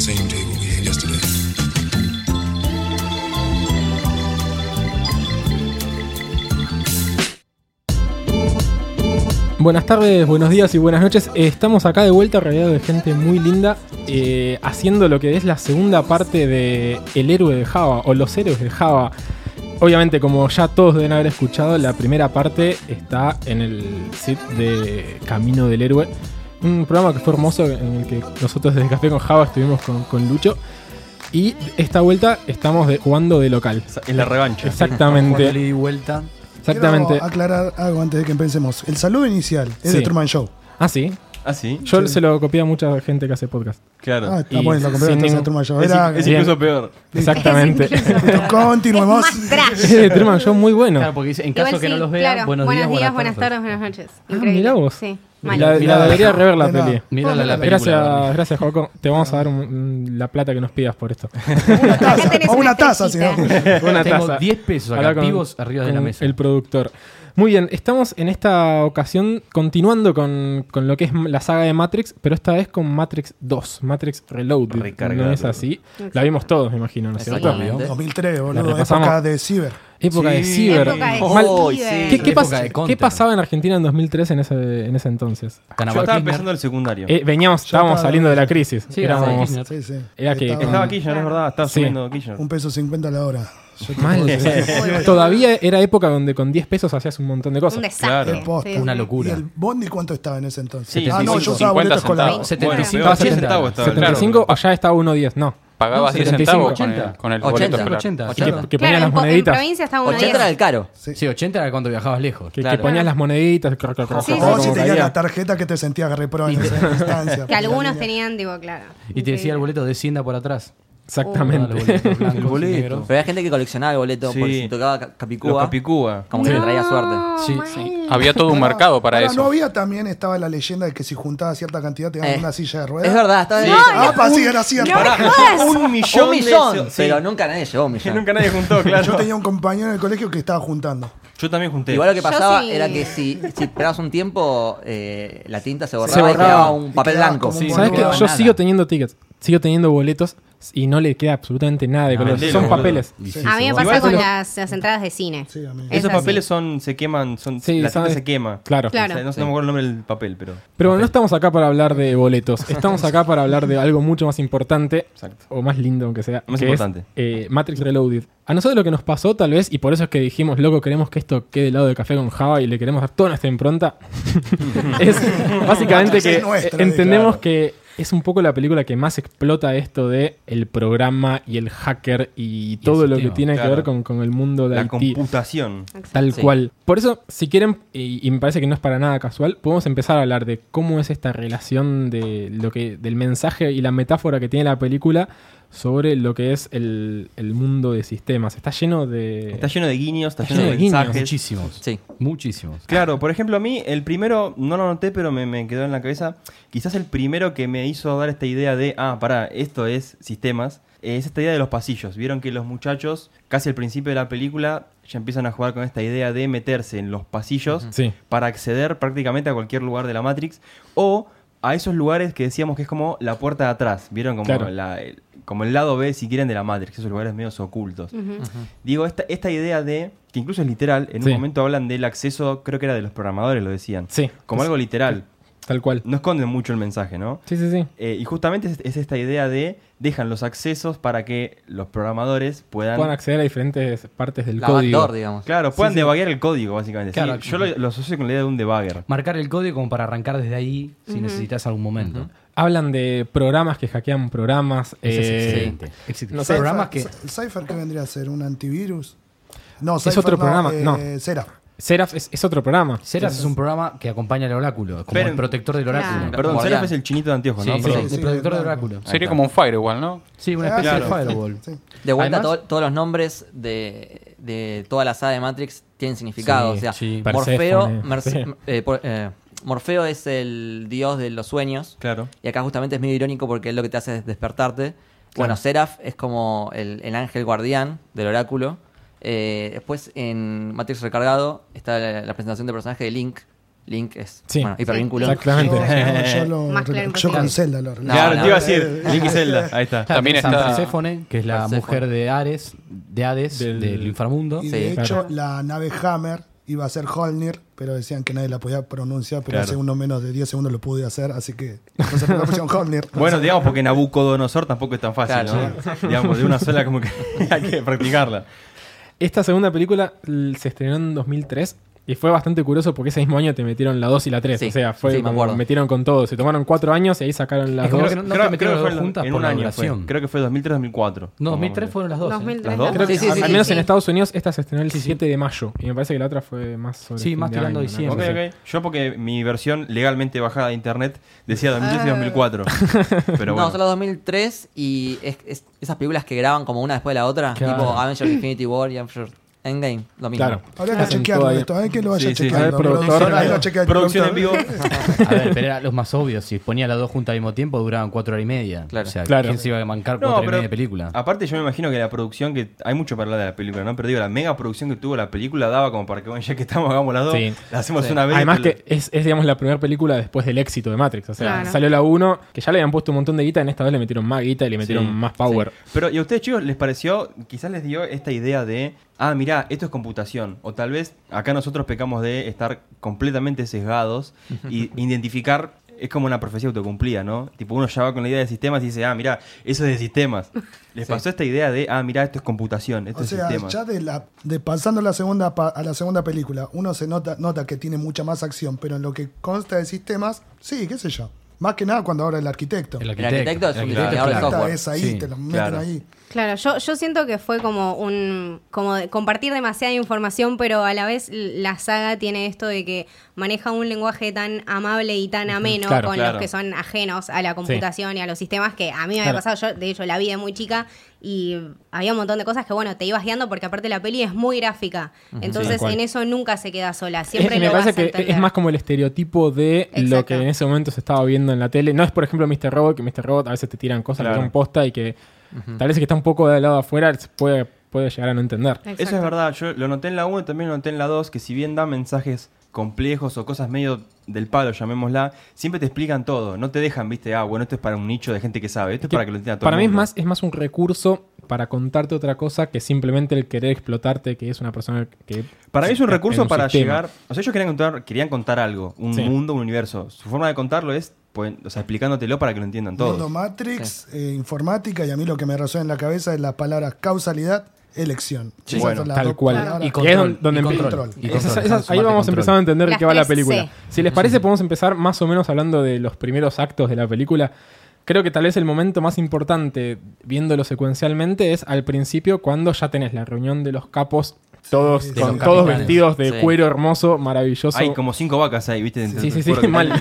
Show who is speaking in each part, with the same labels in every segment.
Speaker 1: same table we ate yesterday.
Speaker 2: Buenas tardes, buenos días y buenas noches. Estamos acá de vuelta rodeados de gente muy linda eh, haciendo lo que es la segunda parte de El héroe de Java o los héroes de Java. Obviamente, como ya todos deben haber escuchado, la primera parte está en el sit de Camino del Héroe. Un programa que fue hermoso en el que nosotros desde Café con Java estuvimos con, con Lucho. Y esta vuelta estamos de- jugando de local.
Speaker 3: Es la revancha.
Speaker 2: Exactamente.
Speaker 4: y vuelta.
Speaker 2: Exactamente.
Speaker 5: Quiero aclarar algo antes de que empecemos. El saludo inicial es
Speaker 2: Sí.
Speaker 5: de Truman Show.
Speaker 2: Ah, sí.
Speaker 3: Ah, sí,
Speaker 2: Yo
Speaker 5: Sí.
Speaker 2: se lo copié a mucha gente que hace podcast.
Speaker 3: claro.
Speaker 5: Ah,
Speaker 2: Y
Speaker 5: está bueno, lo compré
Speaker 2: sin
Speaker 5: entonces
Speaker 2: ningún-
Speaker 5: de Truman Show.
Speaker 3: es,
Speaker 5: Era,
Speaker 3: es
Speaker 2: Bien.
Speaker 3: incluso peor.
Speaker 2: Exactamente.
Speaker 5: continuemos.
Speaker 6: Es más trash.
Speaker 2: Eh, Truman Show muy bueno.
Speaker 4: Claro, porque dice, en caso
Speaker 6: Igual
Speaker 4: que
Speaker 6: sí,
Speaker 4: no los vean,
Speaker 6: claro.
Speaker 4: buenos, días,
Speaker 6: buenas tardes, buenas noches.
Speaker 2: Ah,
Speaker 6: Increíble.
Speaker 2: mirá vos.
Speaker 6: Sí,
Speaker 2: la,
Speaker 6: mal.
Speaker 2: la
Speaker 5: Mirá,
Speaker 2: debería rever la
Speaker 5: de nada.
Speaker 2: peli.
Speaker 4: Mira la, la película.
Speaker 2: Gracias, gracias Joaco. Te vamos a dar un- mm, la plata que nos pidas por esto.
Speaker 5: una
Speaker 6: Acá
Speaker 5: taza.
Speaker 6: tenés
Speaker 5: O
Speaker 6: una
Speaker 5: una taza, si
Speaker 6: estrellita.
Speaker 5: no.
Speaker 2: Una
Speaker 4: Tengo
Speaker 2: taza.
Speaker 4: 10 pesos
Speaker 2: Habla
Speaker 4: acá,
Speaker 2: con-
Speaker 4: activos arriba de la
Speaker 2: con
Speaker 4: mesa.
Speaker 2: El productor. Muy bien, estamos en esta ocasión continuando con, con lo que es la saga de Matrix, pero esta vez con Matrix 2, Matrix Reloaded.
Speaker 3: Recargado.
Speaker 2: No es así. La vimos todos, me imagino, ¿no es
Speaker 4: Exacto.
Speaker 2: cierto?
Speaker 4: Obvio.
Speaker 5: 2003,
Speaker 2: La
Speaker 5: boludo.
Speaker 2: repasamos.
Speaker 5: Época de ciber.
Speaker 2: Época de
Speaker 3: Sí.
Speaker 2: ciber.
Speaker 6: Época de
Speaker 2: Mal-
Speaker 3: Oh,
Speaker 6: ciber.
Speaker 3: sí.
Speaker 2: ¿Qué, qué
Speaker 4: Época
Speaker 2: pas-
Speaker 4: de
Speaker 2: qué
Speaker 4: Counter.
Speaker 2: pasaba en Argentina en 2003 en ese, en ese entonces?
Speaker 4: Tan
Speaker 3: Yo estaba
Speaker 4: abajo.
Speaker 3: empezando el secundario.
Speaker 2: Eh, veníamos, estábamos
Speaker 5: estaba-
Speaker 2: saliendo de la crisis.
Speaker 4: Sí,
Speaker 2: Éramos-
Speaker 4: sí,
Speaker 5: Sí, sí.
Speaker 2: Era que-
Speaker 5: Estaba
Speaker 3: Estaba Kirchner, es verdad. Estaba
Speaker 2: Sí.
Speaker 3: subiendo Kirchner.
Speaker 5: ah, Un peso cincuenta la hora. Yo te
Speaker 2: Mal.
Speaker 5: puedo decir.
Speaker 2: Todavía era época donde con 10 pesos hacías un montón de
Speaker 6: Un
Speaker 2: cosas.
Speaker 6: desastre.
Speaker 3: Claro.
Speaker 5: Es posta.
Speaker 6: Sí, sí.
Speaker 4: Una
Speaker 5: ¿Y
Speaker 4: locura.
Speaker 5: el bondi cuánto estaba en ese entonces?
Speaker 3: Sí,
Speaker 5: ah, no, yo
Speaker 3: 75,
Speaker 5: usaba boleto escolar.
Speaker 3: Bueno,
Speaker 6: centavos.
Speaker 4: 75
Speaker 3: peor,
Speaker 2: a
Speaker 3: 10
Speaker 4: 70.
Speaker 3: centavos estaba, claro.
Speaker 2: 75 o ya estaba 1.10. No.
Speaker 7: Pagabas
Speaker 4: No,
Speaker 7: 10
Speaker 2: 75,
Speaker 7: centavos con el,
Speaker 4: 80.
Speaker 7: con el
Speaker 4: 80,
Speaker 7: boleto escolar.
Speaker 4: 80,
Speaker 2: Y que,
Speaker 4: claro.
Speaker 2: que
Speaker 6: Claro,
Speaker 2: ponías
Speaker 6: en,
Speaker 2: las
Speaker 6: po- en
Speaker 2: moneditas. Que,
Speaker 6: provincia estaba uno
Speaker 8: 80 era el caro.
Speaker 4: Sí, 80 era cuando viajabas lejos.
Speaker 2: que
Speaker 8: Claro.
Speaker 2: ponías las moneditas. cro, cro, cro,
Speaker 6: Sí,
Speaker 2: cro,
Speaker 6: sí,
Speaker 2: cro,
Speaker 5: O
Speaker 6: sí.
Speaker 2: cro,
Speaker 5: si
Speaker 2: cro,
Speaker 5: tenías
Speaker 2: caía.
Speaker 5: la tarjeta que te sentías repro en esa instancia.
Speaker 6: Que algunos
Speaker 5: La
Speaker 6: tenían, digo, claro.
Speaker 4: Y te decía el boleto, descienda por atrás.
Speaker 2: Exactamente.
Speaker 3: El boleto.
Speaker 4: negros.
Speaker 8: Pero había gente que coleccionaba el boleto
Speaker 3: Sí.
Speaker 8: porque si tocaba ca-
Speaker 3: Los
Speaker 8: Capicúa,
Speaker 3: Capicúa.
Speaker 8: como que le traía suerte.
Speaker 4: Sí,
Speaker 7: Había todo un mercado para
Speaker 5: Pará, No
Speaker 7: eso.
Speaker 5: había también, estaba la leyenda de que si juntabas cierta cantidad te daban
Speaker 8: Eh,
Speaker 5: una silla de ruedas.
Speaker 8: Es verdad, estaba en
Speaker 5: Ah, pa, sí, era cierto.
Speaker 6: no. jodas!
Speaker 3: Un millón.
Speaker 8: Un
Speaker 3: de
Speaker 8: millón,
Speaker 3: esos- sí.
Speaker 8: pero nunca nadie llevó un millón.
Speaker 3: Nunca nadie juntó,
Speaker 5: Yo
Speaker 3: claro.
Speaker 5: tenía un compañero en el colegio que estaba juntando.
Speaker 3: Yo también junté.
Speaker 8: Igual lo que
Speaker 6: Yo
Speaker 8: pasaba
Speaker 6: sí.
Speaker 8: era que si, si esperabas un tiempo, eh, la tinta se borraba,
Speaker 2: borraba.
Speaker 8: y quedaba un papel
Speaker 5: quedaba
Speaker 8: blanco.
Speaker 5: como un Sí,
Speaker 2: ¿Sabes
Speaker 5: no
Speaker 2: que
Speaker 5: quedaba
Speaker 2: Yo sigo teniendo tickets, sigo teniendo boletos y no le queda absolutamente nada de color.
Speaker 3: vendelo,
Speaker 2: Son
Speaker 3: boludo.
Speaker 2: papeles.
Speaker 6: A mí me
Speaker 3: Igual
Speaker 6: pasa con
Speaker 3: eso-
Speaker 6: las, las entradas de cine.
Speaker 5: Sí, amigo.
Speaker 6: Es
Speaker 3: Esos
Speaker 6: así.
Speaker 3: papeles son, se queman, son,
Speaker 2: Sí,
Speaker 3: la tinta
Speaker 2: ¿sabes?
Speaker 3: se quema.
Speaker 2: Claro.
Speaker 6: Claro.
Speaker 3: O sea, no, sé- no me acuerdo el nombre del papel, pero.
Speaker 2: Pero no estamos acá para hablar de boletos. Estamos acá para hablar de algo mucho más importante.
Speaker 3: Exacto.
Speaker 2: O más lindo, aunque sea.
Speaker 3: Más
Speaker 2: que
Speaker 3: importante.
Speaker 2: es, eh, Matrix Reloaded. A nosotros lo que nos pasó, tal vez, y por eso es que dijimos, loco, queremos que esto quede del lado de Café con Java y le queremos dar toda nuestra impronta. es básicamente
Speaker 5: Matrix
Speaker 2: que
Speaker 5: es nuestra,
Speaker 2: eh, entendemos
Speaker 5: claro.
Speaker 2: que es un poco la película que más explota esto de el programa y el hacker y todo lo que
Speaker 4: sistema,
Speaker 2: tiene que
Speaker 3: claro.
Speaker 2: ver con, con el mundo de
Speaker 3: La
Speaker 2: IT.
Speaker 3: computación.
Speaker 2: Tal
Speaker 8: Sí.
Speaker 2: cual. Por eso, si quieren, y, y me parece que no es para nada casual, podemos empezar a hablar de cómo es esta relación de lo que, del mensaje y la metáfora que tiene la película sobre lo que es el, el mundo de sistemas. Está lleno de.
Speaker 3: Está lleno de guiños, está
Speaker 2: Está
Speaker 3: lleno de
Speaker 2: lleno de guiños,
Speaker 3: mensajes.
Speaker 4: Muchísimos.
Speaker 8: Sí.
Speaker 4: Muchísimos.
Speaker 3: Claro, por ejemplo, a mí el primero, no lo noté, pero me, me quedó en la cabeza. Quizás el primero que me hizo dar esta idea de, ah, pará, esto es sistemas, eh, es esta idea de los pasillos. Vieron que los muchachos, casi al principio de la película, ya empiezan a jugar con esta idea de meterse en los pasillos
Speaker 2: Sí.
Speaker 3: para acceder prácticamente a cualquier lugar de la Matrix o a esos lugares que decíamos que es como la puerta de atrás. ¿Vieron? Como,
Speaker 2: Claro.
Speaker 3: la- el, como el lado B, si quieren, de la Matrix, esos lugares medios ocultos.
Speaker 6: Ujú.
Speaker 3: Digo, esta, esta idea de, que incluso es literal, en
Speaker 2: Sí.
Speaker 3: un momento hablan del acceso, creo que era de los programadores, lo decían.
Speaker 2: Sí.
Speaker 3: Como
Speaker 2: Es-
Speaker 3: algo literal.
Speaker 2: Tal cual.
Speaker 3: No esconden mucho el mensaje, ¿no?
Speaker 2: Sí, sí, sí.
Speaker 3: Eh, y justamente es, es esta idea de dejan los accesos para que los programadores puedan...
Speaker 2: Pueden acceder a diferentes partes del
Speaker 8: La
Speaker 2: código.
Speaker 8: backdoor, digamos.
Speaker 3: claro, puedan debuggear el código, básicamente. Sí,
Speaker 4: Claro.
Speaker 3: yo lo, lo asocio con la idea de un debugger.
Speaker 4: Marcar el código como para arrancar desde ahí si necesitas algún momento.
Speaker 2: Hablan de programas que hackean programas.
Speaker 4: Ese es
Speaker 2: eh,
Speaker 4: excelente. Excelente.
Speaker 2: no sé,
Speaker 4: programas que.
Speaker 5: Cypher- Cypher, ¿qué vendría a ser? ¿Un antivirus? No, eh,
Speaker 2: Es otro programa, no.
Speaker 5: Seraph.
Speaker 2: Seraph es, es otro programa.
Speaker 4: Seraph es un programa que acompaña al oráculo, como
Speaker 3: Pero-
Speaker 4: el protector del
Speaker 6: Claro.
Speaker 4: oráculo.
Speaker 3: Perdón,
Speaker 8: Guardián.
Speaker 3: Seraph es el chinito de anteojos, ¿no?
Speaker 4: Sí,
Speaker 3: Perdón.
Speaker 4: el
Speaker 5: sí,
Speaker 4: protector del
Speaker 5: claro.
Speaker 4: oráculo.
Speaker 7: Sería como un firewall, ¿no?
Speaker 4: Sí, una especie
Speaker 5: Claro.
Speaker 4: de firewall.
Speaker 5: Sí.
Speaker 8: De vuelta,
Speaker 4: Además-
Speaker 8: todo- todos los nombres de, de toda la saga de Matrix tienen significado.
Speaker 4: Sí,
Speaker 8: o sea,
Speaker 4: sí.
Speaker 8: Morfeo,
Speaker 2: Perséfone,
Speaker 8: Merce-
Speaker 2: sí.
Speaker 8: eh, por- eh, Morfeo es el dios de los sueños.
Speaker 3: Claro.
Speaker 8: Y acá justamente es medio irónico porque él lo que te hace es despertarte. Bueno, Seraph es como el, el ángel guardián del oráculo. Eh, después en Matrix Recargado está la, la presentación del personaje de Link, Link es
Speaker 2: Sí.
Speaker 8: bueno, hipervínculo.
Speaker 2: Exactamente.
Speaker 5: Yo, lo-
Speaker 6: Más claro
Speaker 5: yo con
Speaker 6: imposible.
Speaker 5: Zelda lo
Speaker 8: No,
Speaker 3: claro,
Speaker 8: no.
Speaker 3: te iba a decir, Link y Zelda, ahí está.
Speaker 7: También
Speaker 4: San
Speaker 7: está-
Speaker 4: Perséfone, que es la
Speaker 8: Perséfone.
Speaker 4: mujer de Ares, de Hades,
Speaker 2: Del-
Speaker 4: del, inframundo.
Speaker 5: Y
Speaker 8: Sí,
Speaker 5: de
Speaker 2: claro.
Speaker 5: hecho, la nave Hammer iba a ser Holnir, pero decían que nadie la podía pronunciar, pero
Speaker 3: Claro.
Speaker 5: hace uno menos de 10 segundos lo pude hacer, así que entonces la pusieron Holnir.
Speaker 3: Bueno, digamos porque Nabucodonosor tampoco es tan fácil,
Speaker 8: Claro,
Speaker 3: ¿no? Digamos, de una sola como que hay que practicarla.
Speaker 2: Esta segunda película l- se estrenó en 2003 y fue bastante curioso porque ese mismo año te metieron la 2 y la 3.
Speaker 8: Sí,
Speaker 2: o sea, fue
Speaker 8: sí, me
Speaker 2: como
Speaker 8: acuerdo.
Speaker 2: metieron con todo. Se tomaron 4 años y ahí sacaron las
Speaker 4: Es como
Speaker 2: dos.
Speaker 4: que no- no te metieron las dos
Speaker 3: en-
Speaker 4: juntas
Speaker 3: en
Speaker 4: por
Speaker 3: un
Speaker 4: la
Speaker 3: año fue.
Speaker 4: duración.
Speaker 3: Creo que fue 2003-2004.
Speaker 4: No, 2003 fueron las dos. ¿eh?
Speaker 6: 2003
Speaker 3: ¿Las dos?
Speaker 6: la
Speaker 2: Creo que
Speaker 8: Sí, sí,
Speaker 2: al
Speaker 8: sí,
Speaker 2: al menos
Speaker 6: sí.
Speaker 2: en Estados Unidos esta se estrenó el 17 de mayo y me parece que la otra fue más sobre
Speaker 4: Sí,
Speaker 2: fin
Speaker 4: más
Speaker 2: de
Speaker 4: tirando
Speaker 2: año,
Speaker 4: diciembre.
Speaker 2: una
Speaker 3: Ok,
Speaker 2: cosa así.
Speaker 3: ok. Yo porque mi versión legalmente bajada de internet decía 2003 y 2004. Pero bueno.
Speaker 8: No, son los 2003 y es- es- esas películas que graban como una después de la otra,
Speaker 2: Claro.
Speaker 8: tipo Avengers Infinity War y Avengers Endgame, lo mismo.
Speaker 2: Claro.
Speaker 5: Habría que
Speaker 2: Hacen
Speaker 5: chequearlo
Speaker 2: todo ahí.
Speaker 5: esto, hay que lo vaya
Speaker 3: Sí, sí, sí.
Speaker 5: chequeando.
Speaker 2: A ver, productor.
Speaker 5: Producción, ahí lo chequea el
Speaker 3: Producción en
Speaker 5: productor.
Speaker 3: vivo.
Speaker 4: A ver, pero era los más obvios. Si ponía las dos juntas al mismo tiempo, duraban cuatro horas y media.
Speaker 8: Claro.
Speaker 4: O sea,
Speaker 2: Claro.
Speaker 4: ¿quién se iba a mancar
Speaker 3: No,
Speaker 4: cuatro horas y
Speaker 3: pero
Speaker 4: media de película?
Speaker 3: Aparte, yo me imagino que la producción que. Hay mucho para hablar de la película, ¿no? Pero digo, la mega producción que tuvo la película daba como para que, bueno, ya que estamos, hagamos las dos.
Speaker 2: Sí.
Speaker 3: La hacemos
Speaker 8: Sí.
Speaker 3: una vez.
Speaker 2: Además
Speaker 3: pero-
Speaker 2: que es, es, digamos, la primera película después del éxito de Matrix. O sea,
Speaker 6: Claro.
Speaker 2: salió la 1, que ya le habían puesto un montón de guita, en esta vez le metieron más guita y le metieron
Speaker 3: Sí,
Speaker 2: más power.
Speaker 3: Pero, ¿y a ustedes, chicos, les pareció, quizás les dio esta idea de, ah, mirá, esto es computación? O tal vez acá nosotros pecamos de estar completamente sesgados y identificar, es como una profecía autocumplida, ¿no? Tipo, uno ya va con la idea de sistemas y dice, ah, mirá, eso es de sistemas. Les pasó esta idea de, ah, mirá, esto es computación, esto
Speaker 5: O
Speaker 3: es
Speaker 5: sea,
Speaker 3: sistemas.
Speaker 5: ya de, la, de pasando la segunda pa- a la segunda película, uno se nota, nota que tiene mucha más acción, pero en lo que consta de sistemas, sí, qué sé yo. Más que nada cuando ahora el arquitecto.
Speaker 4: El
Speaker 8: El arquitecto es un diseñador de
Speaker 5: Esta
Speaker 8: software.
Speaker 5: es ahí,
Speaker 4: Sí,
Speaker 5: te lo meten
Speaker 3: claro.
Speaker 5: ahí.
Speaker 6: Claro, yo, yo siento que fue como un como de compartir demasiada información, pero a la vez l- la saga tiene esto de que maneja un lenguaje tan amable y tan ameno
Speaker 2: claro,
Speaker 6: con
Speaker 3: claro.
Speaker 6: los que son ajenos a la computación y a los sistemas que a mí me había
Speaker 2: Claro.
Speaker 6: pasado, yo de hecho la vi de muy chica y había un montón de cosas que bueno, te ibas guiando porque aparte la peli es muy gráfica.
Speaker 2: Tal
Speaker 6: Entonces
Speaker 2: cual.
Speaker 6: en eso nunca se queda sola, siempre
Speaker 2: Es- me
Speaker 6: lo
Speaker 2: parece
Speaker 6: vas a
Speaker 2: que
Speaker 6: entender.
Speaker 2: es más como el estereotipo de lo
Speaker 6: Exacto.
Speaker 2: que en ese momento se estaba viendo en la tele. No es, por ejemplo, Mr. Robot, que Mr. Robot a veces te tiran cosas
Speaker 3: Claro.
Speaker 2: que son posta y que tal vez el que está un poco del lado afuera se puede, puede llegar a no entender.
Speaker 3: Eso
Speaker 6: Exacto.
Speaker 3: es verdad, yo lo noté en la 1 y también lo noté en la 2, que si bien dan mensajes complejos o cosas medio del palo, llamémosla, siempre te explican todo, no te dejan, viste, ah, bueno, esto es para un nicho de gente que sabe, esto es
Speaker 2: Que
Speaker 3: para que lo entienda todo
Speaker 2: para
Speaker 3: el
Speaker 2: mí es
Speaker 3: mundo.
Speaker 2: más, es más un recurso para contarte otra cosa que simplemente el querer explotarte que es una persona que...
Speaker 3: Para mí es un
Speaker 2: en
Speaker 3: recurso para
Speaker 2: sistema.
Speaker 3: llegar. O sea, ellos querían contar, querían contar algo, un
Speaker 2: Sí.
Speaker 3: mundo, un universo. Su forma de contarlo es pues, o sea, explicándotelo para que lo entiendan
Speaker 5: Mundo
Speaker 3: todos.
Speaker 5: Matrix, eh, informática, y a mí lo que me resuena en la cabeza es las palabras causalidad, elección.
Speaker 3: Sí,
Speaker 5: Esas
Speaker 3: bueno,
Speaker 5: son las
Speaker 2: Tal
Speaker 5: dos
Speaker 2: cual.
Speaker 8: Ah,
Speaker 5: palabras.
Speaker 2: Y,
Speaker 4: con-
Speaker 2: es
Speaker 4: control,
Speaker 2: don- donde
Speaker 4: y
Speaker 2: empieza-
Speaker 4: control, y
Speaker 2: Esas-
Speaker 4: control,
Speaker 2: esas- ahí
Speaker 4: smart
Speaker 2: vamos
Speaker 4: control.
Speaker 2: empezando a entender de
Speaker 6: Las
Speaker 2: qué va la
Speaker 6: tres C.
Speaker 2: película. Si les parece, podemos empezar más o menos hablando de los primeros actos de la película. Creo que tal vez el momento más importante, viéndolo secuencialmente, es al principio cuando ya tenés la reunión de los capos, todos,
Speaker 5: sí,
Speaker 4: de
Speaker 2: con-
Speaker 4: los
Speaker 2: todos
Speaker 4: capitanes.
Speaker 2: vestidos de
Speaker 8: Sí.
Speaker 2: cuero hermoso, maravilloso.
Speaker 3: Hay como cinco vacas ahí, ¿viste?
Speaker 2: Sí,
Speaker 3: Entonces,
Speaker 2: sí, sí,
Speaker 3: juro que-
Speaker 2: mal.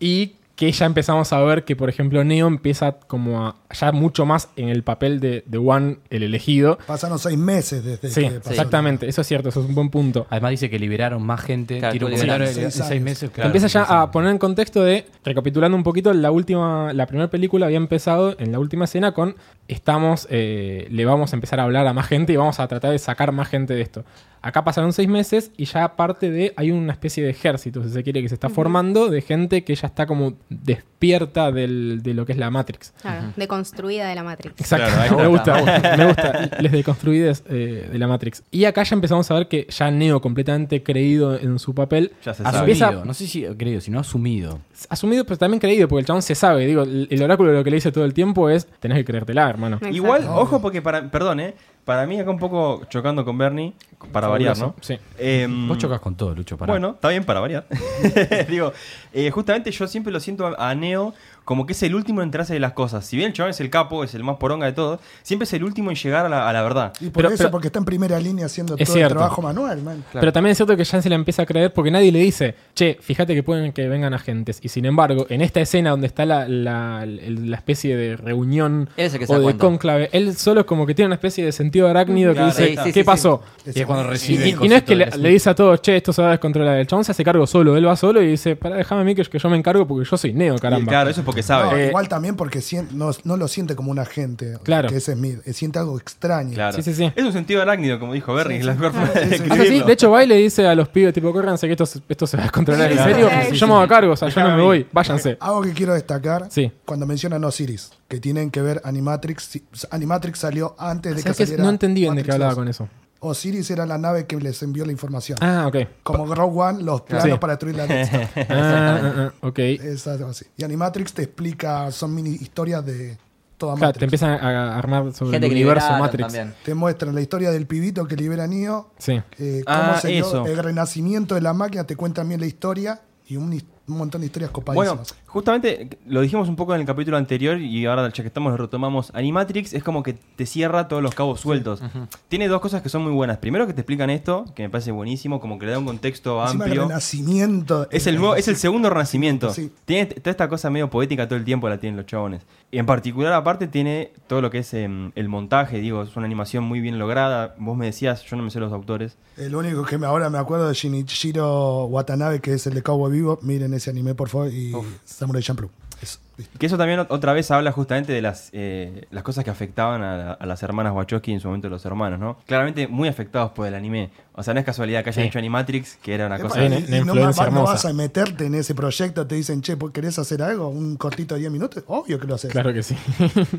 Speaker 2: y que ya empezamos a ver que, por ejemplo, Neo empieza como a, ya mucho más en el papel de, de One, el elegido.
Speaker 5: Pasaron seis meses desde
Speaker 2: Sí,
Speaker 5: que pasó.
Speaker 2: exactamente, eso es cierto, eso es un buen punto.
Speaker 4: Además dice que liberaron más gente.
Speaker 8: Claro,
Speaker 4: Tiró
Speaker 8: tú
Speaker 4: como
Speaker 8: liberaron
Speaker 4: en
Speaker 5: seis
Speaker 4: seis
Speaker 5: años.
Speaker 4: meses.
Speaker 2: Te empieza ya a poner en contexto de, recapitulando un poquito, la última, la primera película había empezado en la última escena con estamos, eh, le vamos a empezar a hablar a más gente y vamos a tratar de sacar más gente de esto. Acá pasaron seis meses y ya aparte de, hay una especie de ejército, si se quiere, que se está formando de gente que ya está como despierta del- de lo que es la Matrix.
Speaker 6: Claro, deconstruida de la Matrix.
Speaker 2: Exacto,
Speaker 3: Claro, ahí
Speaker 2: me,
Speaker 8: está.
Speaker 2: gusta, me gusta, me gusta. Les deconstruides eh, de la Matrix. Y acá ya empezamos a ver que ya Neo, completamente creído en su papel,
Speaker 3: Ya se sabe.
Speaker 2: empieza
Speaker 4: Asumido. No sé si creo, sino asumido.
Speaker 2: Asumido, pero también creído, porque el chabón se sabe. Digo, el el oráculo lo que le dice todo el tiempo es: tenés que creértela, hermano.
Speaker 6: Exacto.
Speaker 3: Igual, ojo, porque para. Perdón, ¿eh? Para mí, acá un poco chocando con Bernie, para variar, ¿no?
Speaker 2: Sí. Mm.
Speaker 3: Em,
Speaker 4: Vos chocas con todo, Lucho. Pará.
Speaker 3: Bueno, está bien para variar. Digo, eh, justamente yo siempre lo siento a a Neo como que es el último en enterarse de las cosas. Si bien el chaval es el capo, es el más poronga de todos, siempre es el último en llegar a la, a la verdad.
Speaker 5: Y por
Speaker 2: Pero-
Speaker 5: eso,
Speaker 2: pero-
Speaker 5: porque está en primera línea haciendo
Speaker 2: Es
Speaker 5: todo
Speaker 2: cierto.
Speaker 5: el trabajo manual, man.
Speaker 2: Pero también es cierto que ya se la empieza a creer porque nadie le dice: Che, fíjate que pueden que vengan agentes. Y sin embargo, en esta escena donde está la, la- el- la especie de reunión
Speaker 8: Él es el que se
Speaker 2: o
Speaker 8: da
Speaker 2: de
Speaker 8: cuenta.
Speaker 2: cónclave, él solo como que tiene una especie de sentido tío Arácnido que
Speaker 3: Claro,
Speaker 2: dice,
Speaker 3: ahí está.
Speaker 2: ¿qué
Speaker 3: Sí,
Speaker 8: sí, sí.
Speaker 2: pasó?
Speaker 4: Y es cuando
Speaker 2: Y,
Speaker 4: recibe.
Speaker 2: y-
Speaker 4: el
Speaker 2: y no es
Speaker 4: cosito
Speaker 2: que le,
Speaker 4: de
Speaker 2: le dice a todos, che, esto se va a descontrolar. El chabón se hace cargo solo, él va solo y dice, pará, déjame a mí que, que yo me encargo porque yo soy Neo,
Speaker 3: Y
Speaker 2: caramba.
Speaker 3: Claro, eso es porque sabe.
Speaker 5: No,
Speaker 2: Eh,
Speaker 5: igual también porque sien- no, no lo siente como un agente.
Speaker 2: Claro.
Speaker 5: Que ese es Smith. eh, Siente algo extraño.
Speaker 3: Claro.
Speaker 2: Sí, sí, sí.
Speaker 3: Es un sentido arácnido, como dijo Berry, es la mejor forma de
Speaker 5: Sí, sí, sí.
Speaker 2: Ah, sí, sí,
Speaker 3: describirlo.
Speaker 2: De hecho, va y le dice a los pibes, tipo, córranse que esto, se- esto se va a descontrolar. ¿En
Speaker 3: Claro.
Speaker 2: serio?
Speaker 6: Sí, sí,
Speaker 2: yo me hago cargo, o sea, yo
Speaker 3: Déjame
Speaker 2: no me
Speaker 3: a mí.
Speaker 2: voy, váyanse.
Speaker 5: Algo que quiero destacar
Speaker 2: Sí.
Speaker 5: cuando mencionan Osiris, que tienen que ver Animatrix. si- Animatrix salió antes de que
Speaker 2: ¿Sabes qué?
Speaker 5: saliera
Speaker 2: No entendí bien de qué
Speaker 5: Matrix
Speaker 2: hablaba
Speaker 5: 2.
Speaker 2: con eso.
Speaker 5: Osiris era la nave que les envió la información.
Speaker 2: Ah, ok.
Speaker 5: Como Rogue One, los planos
Speaker 2: Sí.
Speaker 5: para destruir la Death Star.
Speaker 2: Ah, ah, ah, ok.
Speaker 5: Es algo así. Y Animatrix te explica, son mini historias de toda
Speaker 2: Claro,
Speaker 5: Matrix.
Speaker 2: te empiezan a a armar sobre
Speaker 8: Gente
Speaker 2: el
Speaker 8: que
Speaker 2: universo
Speaker 8: liberaron
Speaker 2: Matrix.
Speaker 8: también.
Speaker 5: Te muestran la historia del pibito que libera a Neo,
Speaker 2: Sí.
Speaker 5: eh, cómo
Speaker 3: Ah,
Speaker 5: se dio
Speaker 3: eso.
Speaker 5: el renacimiento de la máquina, te cuentan bien la historia y un, his- un montón de historias copadísimas.
Speaker 3: Bueno, justamente lo dijimos un poco en el capítulo anterior y ahora ya que estamos lo retomamos. Animatrix es como que te cierra todos los cabos sueltos. Tiene dos cosas que son muy buenas. Primero que te explican esto, que me parece buenísimo, como que le da un contexto
Speaker 5: Encima el
Speaker 3: amplio.
Speaker 5: renacimiento.
Speaker 3: Es el, nuevo, es el segundo renacimiento.
Speaker 5: Sí.
Speaker 3: Tiene t- toda esta cosa medio poética todo el tiempo la tienen los chabones. Y en particular, aparte, tiene todo lo que es em, el montaje. Digo, es una animación muy bien lograda. Vos me decías, yo no me sé los autores.
Speaker 5: El único que me, ahora me acuerdo de Shinichiro Watanabe, que es el de Cowboy Vivo. Miren ese anime, por favor, y Samurai Champloo. Eso, listo.
Speaker 3: Que eso también ot- otra vez habla justamente de las, eh, las cosas que afectaban a, la- a las hermanas Wachowski y en su momento los hermanos, ¿no? Claramente muy afectados por el anime. O sea, no es casualidad que hayan
Speaker 4: Sí.
Speaker 3: hecho Animatrix, que era una
Speaker 5: Es
Speaker 3: cosa...
Speaker 5: para-
Speaker 2: una
Speaker 5: y- y no,
Speaker 2: influencia
Speaker 5: más- más no
Speaker 2: hermosa.
Speaker 5: vas a meterte en ese proyecto, te dicen, che, ¿vos ¿querés hacer algo? ¿Un cortito de 10 minutos? Obvio que lo haces.
Speaker 2: Claro que sí.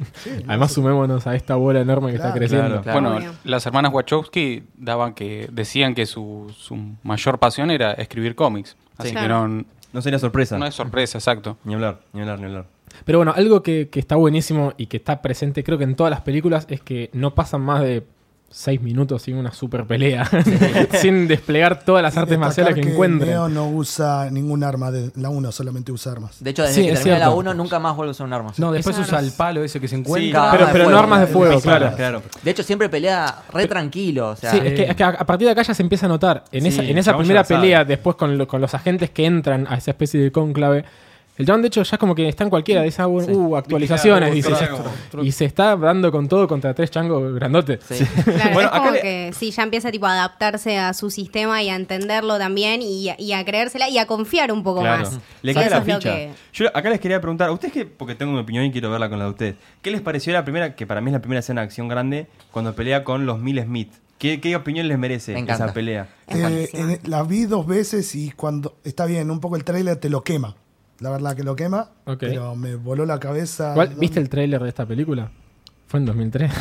Speaker 2: Además, sumémonos a esta bola enorme que está
Speaker 5: Claro,
Speaker 2: creciendo.
Speaker 8: claro.
Speaker 7: Bueno,
Speaker 6: Obvio.
Speaker 7: las hermanas Wachowski daban que, decían que su, su mayor pasión era escribir cómics. Así
Speaker 6: Sí.
Speaker 7: que
Speaker 6: Claro.
Speaker 7: no,
Speaker 3: No sería sorpresa.
Speaker 7: no es sorpresa, exacto.
Speaker 3: Ni hablar, ni hablar, ni hablar.
Speaker 2: Pero bueno, algo que, que está buenísimo y que está presente creo que en todas las películas es que no pasan más de seis minutos sin una super pelea, sin desplegar todas las
Speaker 5: Y
Speaker 2: artes marciales que,
Speaker 5: destacar
Speaker 2: encuentren.
Speaker 5: Neo no usa ningún arma de la 1, solamente usa armas.
Speaker 8: De hecho, desde
Speaker 2: Sí,
Speaker 8: que
Speaker 2: es
Speaker 8: termina la
Speaker 2: cierto.
Speaker 8: 1 nunca más vuelve a usar un arma.
Speaker 4: No, después
Speaker 6: Esas-
Speaker 4: usa el palo ese que se
Speaker 8: Sí,
Speaker 4: encuentra.
Speaker 2: Pero,
Speaker 8: armas de
Speaker 2: pero no
Speaker 8: fuego,
Speaker 2: armas de
Speaker 5: de
Speaker 2: fuego,
Speaker 5: pistola.
Speaker 2: claro.
Speaker 3: claro.
Speaker 8: De hecho, siempre pelea re tranquilo. O sea,
Speaker 2: Sí, es que, es que a, a partir de acá ya se empieza a notar. En
Speaker 3: eh, Sí,
Speaker 2: esa, en
Speaker 3: el
Speaker 2: esa
Speaker 3: chabón ya
Speaker 2: primera
Speaker 3: la sabe.
Speaker 2: pelea, después con, lo- con los agentes que entran a esa especie de cónclave, el John, de hecho, ya como que está en cualquiera. Dice, ah, bueno, uh, actualizaciones.
Speaker 3: Viste,
Speaker 2: dice,
Speaker 3: claro,
Speaker 2: "Ya
Speaker 3: como-
Speaker 2: está". y se está dando con todo contra tres changos grandotes.
Speaker 8: sí.
Speaker 6: Claro,
Speaker 3: Bueno,
Speaker 6: es como
Speaker 3: acá le-
Speaker 6: que sí, ya empieza tipo a adaptarse a su sistema y a entenderlo también y, y a creérsela y a confiar un poco
Speaker 3: Claro.
Speaker 6: más.
Speaker 3: Le
Speaker 6: Sí,
Speaker 3: cae
Speaker 6: eso
Speaker 3: la
Speaker 6: es lo
Speaker 3: ficha.
Speaker 6: que-
Speaker 3: Yo acá les quería preguntar, a ustedes que, porque tengo mi opinión y quiero verla con la de ustedes, ¿qué les pareció la primera, que para mí es la primera escena de acción grande, cuando pelea con los Mil Smith? ¿Qué, qué opinión les merece
Speaker 8: Me encanta.
Speaker 3: esa pelea?
Speaker 6: Es
Speaker 5: Eh,
Speaker 6: buenísima.
Speaker 5: en- la vi dos veces y cuando está bien, un poco el tráiler te lo quema. La verdad que lo quema,
Speaker 2: Ok.
Speaker 5: pero me voló la cabeza.
Speaker 2: Igual, ¿Viste el tráiler de esta película? Fue en 2003.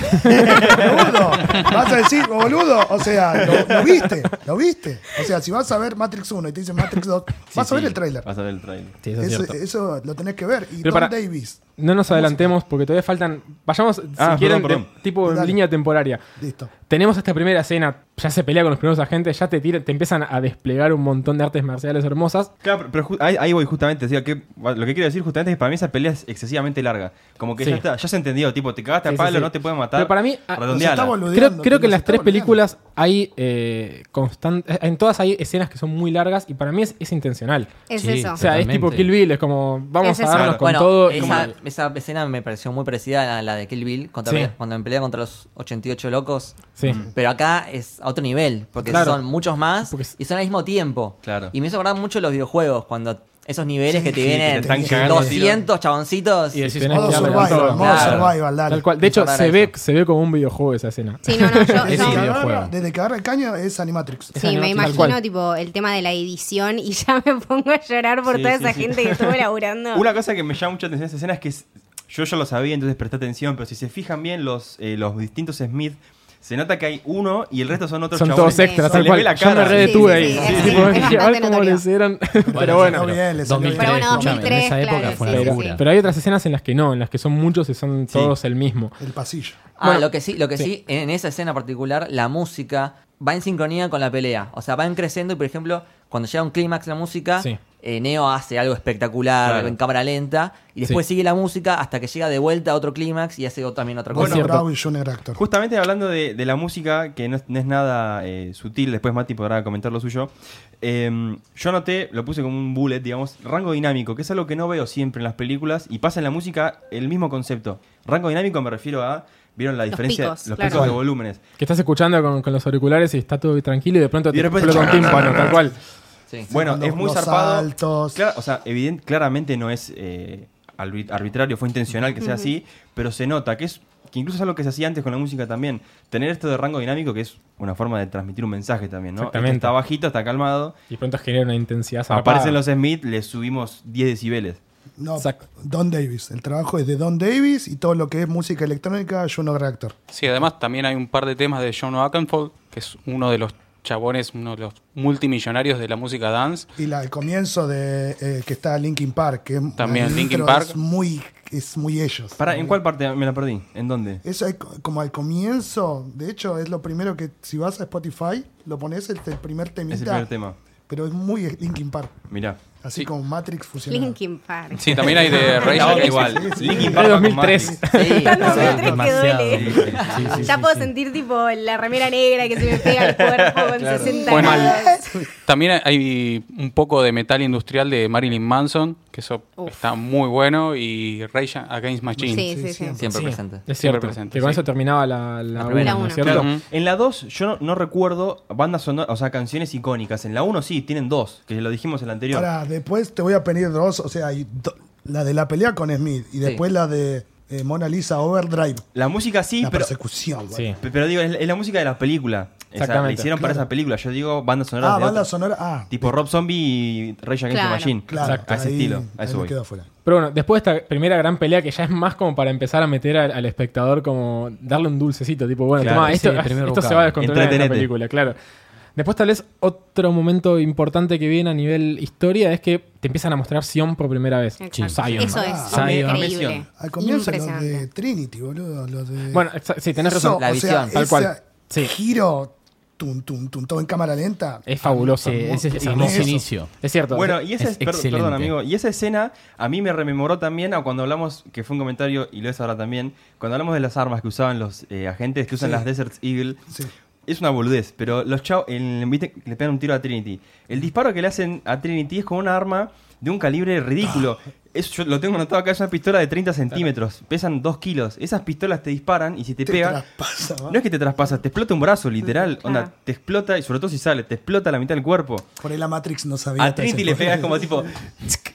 Speaker 5: boludo. Vas a decir, "Oh, boludo. O sea, lo, lo viste, lo viste. O sea, si vas a ver Matrix 1 y te dicen Matrix 2,
Speaker 3: Sí,
Speaker 5: vas a ver
Speaker 3: sí,
Speaker 5: el tráiler.
Speaker 3: Vas a ver el trailer.
Speaker 2: Ah, Sí, eso es
Speaker 5: Eso,
Speaker 2: cierto.
Speaker 5: eso lo tenés que ver. Y
Speaker 2: Pero
Speaker 5: Don
Speaker 2: para-
Speaker 5: Davis,
Speaker 2: No nos adelantemos porque todavía faltan. Vayamos, si
Speaker 3: Ah,
Speaker 2: quieren,
Speaker 3: perdón,
Speaker 2: de- tipo en
Speaker 5: Dale.
Speaker 2: línea temporaria.
Speaker 5: listo.
Speaker 2: Tenemos esta primera escena, ya se pelea con los primeros agentes, ya te, tira- te empiezan a desplegar un montón de artes marciales hermosas.
Speaker 3: Claro, pero- pero ju- ahí, ahí voy justamente. o sea, que- lo que quiero decir justamente es que para mí esa pelea es excesivamente larga. Como que
Speaker 2: Sí.
Speaker 3: ya, está- ya se entendió, tipo, te cagaste
Speaker 2: Sí,
Speaker 3: a
Speaker 2: sí,
Speaker 3: palo,
Speaker 2: sí.
Speaker 3: no te pueden matar.
Speaker 2: Pero para mí, ah,
Speaker 5: Nos
Speaker 3: redondeala.
Speaker 5: está
Speaker 2: Creo,
Speaker 5: boludeando,
Speaker 2: creo que en
Speaker 5: nos
Speaker 2: las
Speaker 5: está
Speaker 2: tres
Speaker 5: boludeando.
Speaker 2: películas hay eh, constan- En todas hay escenas que son muy largas y para mí es, es intencional.
Speaker 6: Es
Speaker 4: Sí,
Speaker 6: eso.
Speaker 2: O sea, es
Speaker 4: Totalmente.
Speaker 2: tipo Kill Bill, es como vamos
Speaker 6: Es
Speaker 2: a
Speaker 6: eso.
Speaker 2: darnos
Speaker 3: Claro.
Speaker 2: con
Speaker 8: bueno,
Speaker 2: todo. y-
Speaker 8: esa, esa escena me pareció muy parecida a la de Kill Bill contra-
Speaker 2: Sí.
Speaker 8: cuando me pelea contra los 88 locos.
Speaker 2: Sí.
Speaker 8: Pero acá es a otro nivel, porque
Speaker 2: Claro.
Speaker 8: son muchos más
Speaker 2: Porque es-
Speaker 8: y son al mismo tiempo.
Speaker 3: Claro.
Speaker 8: Y me hizo acordar mucho los videojuegos, cuando esos niveles que te
Speaker 3: sí, que te
Speaker 8: vienen
Speaker 3: están cagando a
Speaker 8: 200 chaboncitos.
Speaker 4: Y decís,
Speaker 2: Tenés
Speaker 5: Modo
Speaker 2: que darle
Speaker 5: survival,
Speaker 2: con todo.
Speaker 5: modo
Speaker 8: Claro.
Speaker 5: survival, dale.
Speaker 2: Tal cual. De hecho,
Speaker 8: Recordar
Speaker 2: se
Speaker 8: eso.
Speaker 2: ve, se ve como un videojuego esa escena.
Speaker 6: Sí, no, no, yo-
Speaker 5: Desde
Speaker 2: Es
Speaker 6: yo-
Speaker 5: que
Speaker 2: videojuego.
Speaker 5: agarra- Desde que agarra el caño es Animatrix.
Speaker 2: Es
Speaker 6: Sí, me
Speaker 2: animación, tal
Speaker 6: imagino
Speaker 2: cual.
Speaker 6: tipo el tema de la edición y ya me pongo a llorar por
Speaker 3: Sí,
Speaker 6: toda
Speaker 3: sí,
Speaker 6: esa
Speaker 3: sí.
Speaker 6: gente que estuvo laburando.
Speaker 3: Una cosa que me llama mucho la atención de esa escena es que es- yo ya lo sabía, entonces presté atención, pero si se fijan bien los, eh, los distintos Smith, se nota que hay uno y el resto son otros
Speaker 2: Son
Speaker 3: chabones.
Speaker 2: todos extras,
Speaker 6: Sí.
Speaker 3: Se
Speaker 2: tal
Speaker 3: le ve
Speaker 2: cual.
Speaker 3: la
Speaker 2: Yo me
Speaker 3: cara.
Speaker 2: re
Speaker 6: Sí,
Speaker 2: detuve
Speaker 6: sí,
Speaker 2: ahí.
Speaker 6: sí, es-
Speaker 2: Tipo,
Speaker 6: es
Speaker 2: dije, a ver
Speaker 6: bastante
Speaker 2: cómo
Speaker 6: notorio.
Speaker 2: le hicieron. Pero
Speaker 5: no,
Speaker 2: bueno.
Speaker 5: bien, le salió bien.
Speaker 4: 2003,
Speaker 6: Pero
Speaker 4: escuchame,
Speaker 6: bueno,
Speaker 4: en
Speaker 6: 2003,
Speaker 4: esa época
Speaker 6: claro,
Speaker 4: fue una
Speaker 6: sí, sí,
Speaker 2: Pero,
Speaker 4: locura.
Speaker 2: pero hay otras escenas en las que no, en las que son muchos y son
Speaker 3: Sí.
Speaker 2: todos el mismo.
Speaker 5: El pasillo.
Speaker 8: Ah,
Speaker 2: Bueno,
Speaker 8: lo que sí, lo que sí. en esa escena particular, la música va en sincronía con la pelea. O sea, van creciendo y, por ejemplo, cuando llega un clímax la música,
Speaker 2: Sí.
Speaker 8: eh, Neo hace algo espectacular
Speaker 3: Claro.
Speaker 8: en cámara lenta y después sigue la música hasta que llega de vuelta a otro clímax y hace o- también otra cosa.
Speaker 5: Bueno,
Speaker 2: cierto.
Speaker 5: Bravo y Junior Actor.
Speaker 3: Justamente hablando de, de la música, que no es, no es nada eh, sutil, después Mati podrá comentar lo suyo. eh, yo anoté, lo puse como un bullet, digamos, rango dinámico, que es algo que no veo siempre en las películas y pasa en la música el mismo concepto. Rango dinámico me refiero a ¿Vieron la
Speaker 6: Los
Speaker 3: diferencia?
Speaker 6: picos,
Speaker 3: picos
Speaker 6: claro.
Speaker 3: de volúmenes.
Speaker 2: Que estás escuchando con, con los auriculares y está todo tranquilo y de pronto
Speaker 3: Y de
Speaker 2: te
Speaker 3: repente-
Speaker 2: explota un tímpano, tal cual.
Speaker 8: Sí.
Speaker 3: bueno,
Speaker 5: cuando
Speaker 3: es muy
Speaker 5: los
Speaker 3: zarpado.
Speaker 5: saltos.
Speaker 3: Clara- o sea, evident- claramente no es eh, arbi- arbitrario, fue intencional que sea así, pero se nota que es que incluso es algo que se hacía antes con la música también. Tener esto de rango dinámico, que es una forma de transmitir un mensaje también, ¿no?
Speaker 2: Exactamente.
Speaker 3: Está bajito, está calmado.
Speaker 2: Y de pronto genera una intensidad zarpada.
Speaker 3: Aparecen los Smith, le subimos 10 decibeles.
Speaker 5: No,
Speaker 2: Exacto.
Speaker 5: Don Davis. El trabajo es de Don Davis y todo lo que es música electrónica, Juno Reactor.
Speaker 7: Sí, además también hay un par de temas de John Oakenfold, que es uno de los chabones, uno de los multimillonarios de la música dance.
Speaker 5: Y la, el comienzo de eh, que está Linkin Park. Que es-
Speaker 7: También
Speaker 5: el
Speaker 7: Linkin
Speaker 5: intro
Speaker 7: Park.
Speaker 5: Es muy, es muy ellos.
Speaker 3: Para, ¿En cuál parte me la perdí? ¿En dónde?
Speaker 5: Eso es co- como al comienzo. De hecho, es lo primero que si vas a Spotify, lo pones el, el primer temita.
Speaker 3: Es el primer tema.
Speaker 5: Pero es muy Linkin Park.
Speaker 3: Mirá.
Speaker 5: Así
Speaker 7: Sí.
Speaker 5: como Matrix fusionado.
Speaker 6: Linkin Park.
Speaker 7: Sí, también hay de Rage
Speaker 3: Está
Speaker 7: Against-
Speaker 3: igual. Linkin
Speaker 2: De
Speaker 3: Park va con
Speaker 2: 2003.
Speaker 3: Matrix.
Speaker 8: Sí,
Speaker 6: Tanto
Speaker 8: sí.
Speaker 6: me tres que
Speaker 4: demasiado.
Speaker 6: duele.
Speaker 3: Sí, sí.
Speaker 6: ya puedo sentir tipo la remera negra que se me pega al cuerpo con 60
Speaker 7: Bueno,
Speaker 6: grados.
Speaker 7: También hay un poco de metal industrial de Marilyn Manson, que eso
Speaker 6: Uf.
Speaker 7: está muy bueno, y Rage Against Machine.
Speaker 6: Sí, sí,
Speaker 5: sí,
Speaker 6: sí.
Speaker 8: Siempre
Speaker 2: Sí,
Speaker 8: presente.
Speaker 2: Es cierto.
Speaker 7: presente,
Speaker 2: que con
Speaker 7: sí.
Speaker 2: eso terminaba la, la,
Speaker 8: La
Speaker 2: uno,
Speaker 8: primera.
Speaker 2: ¿no es
Speaker 6: La una.
Speaker 2: cierto?
Speaker 7: Ujú.
Speaker 3: En la 2 yo no, no recuerdo bandas sonoras, o sea, canciones icónicas. En la 1 sí, tienen dos, que lo dijimos en la anterior.
Speaker 5: Ahora, después te voy a pedir dos. O sea, hay do- la de la pelea con Smith y después la de eh, Mona Lisa Overdrive.
Speaker 3: la música sí,
Speaker 5: la
Speaker 3: pero,
Speaker 5: persecución.
Speaker 2: Sí.
Speaker 5: güey.
Speaker 3: pe- pero digo, es, es la música de la película. Esa, la
Speaker 2: Exactamente,
Speaker 3: hicieron para
Speaker 5: claro.
Speaker 3: esa película. Yo digo bandas sonoras.
Speaker 5: Ah,
Speaker 3: de
Speaker 5: banda
Speaker 3: otras.
Speaker 5: sonora. Ah,
Speaker 3: Tipo Rob Zombie y Rage Against
Speaker 6: Claro.
Speaker 3: the Machine.
Speaker 5: claro.
Speaker 3: A ese
Speaker 5: ahí-
Speaker 3: estilo. A
Speaker 5: ahí
Speaker 3: eso
Speaker 5: me
Speaker 3: voy.
Speaker 5: quedo afuera.
Speaker 2: Pero bueno, después de esta primera gran pelea, que ya es más como para empezar a meter al, al espectador, como darle un dulcecito, tipo, bueno,
Speaker 3: Claro,
Speaker 2: tomá,
Speaker 4: sí,
Speaker 2: esto,
Speaker 4: el primer
Speaker 2: esto se
Speaker 4: bocado.
Speaker 2: va a descontrolar en la
Speaker 3: Entretenete.
Speaker 2: película, claro. Después, tal vez, otro momento importante que viene a nivel historia es que te empiezan a mostrar Sion por primera vez.
Speaker 6: Exacto.
Speaker 2: Zion.
Speaker 6: Eso es
Speaker 4: Zion.
Speaker 6: increíble.
Speaker 5: Al comienzo los
Speaker 6: Impresionante.
Speaker 5: de Trinity, boludo. Los de...
Speaker 2: Bueno, exa- sí, tenés razón.
Speaker 5: Eso,
Speaker 8: La
Speaker 5: o sea,
Speaker 8: visión.
Speaker 2: Tal
Speaker 5: ese
Speaker 2: cual. Sí.
Speaker 5: Giro, tum, tum, tum, todo en cámara lenta.
Speaker 2: Es fabuloso.
Speaker 4: Sí, ese es
Speaker 2: Es
Speaker 4: hermoso
Speaker 2: hermoso.
Speaker 4: inicio.
Speaker 2: Es cierto.
Speaker 3: Bueno, y esa,
Speaker 4: Es
Speaker 3: per- perdón,
Speaker 4: excelente.
Speaker 3: amigo, y esa escena a mí me rememoró también a cuando hablamos, que fue un comentario y lo es ahora también, cuando hablamos de las armas que usaban los eh, agentes, que usan las Desert Eagle.
Speaker 5: Sí.
Speaker 3: Es una boludez, pero los chavos en- viste, le pegan un tiro a Trinity. El disparo que le hacen a Trinity es con una arma de un calibre ridículo. Es- yo lo tengo anotado acá, es una pistola de 30 centímetros, pesan 2 kilos. Esas pistolas te disparan y si te,
Speaker 5: Te
Speaker 3: pega,
Speaker 5: traspasa, ¿va?
Speaker 3: no es que te traspasa, te explota un brazo, literal.
Speaker 6: Claro.
Speaker 3: Onda, te explota, y sobre todo si sale, te explota la mitad del cuerpo.
Speaker 5: Por ahí la Matrix no sabía.
Speaker 3: A
Speaker 5: que se
Speaker 3: Trinity le
Speaker 5: podía.
Speaker 3: pegas como tipo. tsk.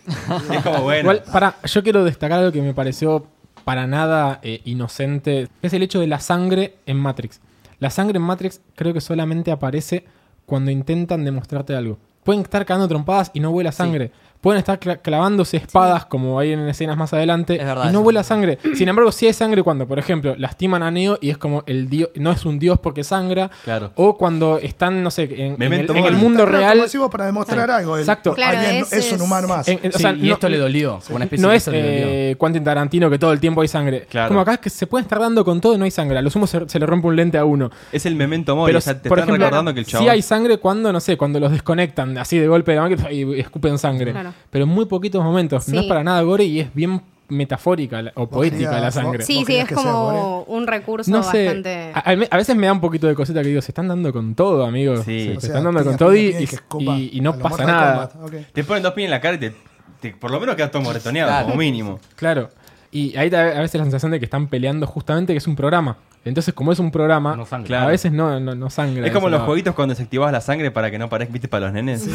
Speaker 3: es como bueno.
Speaker 2: Igual, para, yo quiero destacar algo que me pareció para nada eh, inocente. Es el hecho de la sangre en Matrix. La sangre en Matrix creo que solamente aparece cuando intentan demostrarte algo. Pueden estar cagando trompadas y no vuela sangre. Pueden estar cla- clavándose espadas, como hay en escenas más adelante,
Speaker 8: Es verdad
Speaker 2: y no
Speaker 8: eso.
Speaker 2: vuela sangre. Sin embargo, sí hay sangre cuando, por ejemplo, lastiman a Neo y es como el dios, no es un dios porque sangra.
Speaker 4: Claro.
Speaker 2: O cuando están, no sé, en, en el,
Speaker 3: Memento
Speaker 2: en el
Speaker 3: mori.
Speaker 2: mundo
Speaker 5: Claro,
Speaker 2: real.
Speaker 5: Como decimos, para demostrar algo. el-
Speaker 2: Exacto.
Speaker 6: Claro,
Speaker 5: alguien
Speaker 6: ese
Speaker 5: es un
Speaker 6: es-
Speaker 5: humano más.
Speaker 2: en- en- o
Speaker 4: Sí,
Speaker 2: sea,
Speaker 4: y
Speaker 2: no-
Speaker 4: esto le dolió. como Una especie
Speaker 2: no
Speaker 4: de
Speaker 2: es
Speaker 4: esto le dolió.
Speaker 2: eh, Quentin Tarantino que todo el tiempo hay sangre.
Speaker 3: Claro.
Speaker 2: Como acá que se pueden estar dando con todo y no hay sangre. A lo sumo se, se le rompe un lente a uno.
Speaker 3: Es el memento mori.
Speaker 2: Pero
Speaker 3: o sea, te
Speaker 2: por
Speaker 3: están
Speaker 2: ejemplo,
Speaker 3: recordando que el chavo.
Speaker 2: sí hay sangre cuando, no sé, cuando los desconectan así de golpe de la máquina y escupen sangre.
Speaker 6: Claro.
Speaker 2: Pero en muy poquitos momentos. No
Speaker 6: Sí.
Speaker 2: es para nada gore y es bien metafórica la- o poética
Speaker 5: querías-
Speaker 2: la sangre.
Speaker 5: vos-
Speaker 6: Sí,
Speaker 5: ¿Vos
Speaker 6: sí,
Speaker 5: querías
Speaker 6: es
Speaker 5: que sea
Speaker 6: como un recurso
Speaker 2: No sé, Ah,
Speaker 6: bastante.
Speaker 2: a, a- a veces me da un poquito de cosita que digo, se están dando con todo, amigos.
Speaker 3: Sí.
Speaker 2: Se,
Speaker 3: O
Speaker 2: se
Speaker 5: sea,
Speaker 2: están dando
Speaker 5: piña,
Speaker 2: con todo y,
Speaker 5: piña, piña, que escupa
Speaker 2: y- y no
Speaker 5: a lo
Speaker 2: pasa
Speaker 5: Mortal
Speaker 2: nada.
Speaker 5: Kombat. Ok.
Speaker 3: Te ponen dos pies en la cara y te. te- por lo menos quedas todo moretoneado,
Speaker 8: Claro.
Speaker 3: como mínimo.
Speaker 2: Claro. Y ahí te da a veces la sensación de que están peleando justamente que es un programa. Entonces, como es un programa,
Speaker 4: No sangra.
Speaker 2: a veces no, no, no sangra.
Speaker 3: Es como
Speaker 2: eso,
Speaker 3: los
Speaker 2: no.
Speaker 3: jueguitos cuando desactivabas la sangre para que no parezca, viste, para los nenes.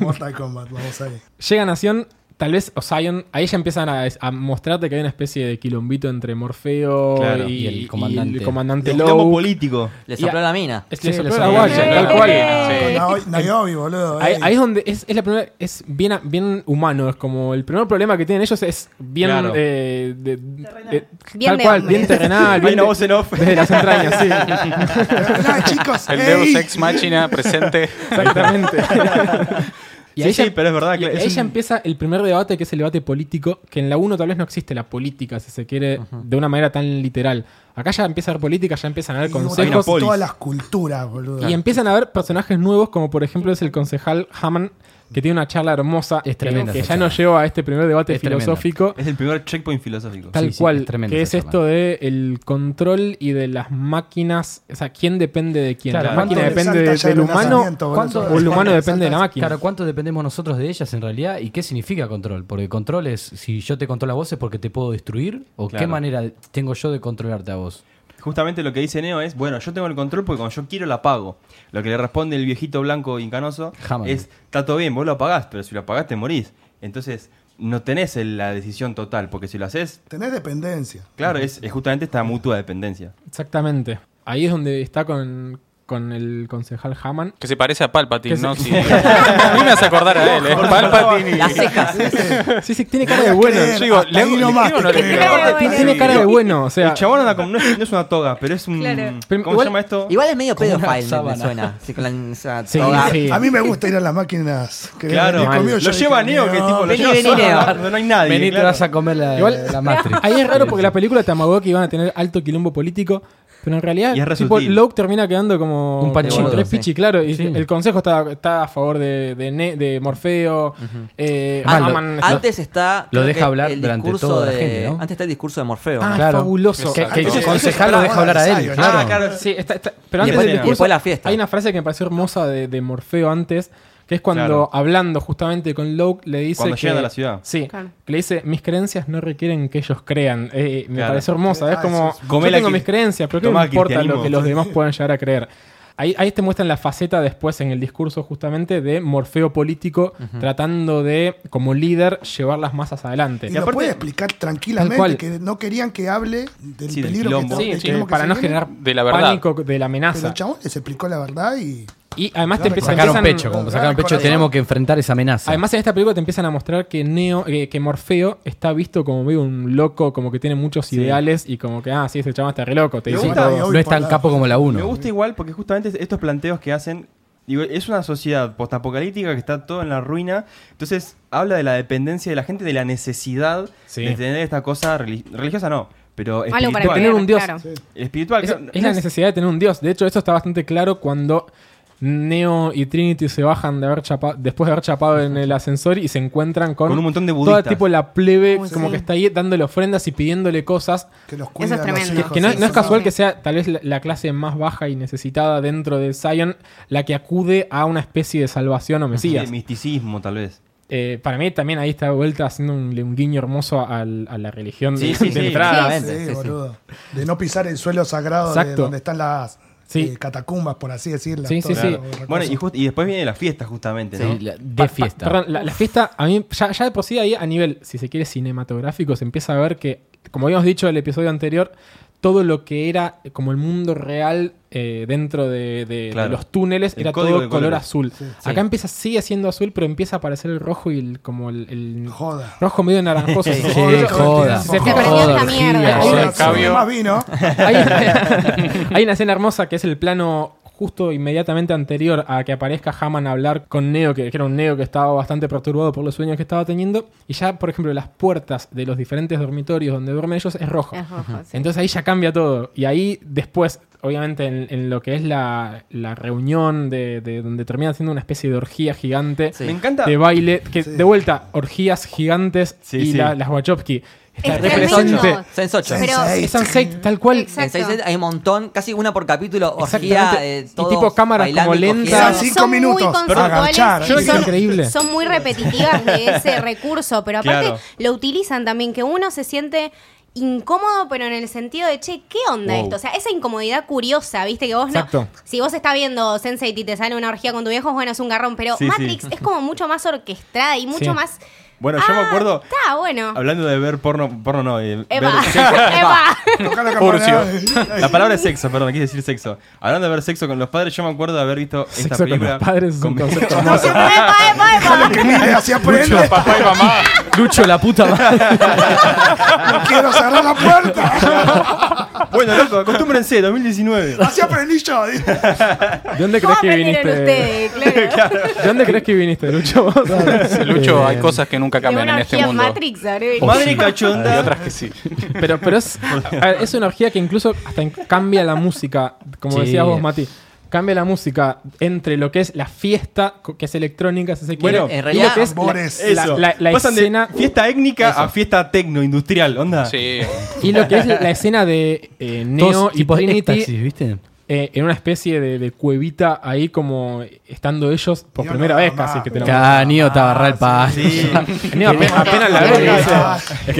Speaker 5: Mortal Kombat, vamos a ver.
Speaker 2: Llegan a Sion, tal vez, o Zion, ahí ya empiezan a, a mostrarte que hay una especie de quilombito entre Morfeo
Speaker 3: Claro.
Speaker 2: y,
Speaker 4: Y el
Speaker 2: y
Speaker 4: comandante.
Speaker 2: el comandante
Speaker 3: El campo
Speaker 2: Low.
Speaker 3: político.
Speaker 8: Le
Speaker 2: Y
Speaker 8: sopló
Speaker 2: a-
Speaker 8: la mina.
Speaker 2: Es,
Speaker 4: Sí,
Speaker 2: le sopló
Speaker 4: los
Speaker 2: la
Speaker 4: hombres.
Speaker 2: guaya, tal cual.
Speaker 6: Sí.
Speaker 5: Nao- Naomi, boludo.
Speaker 2: Ahí,
Speaker 5: eh.
Speaker 2: ahí es donde es, es la primera, es bien, bien humano, es como el primer problema que tienen ellos es bien
Speaker 3: Claro.
Speaker 2: eh, de- de-
Speaker 6: Bien
Speaker 2: tal
Speaker 6: de
Speaker 2: cual,
Speaker 6: hombre.
Speaker 2: bien terrenal,
Speaker 3: Hay
Speaker 2: bien Ah,
Speaker 3: una
Speaker 2: de-
Speaker 3: voz en off.
Speaker 2: desde las entrañas, sí.
Speaker 5: Ah, chicos,
Speaker 7: El
Speaker 5: ey.
Speaker 7: Deus Ex Machina presente.
Speaker 2: Exactamente.
Speaker 3: Sí, sí, pero es verdad que
Speaker 2: y
Speaker 3: es
Speaker 2: ahí ya
Speaker 3: un-
Speaker 2: empieza el primer debate, que es el debate político, que en la 1 tal vez no existe la política, si se quiere, de una manera tan literal. Acá ya empieza a haber política, ya empiezan a haber
Speaker 5: Y
Speaker 2: consejos.
Speaker 5: bueno, todas las culturas, boludo.
Speaker 2: Y empiezan a haber personajes nuevos, como por ejemplo es el concejal Hammond, que tiene una charla hermosa,
Speaker 4: Es tremenda
Speaker 2: que
Speaker 4: esa
Speaker 2: ya nos
Speaker 4: charla.
Speaker 2: lleva a este primer debate
Speaker 4: Es tremenda.
Speaker 2: filosófico.
Speaker 3: Es el primer checkpoint filosófico.
Speaker 2: Tal
Speaker 4: Sí, sí,
Speaker 2: cual,
Speaker 4: es tremenda
Speaker 2: que es
Speaker 4: esa
Speaker 2: esto de el control y de las máquinas, o sea, quién depende de quién,
Speaker 4: Claro,
Speaker 2: la
Speaker 4: ¿cuánto
Speaker 2: máquina
Speaker 4: le
Speaker 2: depende
Speaker 5: salta
Speaker 2: de-
Speaker 5: ya
Speaker 2: del
Speaker 5: el
Speaker 2: humano
Speaker 5: lanzamiento,
Speaker 4: ¿Cuánto-
Speaker 5: boludo?
Speaker 2: o el humano
Speaker 5: Le
Speaker 2: depende de la
Speaker 5: salta-
Speaker 2: máquina.
Speaker 4: Claro, ¿cuánto dependemos nosotros de ellas en realidad? ¿Y qué significa control? Porque control es, si yo te controlo a vos es porque te puedo destruir, o
Speaker 3: Claro.
Speaker 4: qué manera tengo yo de controlarte a vos.
Speaker 3: Justamente lo que dice Neo es, bueno, yo tengo el control porque cuando yo quiero la apago. Lo que le responde el viejito blanco incanoso
Speaker 4: Hammond.
Speaker 3: es, está todo bien, vos lo apagás, pero si lo apagás te morís. Entonces, no tenés el- la decisión total, porque si lo haces,
Speaker 5: Tenés dependencia.
Speaker 3: claro, es, es justamente esta mutua dependencia.
Speaker 2: Exactamente. Ahí es donde está con, con el concejal Haman.
Speaker 7: Que se parece a Palpatine,
Speaker 2: Que se-
Speaker 7: ¿no? Sí. a mí me hace acordar a él, ¿eh? Palpatine. y-
Speaker 8: Las cejas.
Speaker 2: Sí, sí, tiene cara de bueno.
Speaker 5: creer.
Speaker 7: Yo digo,
Speaker 5: Hasta
Speaker 7: ¿le
Speaker 5: ahí
Speaker 7: hago- le
Speaker 5: nomás
Speaker 7: escribo o
Speaker 5: te
Speaker 7: no le
Speaker 5: creo.
Speaker 7: escribo?
Speaker 6: Claro,
Speaker 2: Ti-
Speaker 6: bueno.
Speaker 2: Tiene cara de bueno, o sea,
Speaker 3: el chabón anda como, no es, no es una toga, pero es un...
Speaker 6: Claro.
Speaker 2: Ah. Pero
Speaker 3: ¿Cómo
Speaker 2: igual-
Speaker 3: se llama esto?
Speaker 8: Igual es medio
Speaker 4: Como una
Speaker 8: pedofile, me- me
Speaker 4: sábana.
Speaker 8: suena. Sí, con la- esa
Speaker 2: Sí,
Speaker 8: toga.
Speaker 2: sí.
Speaker 5: A mí me gusta ir a las máquinas. que
Speaker 3: Claro,
Speaker 5: venden conmigo, yo
Speaker 3: lo lleva
Speaker 5: dije,
Speaker 3: Neo, que es tipo, lo
Speaker 5: "No,
Speaker 8: vení,
Speaker 3: lleva
Speaker 8: vení,
Speaker 3: solo,
Speaker 8: Neo.
Speaker 3: no- no hay nadie.
Speaker 4: Vení, te
Speaker 3: claro.
Speaker 4: vas a comer la,
Speaker 2: Igual-
Speaker 4: la Matrix.
Speaker 2: Ahí es raro porque la película te amagó que iban a tener alto quilombo político, pero en realidad
Speaker 3: Y es re
Speaker 2: tipo,
Speaker 3: sutil.
Speaker 2: Locke termina quedando como
Speaker 4: Un panchito.
Speaker 2: como tres
Speaker 8: Sí.
Speaker 2: pichi, claro. Y
Speaker 4: Sí.
Speaker 2: el consejo está, está a favor de, de, Ne- de Morfeo. eh,
Speaker 8: Ah,
Speaker 2: Haman-
Speaker 8: antes está.
Speaker 4: lo
Speaker 8: creo
Speaker 4: deja
Speaker 8: que
Speaker 4: hablar
Speaker 8: el
Speaker 4: durante
Speaker 8: discurso
Speaker 4: toda la
Speaker 8: de-
Speaker 4: gente, ¿no?
Speaker 8: Antes está el discurso de Morfeo.
Speaker 2: Ah,
Speaker 4: Claro.
Speaker 2: fabuloso.
Speaker 4: Que, que
Speaker 5: Entonces,
Speaker 4: el
Speaker 5: eso es
Speaker 4: concejal
Speaker 5: la
Speaker 4: lo deja
Speaker 5: boda
Speaker 4: hablar
Speaker 5: de
Speaker 4: a él,
Speaker 5: Zion,
Speaker 4: claro.
Speaker 3: Ah, claro.
Speaker 2: Sí, está- está- pero
Speaker 8: Y
Speaker 2: antes
Speaker 3: después-
Speaker 2: del
Speaker 3: y
Speaker 2: discurso,
Speaker 8: después la fiesta.
Speaker 2: hay una frase que me pareció hermosa de, de Morfeo antes, que es cuando
Speaker 3: Claro.
Speaker 2: hablando justamente con Locke le dice
Speaker 3: Cuando
Speaker 2: que,
Speaker 3: llegan a la ciudad.
Speaker 2: Sí,
Speaker 6: Claro.
Speaker 2: que le dice, mis creencias no requieren que ellos crean. Eh, me
Speaker 3: Claro.
Speaker 2: pareció hermosa, es
Speaker 5: Ah,
Speaker 2: como,
Speaker 5: eso
Speaker 2: yo
Speaker 3: Comela
Speaker 2: tengo
Speaker 3: que-
Speaker 2: mis creencias, pero ¿qué
Speaker 3: Tomá
Speaker 2: me importa lo
Speaker 3: cristianismo.
Speaker 2: que los demás puedan llegar a creer? Ahí, ahí te muestran la faceta después en el discurso justamente de Morfeo político tratando de, como líder, llevar las masas adelante.
Speaker 5: Y
Speaker 3: Y aparte-
Speaker 5: lo puede explicar tranquilamente
Speaker 2: Tal cual.
Speaker 5: que no querían que hable del
Speaker 3: Sí, del
Speaker 5: peligro que
Speaker 3: quilombo.
Speaker 5: está-
Speaker 2: Sí,
Speaker 5: del
Speaker 2: sí,
Speaker 5: quilombo que
Speaker 2: para
Speaker 5: se
Speaker 2: no
Speaker 5: viene.
Speaker 2: generar
Speaker 7: De la verdad.
Speaker 2: pánico de la
Speaker 5: Pero
Speaker 2: amenaza.
Speaker 5: el chabón les explicó la verdad y.
Speaker 2: Y además te
Speaker 5: Claro,
Speaker 2: empiezan-
Speaker 4: Sacaron
Speaker 2: empiezan-
Speaker 4: pecho, como sacaron pecho
Speaker 5: Corazón.
Speaker 4: tenemos que enfrentar esa amenaza.
Speaker 2: Además en esta película te empiezan a mostrar que Neo, eh, que Morfeo está visto como medio un loco, como que tiene muchos ideales y como que, ah, sí, ese chaval está re loco. Te
Speaker 3: Me
Speaker 2: dice
Speaker 3: gusta-
Speaker 2: todo.
Speaker 5: hoy
Speaker 4: no es
Speaker 5: por
Speaker 4: tan
Speaker 5: la-
Speaker 4: capo como la
Speaker 3: Me
Speaker 4: 1.
Speaker 3: gusta igual porque justamente estos planteos que hacen, digo, es una sociedad postapocalíptica que está todo en la ruina, entonces habla de la dependencia de la gente, de la necesidad
Speaker 2: Sí.
Speaker 3: de tener esta cosa reli- religiosa, no, pero
Speaker 6: Algo
Speaker 3: espiritual.
Speaker 6: para
Speaker 2: tener
Speaker 6: creer,
Speaker 2: un dios.
Speaker 6: claro.
Speaker 3: Espiritual,
Speaker 2: Es,
Speaker 3: claro,
Speaker 2: es la
Speaker 3: es-
Speaker 2: necesidad de tener un dios. De hecho, eso está bastante claro cuando Neo y Trinity se bajan de haber chapa- después de haber chapado en el ascensor y se encuentran con,
Speaker 3: Con un montón de
Speaker 2: toda
Speaker 3: budistas.
Speaker 2: tipo la plebe,
Speaker 6: Uy,
Speaker 2: como
Speaker 6: sí.
Speaker 2: que está ahí dándole ofrendas y pidiéndole cosas.
Speaker 5: Que los
Speaker 6: Eso
Speaker 5: cuida
Speaker 6: es
Speaker 5: a los
Speaker 6: tremendo.
Speaker 5: hijos,
Speaker 2: Que no,
Speaker 5: sí,
Speaker 2: no es
Speaker 5: sí,
Speaker 2: casual
Speaker 5: sí.
Speaker 2: que sea tal vez la, la clase más baja y necesitada dentro de Zion la que acude a una especie de salvación o
Speaker 3: sí,
Speaker 2: mesías.
Speaker 3: misticismo tal vez.
Speaker 2: Eh, para mí también ahí está de vuelta haciendo un, un guiño hermoso al- a la religión
Speaker 3: Sí,
Speaker 2: de,
Speaker 3: sí,
Speaker 2: de
Speaker 3: sí.
Speaker 2: entrada.
Speaker 8: Sí,
Speaker 5: Sí,
Speaker 8: Sí, sí.
Speaker 5: boludo. De no pisar el suelo sagrado de
Speaker 2: Exacto.
Speaker 5: donde están las
Speaker 2: Sí.
Speaker 5: eh, catacumbas, por así decirlo.
Speaker 2: Sí, sí, sí.
Speaker 3: Bueno, y, just- y después viene la fiesta justamente, ¿no?
Speaker 4: Sí, la-
Speaker 2: Pa-
Speaker 4: de
Speaker 2: pa-
Speaker 4: fiesta.
Speaker 2: perdón, la, la fiesta, a mí, ya, ya de por sí ahí a nivel, si se quiere, cinematográfico, se empieza a ver que, como habíamos dicho en el episodio anterior, todo lo que era como el mundo real eh, dentro de, de- de
Speaker 3: Claro.
Speaker 2: los túneles
Speaker 3: El
Speaker 2: era todo
Speaker 3: código
Speaker 2: color
Speaker 3: de colores.
Speaker 2: azul. Acá empieza, sigue siendo azul, pero empieza a aparecer el rojo y el, como el, el
Speaker 5: Joda.
Speaker 2: rojo medio naranjoso.
Speaker 4: Sí,
Speaker 2: Como-
Speaker 5: joda,
Speaker 4: joda.
Speaker 5: Se
Speaker 6: perdió
Speaker 4: joda,
Speaker 6: esta mierda.
Speaker 4: orgía,
Speaker 2: Ahí
Speaker 5: Joda,
Speaker 2: la-
Speaker 5: sí,
Speaker 7: cabio.
Speaker 5: Más vino.
Speaker 2: Hay, hay una escena hermosa que es el plano justo inmediatamente anterior a que aparezca Haman a hablar con Neo, que, que era un Neo que estaba bastante perturbado por los sueños que estaba teniendo. Y ya, por ejemplo, las puertas de los diferentes dormitorios donde duermen ellos es rojo.
Speaker 6: Es rojo, sí.
Speaker 2: Entonces ahí ya cambia todo. Y ahí después, obviamente, en, en lo que es la, la reunión de, de donde termina siendo una especie de orgía gigante
Speaker 8: Sí.
Speaker 3: Me encanta.
Speaker 2: de baile, que
Speaker 5: Sí.
Speaker 2: de vuelta, orgías gigantes
Speaker 3: Sí,
Speaker 2: y
Speaker 3: sí.
Speaker 2: la- las Wachowski. Está
Speaker 6: Es
Speaker 2: re
Speaker 6: tremendo.
Speaker 2: presente.
Speaker 8: Sense ocho.
Speaker 6: Pero-
Speaker 5: Sensei.
Speaker 2: Es Sunset, tal cual.
Speaker 6: Exacto.
Speaker 8: En Sense ocho hay un montón, casi una por capítulo, orgía,
Speaker 2: Exactamente.
Speaker 8: eh,
Speaker 2: Y
Speaker 8: todos
Speaker 2: tipo cámaras
Speaker 8: bailando
Speaker 2: como
Speaker 8: y cogiendo.
Speaker 2: lentas.
Speaker 5: Son cinco minutos.
Speaker 6: muy
Speaker 5: Perdón.
Speaker 6: conceptuales
Speaker 5: Agachar.
Speaker 6: y
Speaker 5: Yo lo
Speaker 2: creo
Speaker 6: son,
Speaker 2: increíble.
Speaker 6: son muy repetitivas de ese recurso, pero aparte
Speaker 3: Claro.
Speaker 6: lo utilizan también, que uno se siente incómodo, pero en el sentido de, che, ¿qué onda
Speaker 3: Wow.
Speaker 6: esto? O sea, esa incomodidad curiosa, viste, que vos
Speaker 2: Exacto.
Speaker 6: no... Si vos estás viendo Sense8 y te sale una orgía con tu viejo, bueno, es un garrón, pero
Speaker 3: Sí, sí.
Speaker 6: Matrix es como mucho más orquestada y mucho
Speaker 2: Sí.
Speaker 6: más...
Speaker 3: Bueno, yo me
Speaker 6: Ah,
Speaker 3: acuerdo,
Speaker 6: Está bueno.
Speaker 3: hablando de ver porno, porno no, eh, ver
Speaker 6: Eva.
Speaker 3: sexo.
Speaker 6: Eva.
Speaker 5: Tocar la campana.
Speaker 3: La palabra es sexo, perdón, quise decir sexo. Hablando de ver sexo con los padres, yo me acuerdo de haber visto esta
Speaker 2: Sexo con
Speaker 3: película.
Speaker 2: los padres es un
Speaker 3: con-
Speaker 2: concepto
Speaker 6: Epa,
Speaker 2: hermoso.
Speaker 6: epa, epa.
Speaker 5: Que mire, así aprende.
Speaker 7: Papá y mamá.
Speaker 4: Lucho, la puta madre.
Speaker 5: No quiero cerrar la puerta.
Speaker 3: Bueno, loco, acostúmbrense, 2019.
Speaker 5: Así aprendí yo. dice.
Speaker 2: ¿De dónde
Speaker 6: ¿Cómo
Speaker 2: crees que
Speaker 6: aprendieron
Speaker 2: viniste?
Speaker 6: ustedes? Claro.
Speaker 2: ¿De dónde crees que viniste, Lucho? vos?
Speaker 7: Lucho,
Speaker 2: Eh,
Speaker 7: hay cosas que nunca
Speaker 6: De
Speaker 7: cambian
Speaker 6: una
Speaker 7: en este
Speaker 6: orgía
Speaker 7: mundo.
Speaker 6: Matrix, habré
Speaker 2: Oh,
Speaker 6: venido.
Speaker 3: Madre cachonda.
Speaker 7: Hay otras que sí.
Speaker 2: Pero, pero es, a ver, es una orgía que incluso hasta en- cambia la música, como
Speaker 4: Sí.
Speaker 2: decías vos, Mati. cambia la música entre lo que es la fiesta, co- que es electrónica, se
Speaker 3: Bueno,
Speaker 2: quiere,
Speaker 8: en
Speaker 2: y
Speaker 8: realidad,
Speaker 2: lo que es la-
Speaker 5: Boris.
Speaker 2: la,
Speaker 3: Eso.
Speaker 2: la- la
Speaker 3: Pasan de
Speaker 2: escena
Speaker 3: fiesta étnica
Speaker 8: Eso.
Speaker 3: a fiesta tecno industrial, onda.
Speaker 7: Sí.
Speaker 2: y lo que es la escena de eh, Neo
Speaker 4: Todos
Speaker 2: y
Speaker 4: tipos de
Speaker 2: Trinity
Speaker 4: éxtasis, ¿viste?
Speaker 2: eh, en una especie de, de cuevita ahí como estando ellos por
Speaker 5: Neo
Speaker 2: primera
Speaker 5: no
Speaker 2: vez
Speaker 5: da
Speaker 2: casi
Speaker 5: más.
Speaker 2: que tenemos.
Speaker 4: Cada niño Ah, estaba re al
Speaker 2: Ah,
Speaker 4: palo.
Speaker 3: Sí.
Speaker 2: Neo apenas, apenas la ve,
Speaker 5: Quería-
Speaker 2: dice,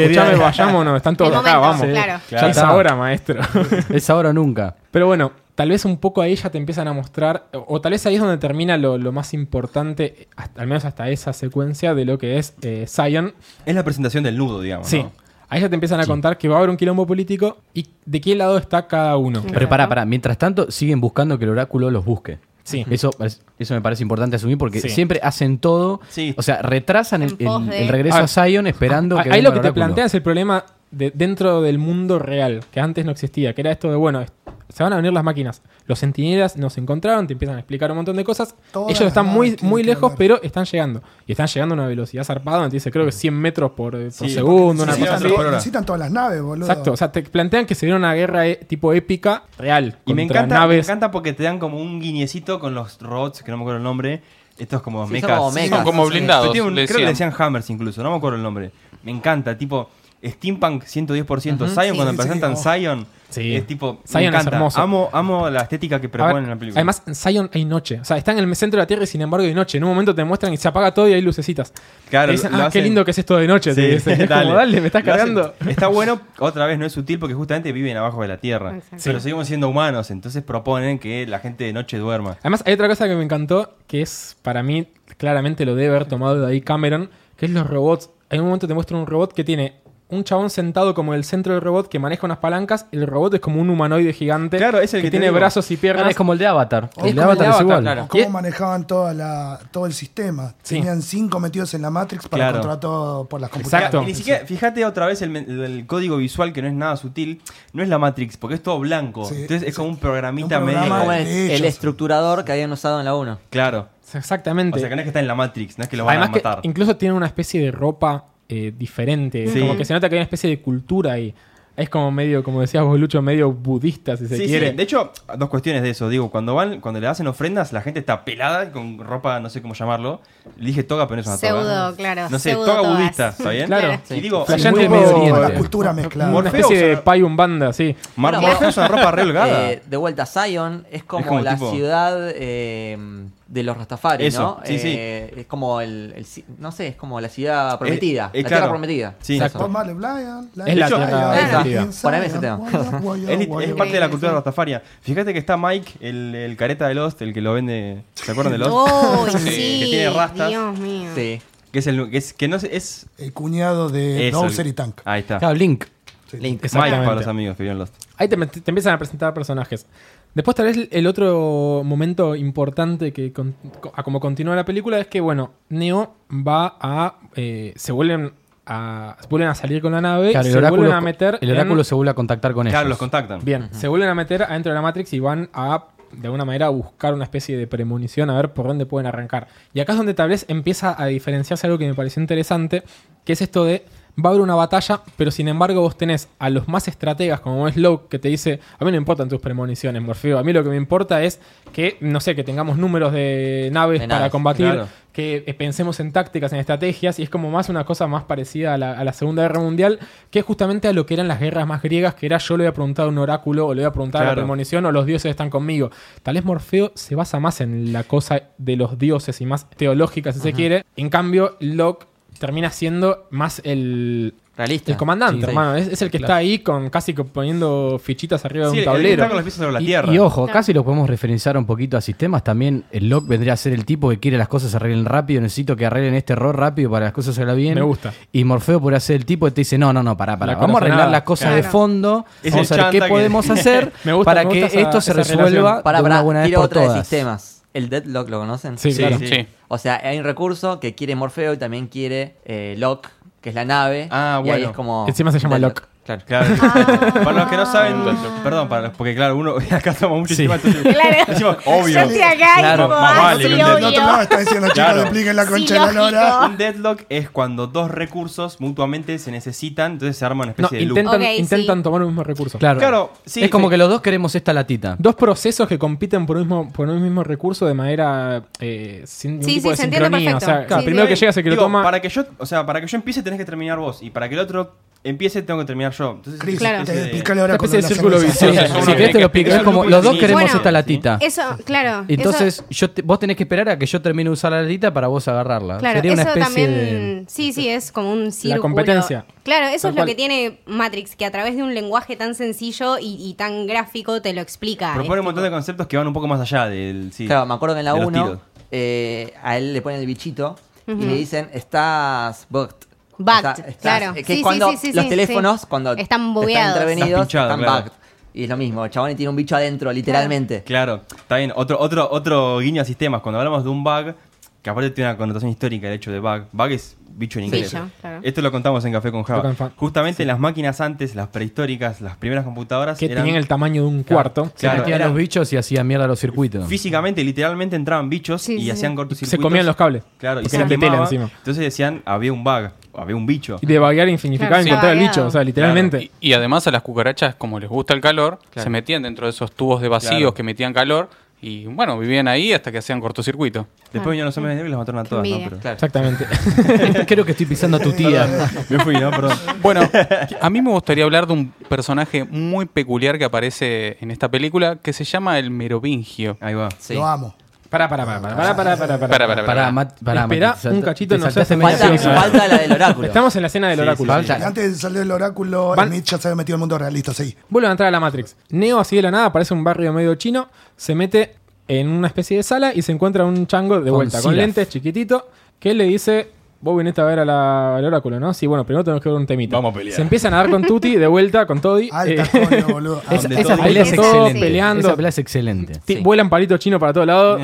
Speaker 2: escuchame, vayámonos, están todos
Speaker 6: De
Speaker 2: acá,
Speaker 6: momento,
Speaker 2: vamos.
Speaker 6: claro.
Speaker 2: Ya es ahora, maestro.
Speaker 4: Es ahora o nunca.
Speaker 2: Pero bueno, tal vez un poco ahí ya te empiezan a mostrar, o, o tal vez ahí es donde termina lo, lo más importante, hasta- al menos hasta esa secuencia de lo que es eh, Zion.
Speaker 3: Es la presentación del nudo, digamos.
Speaker 2: Sí.
Speaker 3: ¿no?
Speaker 2: Ahí ya te empiezan a contar que va a haber un quilombo político y de qué lado está cada uno.
Speaker 6: Sí.
Speaker 4: Pero pará, pará. Mientras tanto, siguen buscando que el oráculo los busque.
Speaker 2: Sí.
Speaker 4: Eso, es- eso me parece importante asumir porque
Speaker 2: Sí.
Speaker 4: siempre hacen todo.
Speaker 3: Sí.
Speaker 4: O sea, retrasan el,
Speaker 6: En pos
Speaker 4: el-
Speaker 6: de-
Speaker 4: el regreso
Speaker 2: Ah,
Speaker 4: a Zion esperando
Speaker 2: Ah,
Speaker 4: que.
Speaker 2: Ahí
Speaker 4: venga
Speaker 2: lo que
Speaker 4: el
Speaker 2: te
Speaker 4: oráculo.
Speaker 2: plantea es el problema de, dentro del mundo real, que antes no existía, que era esto de, bueno, es- se van a venir las máquinas. Los centinelas nos encontraron, te empiezan a explicar un montón de cosas.
Speaker 5: Todas
Speaker 2: Ellos están
Speaker 5: las
Speaker 2: muy,
Speaker 5: naves tienen
Speaker 2: muy
Speaker 5: que
Speaker 2: lejos,
Speaker 5: hablar.
Speaker 2: pero están llegando. Y están llegando a una velocidad zarpada, donde te dice, creo que 100 metros por, eh, por
Speaker 3: Mm. Sí,
Speaker 2: segundo, una cosa
Speaker 3: porque necesitan
Speaker 2: así.
Speaker 3: por hora.
Speaker 5: Necesitan todas las naves, boludo.
Speaker 2: Exacto, o sea, te plantean que se viene una guerra eh, tipo épica, real,
Speaker 3: Y me
Speaker 2: contra
Speaker 3: encanta, me
Speaker 2: naves.
Speaker 3: encanta porque te dan como un guiñecito con los robots, que no me acuerdo el nombre. Estos como
Speaker 8: Sí, son
Speaker 3: mechas.
Speaker 8: como mechas.
Speaker 7: Son como
Speaker 8: Sí.
Speaker 7: blindados.
Speaker 3: Pero tiene un-
Speaker 7: le
Speaker 3: creo que le
Speaker 7: decían.
Speaker 3: decían Hammers incluso, no me acuerdo el nombre. Me encanta, tipo Steampunk 110%. Zion,
Speaker 6: sí.
Speaker 3: cuando
Speaker 5: Sí,
Speaker 3: presentan
Speaker 5: sí, oh.
Speaker 3: Zion,
Speaker 2: Sí.
Speaker 3: es tipo.
Speaker 2: Zion es
Speaker 3: me encanta.
Speaker 2: hermoso.
Speaker 3: Amo, amo la estética que
Speaker 2: A ver,
Speaker 3: proponen en la película.
Speaker 2: Además, en Zion hay noche. O sea, está en el centro de la Tierra y sin embargo hay noche. En un momento te muestran y se apaga todo y hay lucecitas.
Speaker 3: Claro,
Speaker 2: Te dicen,
Speaker 3: lo
Speaker 2: "Ah, qué
Speaker 3: hacen-
Speaker 2: lindo que es esto de noche. te
Speaker 3: Sí,
Speaker 2: dicen. Es como, dale, me estás
Speaker 3: Lo hacen-
Speaker 2: cargando.
Speaker 3: Está bueno, otra vez no es sutil porque justamente viven abajo de la tierra.
Speaker 6: Exacto.
Speaker 3: Pero seguimos siendo humanos, entonces proponen que la gente de noche duerma.
Speaker 2: Además, hay otra cosa que me encantó, que es, para mí, claramente lo debe haber tomado de ahí Cameron, que es los robots. En un momento te muestran un robot que tiene un chabón sentado como en el centro del robot que maneja unas palancas. El robot es como un humanoide gigante
Speaker 3: Claro, es el que te
Speaker 2: tiene
Speaker 3: digo.
Speaker 2: brazos y
Speaker 4: Ahora
Speaker 2: piernas.
Speaker 4: es como el de Avatar.
Speaker 2: Es como el de Avatar, claro.
Speaker 5: ¿Cómo
Speaker 2: Y-
Speaker 5: manejaban toda la, todo el sistema?
Speaker 2: Sí.
Speaker 5: Tenían cinco metidos en la Matrix para
Speaker 3: Claro.
Speaker 5: controlar todo por las computadoras.
Speaker 2: Exacto.
Speaker 3: Y ni siquiera, fíjate otra vez el, men- el código visual que no es nada sutil, no es la Matrix, porque es todo blanco.
Speaker 5: Sí,
Speaker 3: Entonces es
Speaker 5: sí.
Speaker 3: como un programita
Speaker 5: Un
Speaker 3: medio.
Speaker 5: programa
Speaker 8: Como el,
Speaker 5: de
Speaker 8: el
Speaker 5: ellos.
Speaker 8: estructurador que habían usado en la 1.
Speaker 3: Claro.
Speaker 2: Exactamente.
Speaker 3: O sea que no es que está en la Matrix, no es que lo van
Speaker 2: Además
Speaker 3: a
Speaker 2: que
Speaker 3: matar.
Speaker 2: incluso tiene una especie de ropa eh, diferente.
Speaker 3: Sí.
Speaker 2: Como que se nota que hay una especie de cultura ahí. Es como medio, como decías vos, Lucho, medio budista, si se
Speaker 3: Sí, sí.
Speaker 2: quiere.
Speaker 3: De hecho, dos cuestiones de eso. Digo, cuando van, cuando le hacen ofrendas, la gente está pelada con ropa, no sé cómo llamarlo. Le dije toga, pero no es una toga.
Speaker 6: Pseudo, claro,
Speaker 3: No sé,
Speaker 6: pseudo
Speaker 3: toga
Speaker 6: togas.
Speaker 3: budista, ¿está bien?
Speaker 2: Claro.
Speaker 3: Y digo,
Speaker 5: Sí,
Speaker 2: Flasheante
Speaker 5: muy
Speaker 2: Medio
Speaker 5: poco
Speaker 2: Oriente.
Speaker 5: la cultura mezclada.
Speaker 2: Una
Speaker 3: Morfeo,
Speaker 2: especie de
Speaker 3: o sea-
Speaker 2: pay un banda, sí.
Speaker 3: Mar
Speaker 8: Bueno,
Speaker 3: Morfeo es una ropa re holgada.
Speaker 8: Eh, de vuelta, Zion es como,
Speaker 3: Es como
Speaker 8: la
Speaker 3: tipo-
Speaker 8: ciudad eh, de los Rastafari,
Speaker 3: Eso,
Speaker 8: ¿no?
Speaker 3: sí, sí.
Speaker 8: Eh, es como el, el ci- No sé, es como la ciudad prometida.
Speaker 3: eh, claro.
Speaker 8: la tierra prometida.
Speaker 3: Sí.
Speaker 8: Eso.
Speaker 5: Bob Marley, Brian,
Speaker 2: Es
Speaker 3: la
Speaker 2: tierra
Speaker 8: prometida. Para mí ese tema.
Speaker 3: Es, lit- es parte de la
Speaker 6: sí.
Speaker 3: cultura rastafaria. Fíjate que está Mike, el, el careta de Lost, el que lo vende. ¿Se acuerdan de Lost?
Speaker 6: Oh, sí,
Speaker 3: Que tiene rastas.
Speaker 6: Dios mío.
Speaker 8: Sí.
Speaker 3: Que es el que, es, que no sé, es.
Speaker 5: El cuñado de
Speaker 3: eso,
Speaker 5: Dowser
Speaker 3: el-
Speaker 5: y Tank.
Speaker 3: Ahí está.
Speaker 4: Claro, Link.
Speaker 8: Link.
Speaker 3: Mike para los
Speaker 2: Exactamente.
Speaker 3: amigos que vieron Lost.
Speaker 2: Ahí te, met- te empiezan a presentar personajes. Después, tal vez el otro momento importante que con- co- a como continúa la película es que, bueno, Neo va a. eh, se vuelven a. vuelven a salir con la nave.
Speaker 4: Claro, el
Speaker 2: se vuelven
Speaker 4: oráculo,
Speaker 2: a meter.
Speaker 4: el oráculo
Speaker 2: en-
Speaker 4: se vuelve a contactar con
Speaker 3: Claro, los
Speaker 4: ellos.
Speaker 3: contactan.
Speaker 2: Bien, se vuelven a meter adentro de la Matrix y van a, de alguna manera, a buscar una especie de premonición a ver por dónde pueden arrancar. Y acá es donde tal vez empieza a diferenciarse algo que me pareció interesante, que es esto de va a haber una batalla, pero sin embargo vos tenés a los más estrategas como es Locke que te dice, a mí no me importan tus premoniciones, Morfeo, a mí lo que me importa es que, no sé, que tengamos números de naves
Speaker 8: De
Speaker 2: para
Speaker 8: naves,
Speaker 2: combatir,
Speaker 3: claro.
Speaker 2: que eh, pensemos en tácticas, en estrategias, y es como más una cosa más parecida a la, a la Segunda Guerra Mundial, que es justamente a lo que eran las guerras más griegas, que era yo le voy a preguntar a un oráculo, o le voy a preguntar a la
Speaker 3: Claro.
Speaker 2: premonición, o los dioses están conmigo. Tal vez Morfeo se basa más en la cosa de los dioses y más teológica, si se quiere. En cambio, Locke termina siendo más el,
Speaker 8: Realista.
Speaker 2: el comandante,
Speaker 8: Sí, sí.
Speaker 2: hermano. Es, es el que
Speaker 4: Claro.
Speaker 2: está ahí con casi que poniendo fichitas arriba de un
Speaker 3: Sí, el- el que
Speaker 2: tablero.
Speaker 3: está con los pies sobre la
Speaker 4: Y-
Speaker 3: tierra.
Speaker 4: Y, ojo, casi lo podemos referenciar un poquito a sistemas. También el lock vendría a ser el tipo que quiere las cosas se arreglen rápido. Necesito que arreglen este error rápido para que las cosas salgan bien.
Speaker 2: Me gusta.
Speaker 4: Y Morfeo podría ser el tipo que te dice: No, no, no, pará, pará.
Speaker 2: La
Speaker 4: Vamos a arreglar
Speaker 2: corazonada.
Speaker 4: las cosas de
Speaker 6: Claro.
Speaker 4: fondo.
Speaker 3: Es
Speaker 4: vamos
Speaker 3: el
Speaker 4: a ver qué
Speaker 3: chanta que-
Speaker 4: podemos hacer
Speaker 2: Me gusta,
Speaker 4: para
Speaker 2: me
Speaker 4: que
Speaker 2: gusta esa-
Speaker 4: esto se
Speaker 2: esa
Speaker 4: resuelva
Speaker 2: relación.
Speaker 8: Para,
Speaker 4: Ah, de
Speaker 8: para,
Speaker 4: una buena vez
Speaker 8: tiro
Speaker 4: por
Speaker 8: otra de
Speaker 4: todas.
Speaker 8: sistemas. El Deadlock, ¿lo conocen?
Speaker 2: Sí, claro.
Speaker 3: sí.
Speaker 7: Sí.
Speaker 8: O sea, hay un recurso que quiere Morfeo y también quiere eh, Locke, que es la nave.
Speaker 3: Ah,
Speaker 8: y ahí
Speaker 3: bueno.
Speaker 8: es como
Speaker 2: Encima se llama
Speaker 8: Deadlock.
Speaker 2: Locke.
Speaker 8: Claro.
Speaker 3: Claro.
Speaker 6: Ah.
Speaker 3: para los que no saben, perdón, para los, porque claro, uno acá somos mucho
Speaker 2: Sí.
Speaker 3: encima, entonces
Speaker 6: Claro.
Speaker 3: decimos,
Speaker 6: Yo
Speaker 3: obvio.
Speaker 6: estoy acá
Speaker 8: Claro,
Speaker 6: y como,
Speaker 3: más
Speaker 6: ah,
Speaker 3: vale,
Speaker 6: sí,
Speaker 3: lo
Speaker 5: Del
Speaker 3: entiendo.
Speaker 6: obvio.
Speaker 5: otro lado está diciendo, chicos,
Speaker 3: Claro.
Speaker 5: dupliquen la
Speaker 6: Sí,
Speaker 5: concha de la
Speaker 6: lógico.
Speaker 5: lora.
Speaker 3: Un deadlock es cuando dos recursos mutuamente se necesitan, entonces se arma una
Speaker 2: No,
Speaker 3: especie de loop.
Speaker 2: intentan,
Speaker 6: Ok, sí.
Speaker 2: intentan tomar un mismo recurso.
Speaker 4: Claro.
Speaker 3: Claro, sí,
Speaker 4: es como
Speaker 3: sí.
Speaker 4: que los dos queremos esta latita.
Speaker 2: Dos procesos que compiten por un mismo, por un mismo recurso de manera eh, sin ningún
Speaker 6: Sí,
Speaker 2: tipo
Speaker 6: sí,
Speaker 2: de
Speaker 6: se entiende
Speaker 2: sincronía. O
Speaker 6: perfecto.
Speaker 2: sea,
Speaker 6: Sí,
Speaker 2: el primero
Speaker 6: sí.
Speaker 2: que llega es el que
Speaker 3: Digo,
Speaker 2: lo toma.
Speaker 3: Para que yo, o sea, para que yo empiece tenés que terminar vos y para que el otro empiece tengo que terminar yo. Entonces,
Speaker 5: Chris,
Speaker 3: es una
Speaker 6: Claro.
Speaker 5: te
Speaker 3: especie de-
Speaker 5: pica la hora
Speaker 2: Una
Speaker 5: con
Speaker 2: especie
Speaker 5: una
Speaker 2: de círculo
Speaker 5: cerveza.
Speaker 2: vicioso. este
Speaker 4: Sí,
Speaker 3: eso,
Speaker 4: si
Speaker 3: bueno,
Speaker 4: querés te
Speaker 3: que-
Speaker 4: lo pico.
Speaker 3: eso
Speaker 4: Es como
Speaker 3: es
Speaker 4: los dos
Speaker 3: infinito,
Speaker 4: queremos
Speaker 6: ¿sí?
Speaker 4: esta latita.
Speaker 6: Eso, claro.
Speaker 4: Entonces,
Speaker 6: eso-
Speaker 4: yo te- vos tenés que esperar a que yo termine de usar la latita para vos agarrarla.
Speaker 6: claro,
Speaker 4: Sería una
Speaker 6: eso
Speaker 4: especie
Speaker 6: también.
Speaker 4: de.
Speaker 6: Sí, sí, es como un círculo.
Speaker 2: competencia.
Speaker 6: Claro,
Speaker 2: Tal
Speaker 6: eso es lo
Speaker 2: cual.
Speaker 6: que tiene Matrix, que a través de un lenguaje tan sencillo y, y tan gráfico te lo explica.
Speaker 3: Propone un montón de conceptos que van un poco más allá del. Sí,
Speaker 8: Claro, me acuerdo que en la
Speaker 3: de los
Speaker 8: 1
Speaker 3: tiros.
Speaker 8: eh, a él le ponen el bichito
Speaker 6: Ujú.
Speaker 8: y le dicen, estás bugged.
Speaker 6: Bugged,
Speaker 8: O sea, estás- eh,
Speaker 6: claro.
Speaker 8: Que
Speaker 6: Sí,
Speaker 8: es
Speaker 6: sí,
Speaker 8: cuando
Speaker 6: sí, sí,
Speaker 8: los
Speaker 6: sí,
Speaker 8: teléfonos,
Speaker 6: sí.
Speaker 8: cuando
Speaker 6: Están bugueados.
Speaker 8: intervenidos,
Speaker 3: Estás pinchado,
Speaker 8: están
Speaker 3: claro.
Speaker 8: bugged. Y es lo mismo, el chabón tiene un bicho adentro, literalmente.
Speaker 3: Claro, está bien. Otro, otro, otro guiño a sistemas. Cuando hablamos de un bug, que aparte tiene una connotación histórica el hecho de bug. Bug es bicho en inglés.
Speaker 6: Bicho, claro.
Speaker 3: Esto lo contamos en Café con
Speaker 2: Café
Speaker 3: Java.
Speaker 2: con Fa-
Speaker 3: Justamente las máquinas antes, las prehistóricas, las primeras computadoras,
Speaker 2: que
Speaker 3: eran
Speaker 2: tenían el tamaño de un cuarto.
Speaker 4: Se
Speaker 3: Claro,
Speaker 4: metían
Speaker 3: era-
Speaker 4: los bichos y hacían mierda los circuitos.
Speaker 3: físicamente, literalmente entraban bichos
Speaker 6: Sí,
Speaker 3: y
Speaker 6: sí,
Speaker 3: hacían
Speaker 6: sí.
Speaker 3: cortocircuitos.
Speaker 2: Se comían los cables.
Speaker 3: Claro, y
Speaker 2: Porque
Speaker 3: se
Speaker 2: eran de tela
Speaker 3: quemaba.
Speaker 2: encima.
Speaker 3: Entonces decían, había un bug, había un bicho.
Speaker 6: Ah.
Speaker 2: Y de vaguear insignificaba
Speaker 6: Claro,
Speaker 2: encontrar el
Speaker 6: sí.
Speaker 2: bicho. O sea, literalmente.
Speaker 7: Y, y además a las cucarachas, como les gusta el calor,
Speaker 8: Claro.
Speaker 7: se metían dentro de esos tubos de vacíos
Speaker 3: Claro.
Speaker 7: que metían calor y bueno, vivían ahí hasta que hacían cortocircuito.
Speaker 3: Después vinieron los hombres de negro y las mataron a
Speaker 6: Qué
Speaker 3: todas, ¿no?
Speaker 6: envidia.
Speaker 3: Pero-
Speaker 8: Claro.
Speaker 2: Exactamente.
Speaker 4: Creo que estoy pisando a tu tía.
Speaker 3: Me fui, ¿no? Perdón.
Speaker 7: Bueno, a mí me gustaría hablar de un personaje muy peculiar que aparece en esta película que se llama el Merovingio.
Speaker 3: Ahí va.
Speaker 8: Sí.
Speaker 5: Lo amo.
Speaker 2: Pará, pará, pará, pará, pará, pará, pará, pará.
Speaker 7: Pará, pará,
Speaker 4: Pará, Mat- pará,
Speaker 2: Esperá
Speaker 4: Mati, te salta-
Speaker 2: un cachito,
Speaker 4: te
Speaker 2: no seas
Speaker 4: saltaste media
Speaker 8: Falta,
Speaker 2: Exacto.
Speaker 4: escena.
Speaker 8: falta la del oráculo.
Speaker 2: Estamos en la escena del
Speaker 3: Sí,
Speaker 2: oráculo.
Speaker 4: sí, sí.
Speaker 5: Y Antes de salir del oráculo,
Speaker 2: Van-
Speaker 5: el Mitch ya se había metido al mundo realista, sí.
Speaker 2: Vuelve a entrar a la Matrix. Neo, así de la nada, aparece un barrio medio chino, se mete en una especie de sala y se encuentra un chango de
Speaker 4: Con
Speaker 2: vuelta, con,
Speaker 4: Silaf.
Speaker 2: lentes, chiquitito, que le dice, vos viniste a ver a la, al oráculo, ¿no? Sí, bueno, primero tenemos que ver un temita.
Speaker 3: Vamos a pelear.
Speaker 2: Se empiezan a dar con Tuti, de vuelta, con Toddy.
Speaker 5: Alta
Speaker 2: eh,
Speaker 5: coño, boludo.
Speaker 3: esa-
Speaker 5: Alta.
Speaker 2: esa
Speaker 3: Todo
Speaker 2: pelea es
Speaker 6: bien.
Speaker 2: excelente.
Speaker 6: Sí.
Speaker 2: peleando.
Speaker 4: Esa pelea es excelente.
Speaker 2: ti-
Speaker 8: sí.
Speaker 2: Vuelan palitos chinos para todos lados.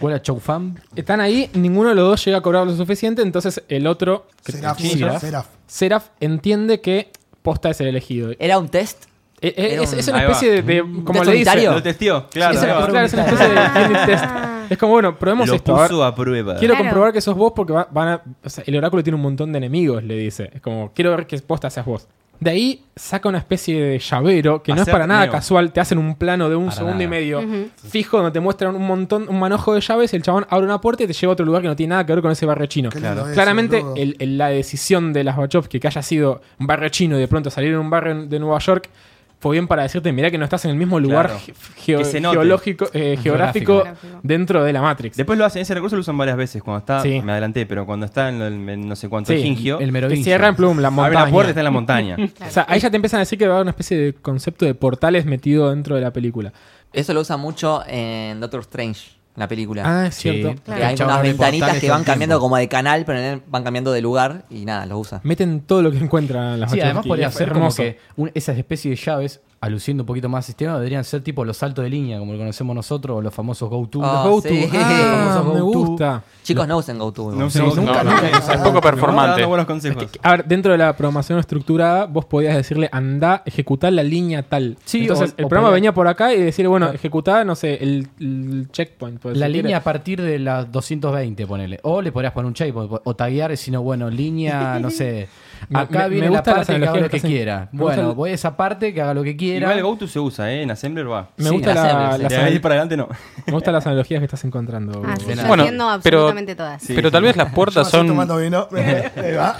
Speaker 4: Huele a Choufam.
Speaker 2: Están ahí, ninguno de los dos llega a cobrar lo suficiente, entonces el otro, que-
Speaker 5: Seraf,
Speaker 2: Sí, Seraf,
Speaker 5: Seraf. Seraf.
Speaker 2: Seraf entiende que Posta es el elegido. Eh,
Speaker 8: Era un test.
Speaker 2: eh,
Speaker 8: Era
Speaker 2: es,
Speaker 8: un-
Speaker 2: es una
Speaker 3: Ahí va.
Speaker 2: especie de, de- como le dice,
Speaker 8: solitario?
Speaker 3: Lo testió, claro.
Speaker 2: es
Speaker 3: ahí
Speaker 2: una,
Speaker 3: va.
Speaker 2: claro, es una especie de unit test. Es como, bueno, probemos
Speaker 3: Lo
Speaker 2: esto. a ver.
Speaker 3: puso a prueba.
Speaker 2: Quiero
Speaker 6: Claro.
Speaker 2: comprobar que sos vos porque va- van a, o sea, el oráculo tiene un montón de enemigos, le dice. Es como, quiero ver qué posta seas vos. De ahí saca una especie de llavero que no es
Speaker 3: Hacer
Speaker 2: para nada
Speaker 3: neo.
Speaker 2: casual. Te hacen un plano de un
Speaker 4: Para
Speaker 2: segundo y
Speaker 4: nada.
Speaker 2: medio fijo donde te muestran un montón, un manojo de llaves. El chabón abre una puerta y te lleva a otro lugar que no tiene nada que ver con ese barrio chino.
Speaker 5: Qué lindo eso,
Speaker 2: Claramente,
Speaker 5: boludo.
Speaker 2: el- el- la decisión de las Wachowski que haya sido un barrio chino y de pronto salir en un barrio de Nueva York fue bien para decirte, mirá que no estás en el mismo lugar
Speaker 3: Claro.
Speaker 2: ge- geo-
Speaker 3: Que se note.
Speaker 2: geológico, eh, geográfico
Speaker 6: Geográfico.
Speaker 2: dentro de la Matrix.
Speaker 3: Después lo hacen, ese recurso lo usan varias veces. Cuando está,
Speaker 2: Sí.
Speaker 3: me adelanté, pero cuando está en, lo- en no sé cuánto
Speaker 2: Sí,
Speaker 3: gingio,
Speaker 4: El
Speaker 2: Que
Speaker 4: merovingio.
Speaker 2: cierra en plum la
Speaker 3: abre
Speaker 2: montaña.
Speaker 3: la puerta y está en la montaña.
Speaker 2: O sea, ahí ya te empiezan a decir que va a haber una especie de concepto de portales metido dentro de la película.
Speaker 8: Eso lo usa mucho en Doctor Strange, en la película.
Speaker 2: Ah, es
Speaker 4: Sí.
Speaker 2: cierto.
Speaker 8: Que hay
Speaker 4: Chabón
Speaker 8: unas
Speaker 4: abre
Speaker 8: ventanitas
Speaker 4: portales
Speaker 8: que
Speaker 4: todo
Speaker 8: van
Speaker 4: el tiempo.
Speaker 8: cambiando como de canal, pero en él van cambiando de lugar y nada, los usa.
Speaker 2: Meten todo lo que encuentran las
Speaker 4: Sí,
Speaker 2: Wachowski.
Speaker 4: además podría
Speaker 2: Es
Speaker 4: ser como
Speaker 2: hermoso.
Speaker 4: que un- esas especies de llaves, aluciendo un poquito más al sistema, deberían ser tipo los saltos de línea, como lo conocemos nosotros, o los famosos go-to.
Speaker 8: Ah,
Speaker 4: Los
Speaker 8: sí.
Speaker 4: go-to.
Speaker 2: Ah,
Speaker 4: Los famosos
Speaker 2: me
Speaker 4: go-to.
Speaker 2: gusta.
Speaker 8: Chicos, no usen GoTo.
Speaker 3: No,
Speaker 2: Sí, nunca,
Speaker 7: no,
Speaker 5: nunca.
Speaker 7: es un poco performante.
Speaker 3: Dando buenos consejos.
Speaker 2: A ver, dentro de la programación estructurada, vos podías decirle andá, ejecutar la línea tal.
Speaker 4: Sí,
Speaker 2: Entonces,
Speaker 4: o-
Speaker 2: el
Speaker 4: o
Speaker 2: programa
Speaker 4: podía-
Speaker 2: venía por acá y decirle, bueno, ejecutá, no sé, el, el checkpoint. por
Speaker 4: La
Speaker 2: decir,
Speaker 4: línea a partir de las 220, ponele. O le podrías poner un checkpoint o taguear, sino bueno, línea, no sé.
Speaker 2: Me-
Speaker 4: Acá
Speaker 2: me-
Speaker 4: viene
Speaker 2: me
Speaker 4: la
Speaker 2: gustan las
Speaker 4: parte que haga lo
Speaker 2: analogías que
Speaker 4: que
Speaker 2: hacen.
Speaker 4: quiera.
Speaker 2: Me gusta
Speaker 4: Bueno,
Speaker 2: el-
Speaker 4: voy a esa parte que haga lo que quiera.
Speaker 3: Igual el GoTo se usa, ¿eh? En Assembler va.
Speaker 2: Me,
Speaker 8: Sí,
Speaker 2: gusta
Speaker 8: la
Speaker 2: la-
Speaker 8: hace,
Speaker 2: las
Speaker 3: De ahí para adelante no.
Speaker 2: me gustan las analogías que estás encontrando.
Speaker 6: Ah, sí,
Speaker 2: Hugo.
Speaker 6: yo
Speaker 7: Bueno,
Speaker 6: entiendo
Speaker 7: pero-
Speaker 6: absolutamente todas.
Speaker 7: Pero tal vez las
Speaker 5: Yo
Speaker 7: puertas
Speaker 5: así
Speaker 7: son
Speaker 5: tomando vino. Ahí va.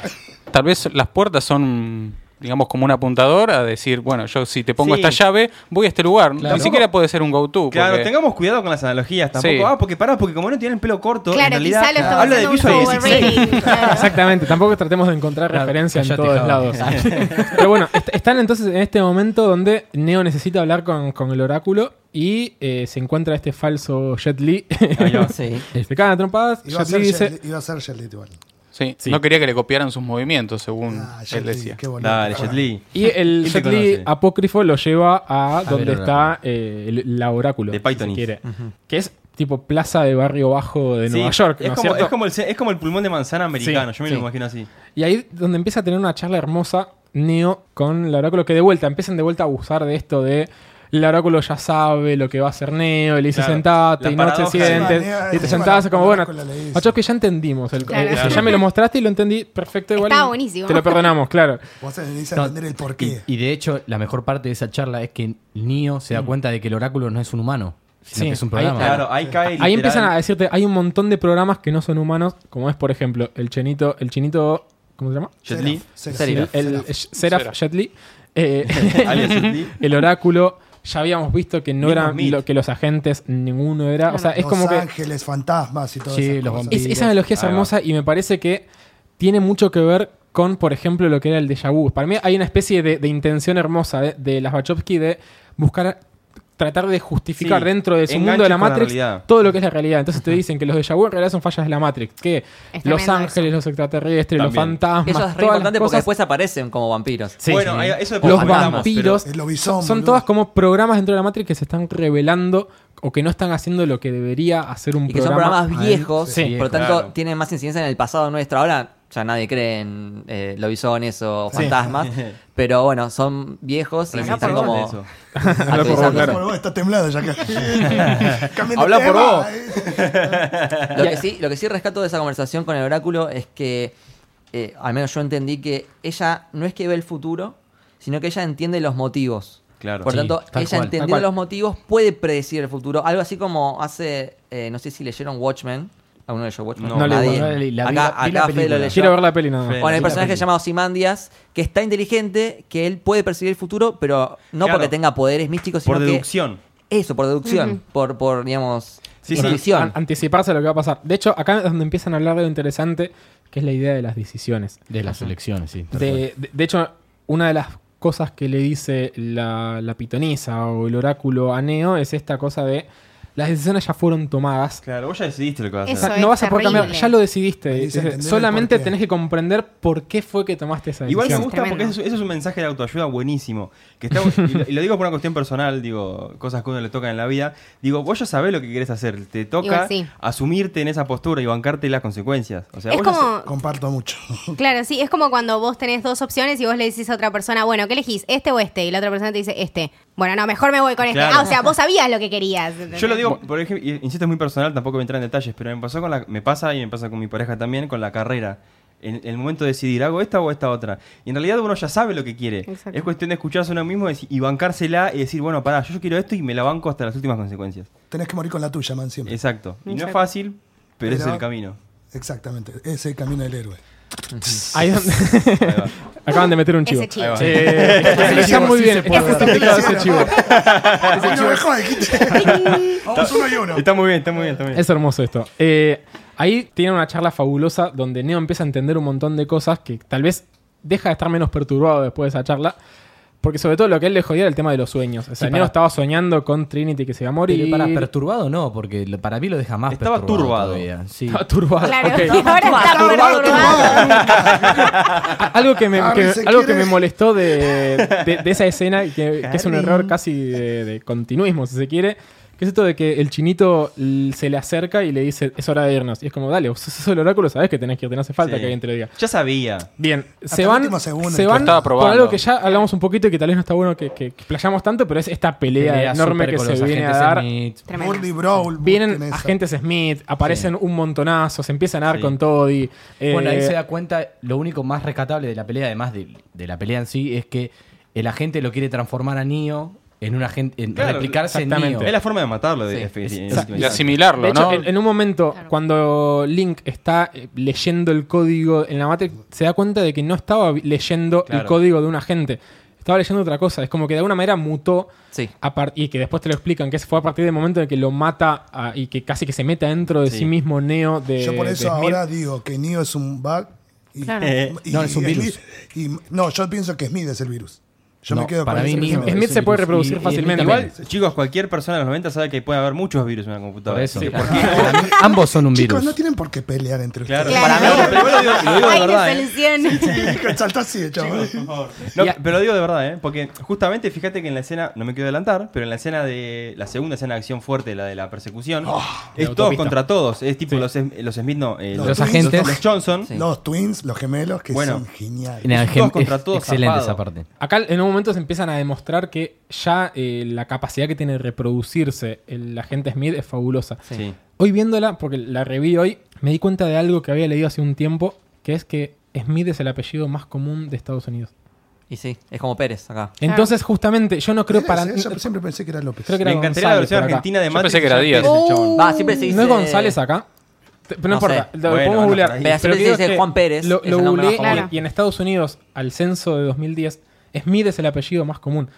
Speaker 7: tal vez las puertas son digamos como un apuntador a decir, bueno, yo si te pongo
Speaker 3: Sí.
Speaker 7: esta llave, voy a este lugar.
Speaker 4: Claro.
Speaker 7: Ni siquiera puede ser un go to.
Speaker 3: Claro, tengamos cuidado con las analogías tampoco.
Speaker 7: Sí.
Speaker 3: Ah, porque pará, porque como no tiene el pelo corto, en
Speaker 6: Claro,
Speaker 3: realidad
Speaker 6: quizá lo estamos
Speaker 3: habla de
Speaker 6: haciendo un
Speaker 3: Visual
Speaker 6: overrating.
Speaker 3: 16.
Speaker 6: claro.
Speaker 2: Exactamente, tampoco tratemos de encontrar
Speaker 4: Claro,
Speaker 2: referencia en
Speaker 4: callate,
Speaker 2: todos
Speaker 4: Java.
Speaker 2: lados. Pero bueno, est- están entonces en este momento donde Neo necesita hablar con, con el oráculo y eh, se encuentra este falso Jet Li.
Speaker 3: Ahí va.
Speaker 8: Sí.
Speaker 2: se cagan a trompadas.
Speaker 5: Iba a
Speaker 2: Jet
Speaker 5: ser
Speaker 2: Li dice:
Speaker 5: Jet Li- iba a ser Jet Li igual.
Speaker 7: Sí,
Speaker 2: Sí.
Speaker 7: No quería que le copiaran sus movimientos, según
Speaker 5: Ah, Jet
Speaker 7: él
Speaker 5: Li,
Speaker 7: decía.
Speaker 5: qué boludo.
Speaker 3: Dale, Jet Li.
Speaker 2: Y el
Speaker 3: ¿Quién te
Speaker 2: Jet Li
Speaker 3: conoce? Ah,
Speaker 2: apócrifo lo lleva a, donde
Speaker 4: ver,
Speaker 2: está eh, el- la oráculo.
Speaker 3: De
Speaker 2: si se
Speaker 3: Pythonese.
Speaker 2: quiere. Que es tipo plaza de barrio bajo de Nueva York.
Speaker 3: Es,
Speaker 2: ¿no es
Speaker 3: como,
Speaker 2: cierto?
Speaker 3: es como el, es como el pulmón de manzana americano, yo me
Speaker 2: sí.
Speaker 3: lo imagino así.
Speaker 2: Y ahí donde empieza a tener una charla hermosa Neo con la oráculo, que de vuelta, empiezan de vuelta a abusar de esto de. La oráculo ya sabe lo que va a hacer Neo, y le dice
Speaker 3: Claro.
Speaker 2: sentate
Speaker 3: La
Speaker 2: y no te
Speaker 3: paradoja.
Speaker 2: sientes.
Speaker 5: Encima, Neo-
Speaker 2: Y te
Speaker 5: encima
Speaker 2: sentás
Speaker 5: la-
Speaker 2: como,
Speaker 5: la
Speaker 2: bueno,
Speaker 5: oráculo le dice.
Speaker 2: macho que ya entendimos. El,
Speaker 6: Claro.
Speaker 2: eh, eso,
Speaker 3: Claro.
Speaker 2: ya me lo mostraste y lo entendí perfecto igual.
Speaker 6: Estaba
Speaker 2: y
Speaker 6: buenísimo.
Speaker 2: Te lo perdonamos, claro.
Speaker 5: Vos tenés que
Speaker 4: No,
Speaker 5: entender el porqué.
Speaker 4: Y, y de hecho, la mejor parte de esa charla es que Neo se da cuenta de que el oráculo no es un humano, sino
Speaker 2: Sí,
Speaker 4: que es un
Speaker 2: ahí-
Speaker 4: programa.
Speaker 3: Claro, ahí cae
Speaker 2: Ahí
Speaker 3: literal-
Speaker 2: empiezan a decirte, hay un montón de programas que no son humanos, como es, por ejemplo, el chinito, el chinito, ¿cómo se llama?
Speaker 3: Jet Li,
Speaker 5: Seraph,
Speaker 8: Seraph.
Speaker 5: Seraph.
Speaker 2: El el- Seraph
Speaker 7: Seraph.
Speaker 2: Jet Li. Eh,
Speaker 3: alias Jet Li.
Speaker 2: el oráculo, ya habíamos visto que no
Speaker 3: Mismo
Speaker 2: eran
Speaker 3: Smith.
Speaker 2: lo que los agentes, ninguno era. O sea, es
Speaker 5: Los
Speaker 2: como que...
Speaker 5: ángeles, fantasmas y todo
Speaker 4: Sí, los
Speaker 5: eso.
Speaker 2: Es-
Speaker 4: vampiros.
Speaker 2: esa analogía es
Speaker 3: Ahí va.
Speaker 2: hermosa y me parece que tiene mucho que ver con, por ejemplo, lo que era el déjà vu. Para mí hay una especie de, de intención hermosa de, de las Wachowski de buscar, tratar de justificar
Speaker 3: Sí,
Speaker 2: dentro de su
Speaker 3: enganches
Speaker 2: mundo de la
Speaker 3: con la
Speaker 2: Matrix
Speaker 3: realidad.
Speaker 2: todo lo que es la realidad. Entonces te dicen que los déjà vu en realidad son fallas de la Matrix, que
Speaker 6: Es tremendo
Speaker 2: los ángeles, los extraterrestres, los
Speaker 3: También.
Speaker 2: fantasmas,
Speaker 8: Eso es
Speaker 2: todas
Speaker 8: re
Speaker 2: las
Speaker 8: importante porque
Speaker 2: cosas-
Speaker 8: después aparecen como vampiros.
Speaker 2: Sí,
Speaker 3: Bueno,
Speaker 2: sí.
Speaker 3: ahí- eso después
Speaker 2: los
Speaker 3: hablamos,
Speaker 2: vampiros
Speaker 5: pero- El lobizón,
Speaker 2: son
Speaker 5: boludo.
Speaker 2: todas como programas dentro de la Matrix que se están revelando o que no están haciendo lo que debería hacer un
Speaker 8: Y que son
Speaker 2: programa.
Speaker 8: programas
Speaker 2: adentro.
Speaker 8: viejos,
Speaker 2: Sí.
Speaker 8: por lo tanto
Speaker 3: Claro.
Speaker 8: tienen más incidencia en el pasado nuestro. Ahora ya nadie cree en eh, lobisones o fantasmas, pero bueno, son viejos y
Speaker 3: Reminiscencias
Speaker 8: están como...
Speaker 3: de eso.
Speaker 4: Ah,
Speaker 2: Habla por vos,
Speaker 8: actualizándose.
Speaker 2: claro.
Speaker 5: Por vos, está temblando ya que. Cambiando
Speaker 3: Habla por
Speaker 5: tema,
Speaker 3: vos.
Speaker 5: eh.
Speaker 8: Lo que, sí, lo que sí rescato de esa conversación con el oráculo es que, eh, al menos yo entendí que ella no es que ve el futuro, sino que ella entiende los motivos.
Speaker 3: Claro.
Speaker 8: Por lo
Speaker 4: Sí,
Speaker 8: tanto,
Speaker 4: tal cual,
Speaker 8: ella
Speaker 4: tal
Speaker 8: entendiendo
Speaker 4: cual.
Speaker 8: los motivos puede predecir el futuro. Algo así como hace, eh, no sé si leyeron Watchmen. ¿Alguno leyó Watchmen?
Speaker 3: No, No
Speaker 2: leí,
Speaker 8: Nadie.
Speaker 4: no leí, la vi-
Speaker 8: acá
Speaker 4: vi la
Speaker 8: acá Fede lo
Speaker 4: película.
Speaker 8: leyó.
Speaker 2: Quiero ver la peli nada más.
Speaker 3: Fede.
Speaker 8: Bueno, el
Speaker 3: Sí, la
Speaker 8: personaje
Speaker 4: película.
Speaker 8: llamado Simandias, que está inteligente, que él puede percibir el futuro, pero no
Speaker 3: Claro.
Speaker 8: porque tenga poderes místicos, sino
Speaker 3: Por
Speaker 8: que-
Speaker 3: deducción.
Speaker 8: Eso, por deducción. por, por, digamos,
Speaker 3: Sí, sí.
Speaker 8: intuición.
Speaker 2: An- anticiparse a lo que va a pasar. De hecho, acá es donde empiezan a hablar de lo interesante, que es la idea de las decisiones.
Speaker 4: De las elecciones, sí. tal cual.
Speaker 2: De, de- de hecho, una de las cosas que le dice la, la pitonisa o el oráculo a Neo es esta cosa de las decisiones ya fueron tomadas.
Speaker 3: Claro, vos ya decidiste lo que vas
Speaker 2: O
Speaker 3: a hacer.
Speaker 2: sea,
Speaker 6: Eso
Speaker 2: no
Speaker 6: es
Speaker 2: vas a poder cambiar,
Speaker 6: terrible.
Speaker 2: ya lo decidiste.
Speaker 5: Ahí se
Speaker 2: Dice,
Speaker 5: entendió el
Speaker 2: Solamente
Speaker 5: porqué.
Speaker 2: tenés que comprender por qué fue que tomaste esa decisión.
Speaker 3: Igual me gusta
Speaker 6: Tremendo.
Speaker 3: porque ese es, ese es un mensaje de autoayuda buenísimo. Que está, y, lo, y lo digo por una cuestión personal, digo, cosas que a uno le tocan en la vida. Digo, vos ya sabés lo que querés hacer. Te toca
Speaker 6: Igual sí.
Speaker 3: asumirte en esa postura y bancarte las consecuencias. O sea,
Speaker 6: Es
Speaker 3: vos ya
Speaker 6: como,
Speaker 5: Comparto mucho.
Speaker 6: claro, sí, es como cuando vos tenés dos opciones y vos le decís a otra persona, bueno, ¿qué elegís? ¿Este o este? Y la otra persona te dice, este. Bueno, no, mejor me voy con este.
Speaker 3: Claro.
Speaker 6: Ah, o sea, vos sabías lo que querías.
Speaker 3: Yo lo digo, por ejemplo, y- insisto, es muy personal, tampoco voy a entrar en detalles, pero me pasó con la, me pasa y me pasa con mi pareja también, con la carrera. En en el momento de decidir, ¿hago esta o esta otra? Y en realidad uno ya sabe lo que quiere.
Speaker 6: Exacto.
Speaker 3: Es cuestión de escucharse a uno mismo y- y bancársela y decir, bueno, pará, yo, yo quiero esto y me la banco hasta las últimas consecuencias.
Speaker 5: Tenés que morir con la tuya, man, siempre.
Speaker 3: Exacto. Y no es
Speaker 6: Exacto.
Speaker 3: fácil, pero, ese es
Speaker 5: Pero-
Speaker 3: el camino.
Speaker 5: Exactamente. Ese es el camino del héroe.
Speaker 2: Ahí donde-
Speaker 3: Ahí va.
Speaker 2: Acaban de meter un chivo.
Speaker 6: Ese chivo.
Speaker 2: Sí, está muy bien. Está
Speaker 5: puede hacer.
Speaker 2: justificado ese chivo.
Speaker 5: Ay, no me jodas, dijiste. Vamos uno y uno.
Speaker 3: Está muy bien, está muy bien, está muy bien.
Speaker 2: Es hermoso esto. Eh, ahí tiene una charla fabulosa donde Neo empieza a entender un montón de cosas que tal vez deja de estar menos perturbado después de esa charla. Porque sobre todo lo que él le jodía era el tema de los sueños. O sea,
Speaker 4: Sí,
Speaker 2: Neo
Speaker 4: para-
Speaker 2: estaba soñando con Trinity que se iba a morir.
Speaker 4: Pero para perturbado no, porque lo- para mí lo deja más
Speaker 3: Estaba
Speaker 4: perturbado.
Speaker 3: turbado.
Speaker 4: todavía, sí.
Speaker 2: Estaba turbado.
Speaker 6: Claro,
Speaker 2: Ok.
Speaker 6: y ahora está
Speaker 5: Turbado,
Speaker 6: perturbado.
Speaker 2: Algo que me,
Speaker 5: Ah,
Speaker 2: que-
Speaker 5: se
Speaker 2: algo que
Speaker 5: quiere-
Speaker 2: me molestó de, de- de esa escena, y que, que es un error casi de, de continuismo, si se quiere, que es esto de que el chinito l- se le acerca y le dice, es hora de irnos. Y es como, dale, vos sos el oráculo, sabés que tenés que irte, no hace falta
Speaker 3: Sí.
Speaker 2: que alguien te lo diga.
Speaker 3: Ya sabía.
Speaker 2: Bien, se
Speaker 5: el
Speaker 2: van,
Speaker 5: último segundo,
Speaker 2: se
Speaker 5: el
Speaker 2: van
Speaker 5: que
Speaker 7: estaba
Speaker 2: por
Speaker 7: probando.
Speaker 2: algo que ya hablamos un poquito y que tal vez no está bueno que, que, que explayamos tanto, pero es esta pelea,
Speaker 4: Pelea
Speaker 2: enorme
Speaker 4: súper
Speaker 2: que
Speaker 4: con
Speaker 2: se
Speaker 4: los
Speaker 2: viene a
Speaker 4: agentes
Speaker 2: dar.
Speaker 4: Smith.
Speaker 6: Tremendo.
Speaker 5: Murdy Brawl.
Speaker 2: Vienen
Speaker 5: busquen esa.
Speaker 2: agentes Smith, aparecen un montonazo, se empiezan a dar
Speaker 3: Sí.
Speaker 2: con Toddy. eh,
Speaker 4: Bueno, ahí se da cuenta, lo único más rescatable de la pelea, además de, de la pelea en sí, es que el agente lo quiere transformar a Neo en un agente, en
Speaker 3: Claro,
Speaker 4: replicarse en Neo.
Speaker 2: exactamente.
Speaker 3: Es la forma de matarlo. De,
Speaker 8: Sí.
Speaker 3: en- en-
Speaker 2: Exacto.
Speaker 3: en-
Speaker 7: Y asimilarlo,
Speaker 2: De hecho,
Speaker 7: ¿no?
Speaker 2: en, en un momento, cuando Link está eh, leyendo el código en la Matrix, se da cuenta de que no estaba vi- leyendo el
Speaker 3: Claro.
Speaker 2: código de un agente. Estaba leyendo otra cosa. Es como que de alguna manera mutó.
Speaker 8: Sí.
Speaker 2: a par- y que después te lo explican, que fue a partir del momento en que lo mata ah, y que casi que se meta dentro de sí,
Speaker 3: Sí.
Speaker 2: mismo Neo de.
Speaker 5: Yo por
Speaker 2: de
Speaker 5: eso
Speaker 2: Smith.
Speaker 5: ahora digo que Neo es un bug. Y,
Speaker 6: Claro.
Speaker 5: y-
Speaker 4: Eh, No, es un
Speaker 5: y
Speaker 4: virus.
Speaker 5: Smith- y- no, yo pienso que Smith es el virus. Yo
Speaker 4: No,
Speaker 5: me quedo
Speaker 4: para
Speaker 5: con
Speaker 4: mí
Speaker 5: ese
Speaker 4: ni-
Speaker 5: ejemplo.
Speaker 2: Smith se puede reproducir
Speaker 4: y- y-
Speaker 2: fácilmente.
Speaker 4: también.
Speaker 2: Igual-
Speaker 3: Chicos, cualquier persona de los 90 sabe que puede haber muchos virus en una computadora.
Speaker 4: Por eso.
Speaker 3: Sí, porque-
Speaker 4: Para mí, ambos son un
Speaker 5: Chicos,
Speaker 4: virus.
Speaker 5: no tienen por qué pelear entre
Speaker 3: Claro.
Speaker 5: ustedes.
Speaker 3: Para mí, no, pero igual lo digo, lo digo de
Speaker 6: Hay Uh,
Speaker 3: verdad. ¿eh?
Speaker 6: resolución.
Speaker 5: Chicos, saltá así, chaval.
Speaker 3: No,
Speaker 2: Y a-
Speaker 3: pero lo digo de verdad, ¿eh? Porque justamente fíjate que en la escena, no me quiero adelantar, pero en la escena de. La segunda escena de acción fuerte, la de la persecución, es
Speaker 2: la
Speaker 3: todos
Speaker 2: Ah, autopista.
Speaker 3: contra todos. Es tipo los, los Smith, no. eh,
Speaker 5: Los
Speaker 3: los,
Speaker 4: agentes.
Speaker 3: los Johnson.
Speaker 8: Sí.
Speaker 5: Los twins, los gemelos, que
Speaker 3: Bueno.
Speaker 5: son geniales.
Speaker 4: En el
Speaker 3: Todos
Speaker 4: gen-
Speaker 3: contra
Speaker 4: es
Speaker 3: todos,
Speaker 4: excelente
Speaker 3: zarpado.
Speaker 4: esa parte.
Speaker 2: Acá en un momento se empiezan a demostrar que ya eh, la capacidad que tiene de reproducirse el agente Smith es fabulosa.
Speaker 3: Sí.
Speaker 2: Hoy viéndola, porque la reví hoy, me di cuenta de algo que había leído hace un tiempo, que es que Smith es el apellido más común de Estados Unidos.
Speaker 8: Y sí, es como Pérez acá.
Speaker 2: Entonces, justamente, yo no creo para...
Speaker 5: Era ese, Yo siempre pensé que era López.
Speaker 2: Creo que
Speaker 3: Me
Speaker 2: era
Speaker 3: encantaría la
Speaker 2: González
Speaker 3: versión
Speaker 2: por acá. Oh.
Speaker 3: argentina de
Speaker 7: Yo
Speaker 3: Matrix.
Speaker 7: pensé que era
Speaker 3: ya
Speaker 7: Díaz.
Speaker 3: tiene el chabón.
Speaker 8: Va, siempre se dice.
Speaker 2: ¿No es González acá? Te- Pero no,
Speaker 8: no
Speaker 2: importa,
Speaker 8: sé.
Speaker 2: lo
Speaker 3: Bueno,
Speaker 2: podemos
Speaker 3: bueno,
Speaker 2: googlear.
Speaker 3: pero
Speaker 2: Pero
Speaker 8: siempre se
Speaker 2: digo
Speaker 8: dice
Speaker 2: que
Speaker 8: Juan Pérez,
Speaker 2: Lo,
Speaker 8: es
Speaker 2: lo
Speaker 8: el nombre más
Speaker 2: googleé
Speaker 6: común.
Speaker 2: y en Estados Unidos, al censo de 2010, Smith es el apellido más común.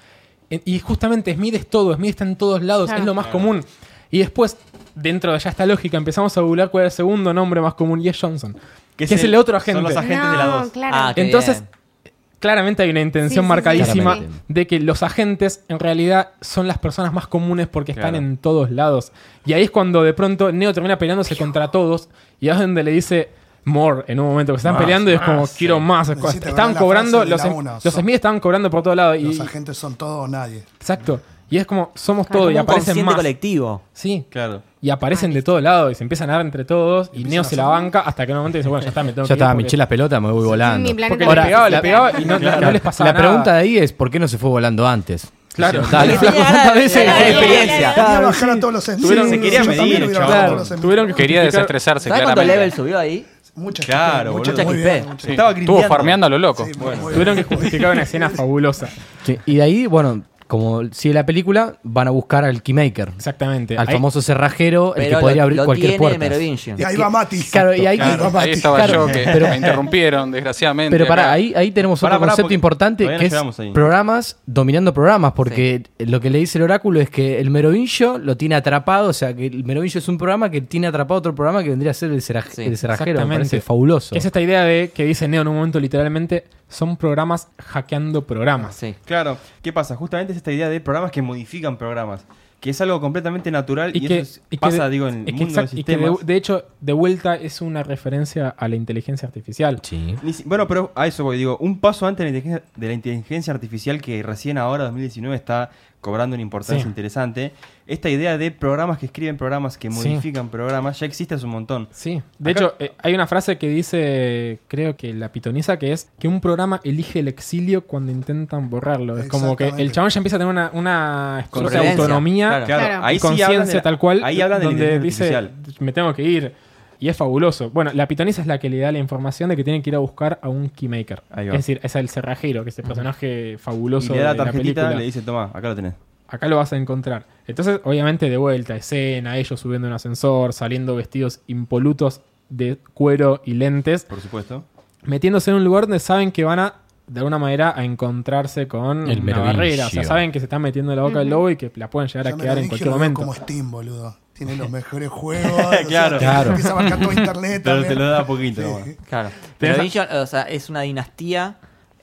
Speaker 2: En- Y justamente Smith es todo, Smith está en todos lados,
Speaker 6: Claro.
Speaker 2: es lo más común. Y después, dentro de ya esta lógica, empezamos a googlear cuál es el segundo nombre más común y es Johnson. Que es el otro agente.
Speaker 3: Son los agentes de la
Speaker 6: No,
Speaker 3: 2.
Speaker 6: claro.
Speaker 8: Ah, qué
Speaker 2: Entonces,
Speaker 8: bien.
Speaker 2: claramente hay una intención
Speaker 6: Sí, sí, sí.
Speaker 2: marcadísima
Speaker 4: Claramente.
Speaker 2: de que los agentes en realidad son las personas más comunes porque están
Speaker 3: Claro.
Speaker 2: en todos lados. Y ahí es cuando de pronto Neo termina peleándose contra todos y ahí es donde le dice more en un momento que se están
Speaker 3: Más,
Speaker 2: peleando y es como
Speaker 3: más,
Speaker 2: quiero
Speaker 3: sí.
Speaker 2: más.
Speaker 5: Necesito
Speaker 2: Estaban
Speaker 5: ganar la
Speaker 2: cobrando,
Speaker 5: frase de
Speaker 2: los, em-
Speaker 5: la una,
Speaker 2: los
Speaker 5: son-
Speaker 2: Smith estaban cobrando por todos lados.
Speaker 5: Los
Speaker 2: Y,
Speaker 5: agentes son todos o nadie.
Speaker 2: exacto. Y es como somos
Speaker 6: Claro,
Speaker 2: todos y
Speaker 8: Como un
Speaker 2: aparecen
Speaker 8: consciente
Speaker 2: más.
Speaker 8: colectivo.
Speaker 2: Sí.
Speaker 3: Claro.
Speaker 2: Y aparecen de todos lados y se empiezan a dar entre todos y,
Speaker 5: Ah, Empiezan
Speaker 2: Neo
Speaker 5: a
Speaker 2: se la
Speaker 5: hacer-
Speaker 2: banca hasta que en un momento dice, bueno, ya está, me tengo
Speaker 4: Ya
Speaker 2: que ir
Speaker 4: estaba
Speaker 2: porque-
Speaker 4: Michelle las pelotas, me voy volando.
Speaker 6: mi plan-
Speaker 2: Porque
Speaker 4: Ahora,
Speaker 2: le pegaba, le
Speaker 6: la-
Speaker 2: pegaba y no, no les pasaba
Speaker 4: la
Speaker 2: nada.
Speaker 4: pregunta de ahí es: ¿por qué no se fue volando antes?
Speaker 2: Claro.
Speaker 4: Dale,
Speaker 8: Porque
Speaker 4: flaco,
Speaker 8: tenía
Speaker 4: ¿cuántas
Speaker 8: ganas de-
Speaker 4: veces?
Speaker 8: de-
Speaker 4: Tenés
Speaker 8: de-
Speaker 4: experiencia.
Speaker 5: Quería bajar a todos los Smiths.
Speaker 3: Tuvieron- se quería
Speaker 5: Yo también
Speaker 3: medir, chabón.
Speaker 5: hubiera bajado a
Speaker 2: Claro,
Speaker 5: todos los
Speaker 2: tuvieron que
Speaker 7: Quería
Speaker 2: justificar-
Speaker 7: desestresarse,
Speaker 8: ¿Sabes cuánto level
Speaker 7: claramente.
Speaker 8: subió ahí?
Speaker 5: Muchas
Speaker 3: Claro,
Speaker 5: mucha
Speaker 3: boludo.
Speaker 5: muy
Speaker 8: Mucha
Speaker 5: bien,
Speaker 8: XP.
Speaker 5: mucha-
Speaker 7: Sí.
Speaker 3: Estaba
Speaker 7: Estuvo
Speaker 3: grindeando.
Speaker 7: farmeando a lo loco.
Speaker 5: Sí,
Speaker 3: pues, Bueno.
Speaker 5: muy bien.
Speaker 2: Tuvieron que justificar una escena fabulosa.
Speaker 4: Sí, Y de ahí, bueno, como sigue la película, van a buscar al Keymaker,
Speaker 2: Exactamente.
Speaker 4: al
Speaker 2: Ahí-
Speaker 4: famoso cerrajero, el que
Speaker 8: Pero
Speaker 4: podría
Speaker 8: lo,
Speaker 4: abrir
Speaker 8: lo
Speaker 4: cualquier
Speaker 8: tiene
Speaker 4: puerta.
Speaker 8: el Merovingian.
Speaker 5: Y ahí va Mati.
Speaker 4: Claro, y ahí-
Speaker 5: Claro,
Speaker 4: Claro,
Speaker 5: va
Speaker 7: Ahí
Speaker 5: Mati.
Speaker 7: estaba
Speaker 4: Claro,
Speaker 7: yo que
Speaker 4: pero-
Speaker 7: me interrumpieron, desgraciadamente.
Speaker 4: Pero para,
Speaker 7: Acá.
Speaker 4: ahí, ahí tenemos
Speaker 3: Pará,
Speaker 4: otro
Speaker 3: pará,
Speaker 4: concepto
Speaker 3: porque
Speaker 4: importante
Speaker 3: todavía no
Speaker 4: que es
Speaker 3: llegamos ahí.
Speaker 4: programas dominando programas, porque lo que le dice el oráculo es que el Merovingio lo tiene atrapado, o sea, que el Merovingio es un programa que tiene atrapado otro programa que vendría a ser el, cerraj-
Speaker 8: Sí,
Speaker 4: el cerrajero, me
Speaker 2: exactamente.
Speaker 4: parece fabuloso.
Speaker 2: Es esta idea de que dice Neo en un momento literalmente, son programas hackeando programas.
Speaker 8: Sí.
Speaker 3: Claro, ¿qué pasa? Justamente es esta idea de programas que modifican programas, que es algo completamente natural y, eso es-
Speaker 2: y que
Speaker 3: pasa,
Speaker 2: de-
Speaker 3: digo, en
Speaker 2: es
Speaker 3: el
Speaker 2: que
Speaker 3: mundo
Speaker 2: exact-
Speaker 3: de
Speaker 2: y que de-
Speaker 3: sistemas.
Speaker 2: de, hecho, de vuelta es una referencia a la inteligencia artificial.
Speaker 4: Sí.
Speaker 3: Ni si- Bueno, pero a eso voy, digo, un paso antes de la inteligencia, de la inteligencia artificial que recién ahora, 2019, está cobrando una importancia
Speaker 2: Sí.
Speaker 3: interesante, esta idea de programas que escriben programas, que
Speaker 2: Sí.
Speaker 3: modifican programas, ya existe hace un montón.
Speaker 2: Sí. De
Speaker 3: Acá-
Speaker 2: hecho, eh, hay una frase que dice, creo que la pitoniza, que es que un programa elige el exilio cuando intentan borrarlo. Es como que el
Speaker 5: Exactamente.
Speaker 2: chabón ya empieza a tener una, una especie de
Speaker 8: Conciencia,
Speaker 2: autonomía.
Speaker 8: claro.
Speaker 3: Claro,
Speaker 6: Claro.
Speaker 3: ahí sí hablan de
Speaker 2: conciencia
Speaker 3: la-
Speaker 2: tal cual.
Speaker 3: Ahí hablan de la
Speaker 2: donde
Speaker 3: inteligencia
Speaker 2: dice,
Speaker 3: artificial.
Speaker 2: me tengo que ir. Y es fabuloso. Bueno, la pitonisa es la que le da la información de que tienen que ir a buscar a un keymaker.
Speaker 3: Ahí
Speaker 2: Es
Speaker 3: va.
Speaker 2: decir, es el cerrajero, que es el personaje
Speaker 3: Y
Speaker 2: fabuloso
Speaker 3: le da
Speaker 2: de
Speaker 3: la
Speaker 2: la
Speaker 3: tarjetita,
Speaker 2: película.
Speaker 3: le dice, toma, acá lo tenés.
Speaker 2: Acá lo vas a encontrar. Entonces, obviamente, de vuelta, escena, ellos subiendo un ascensor, saliendo vestidos impolutos de cuero y lentes,
Speaker 3: Por supuesto.
Speaker 2: metiéndose en un lugar donde saben que van a, de alguna manera, a encontrarse con
Speaker 4: El
Speaker 2: una barrera. O sea,
Speaker 4: Merovingio.
Speaker 2: saben que se están metiendo en la boca del lobo y que la pueden llegar
Speaker 5: Yo
Speaker 2: a
Speaker 5: me
Speaker 2: quedar
Speaker 5: lo
Speaker 2: en
Speaker 5: dije,
Speaker 2: cualquier
Speaker 5: lo veo
Speaker 2: momento.
Speaker 5: Como Steam, boludo. Tiene los mejores juegos. o sea,
Speaker 3: Claro.
Speaker 4: Claro.
Speaker 5: Empieza a marcar todo internet.
Speaker 3: Pero te
Speaker 5: también.
Speaker 3: lo da poquito. nomás.
Speaker 8: Claro.
Speaker 2: Tenés
Speaker 8: Pero
Speaker 2: a-
Speaker 8: Vision, o sea, es una dinastía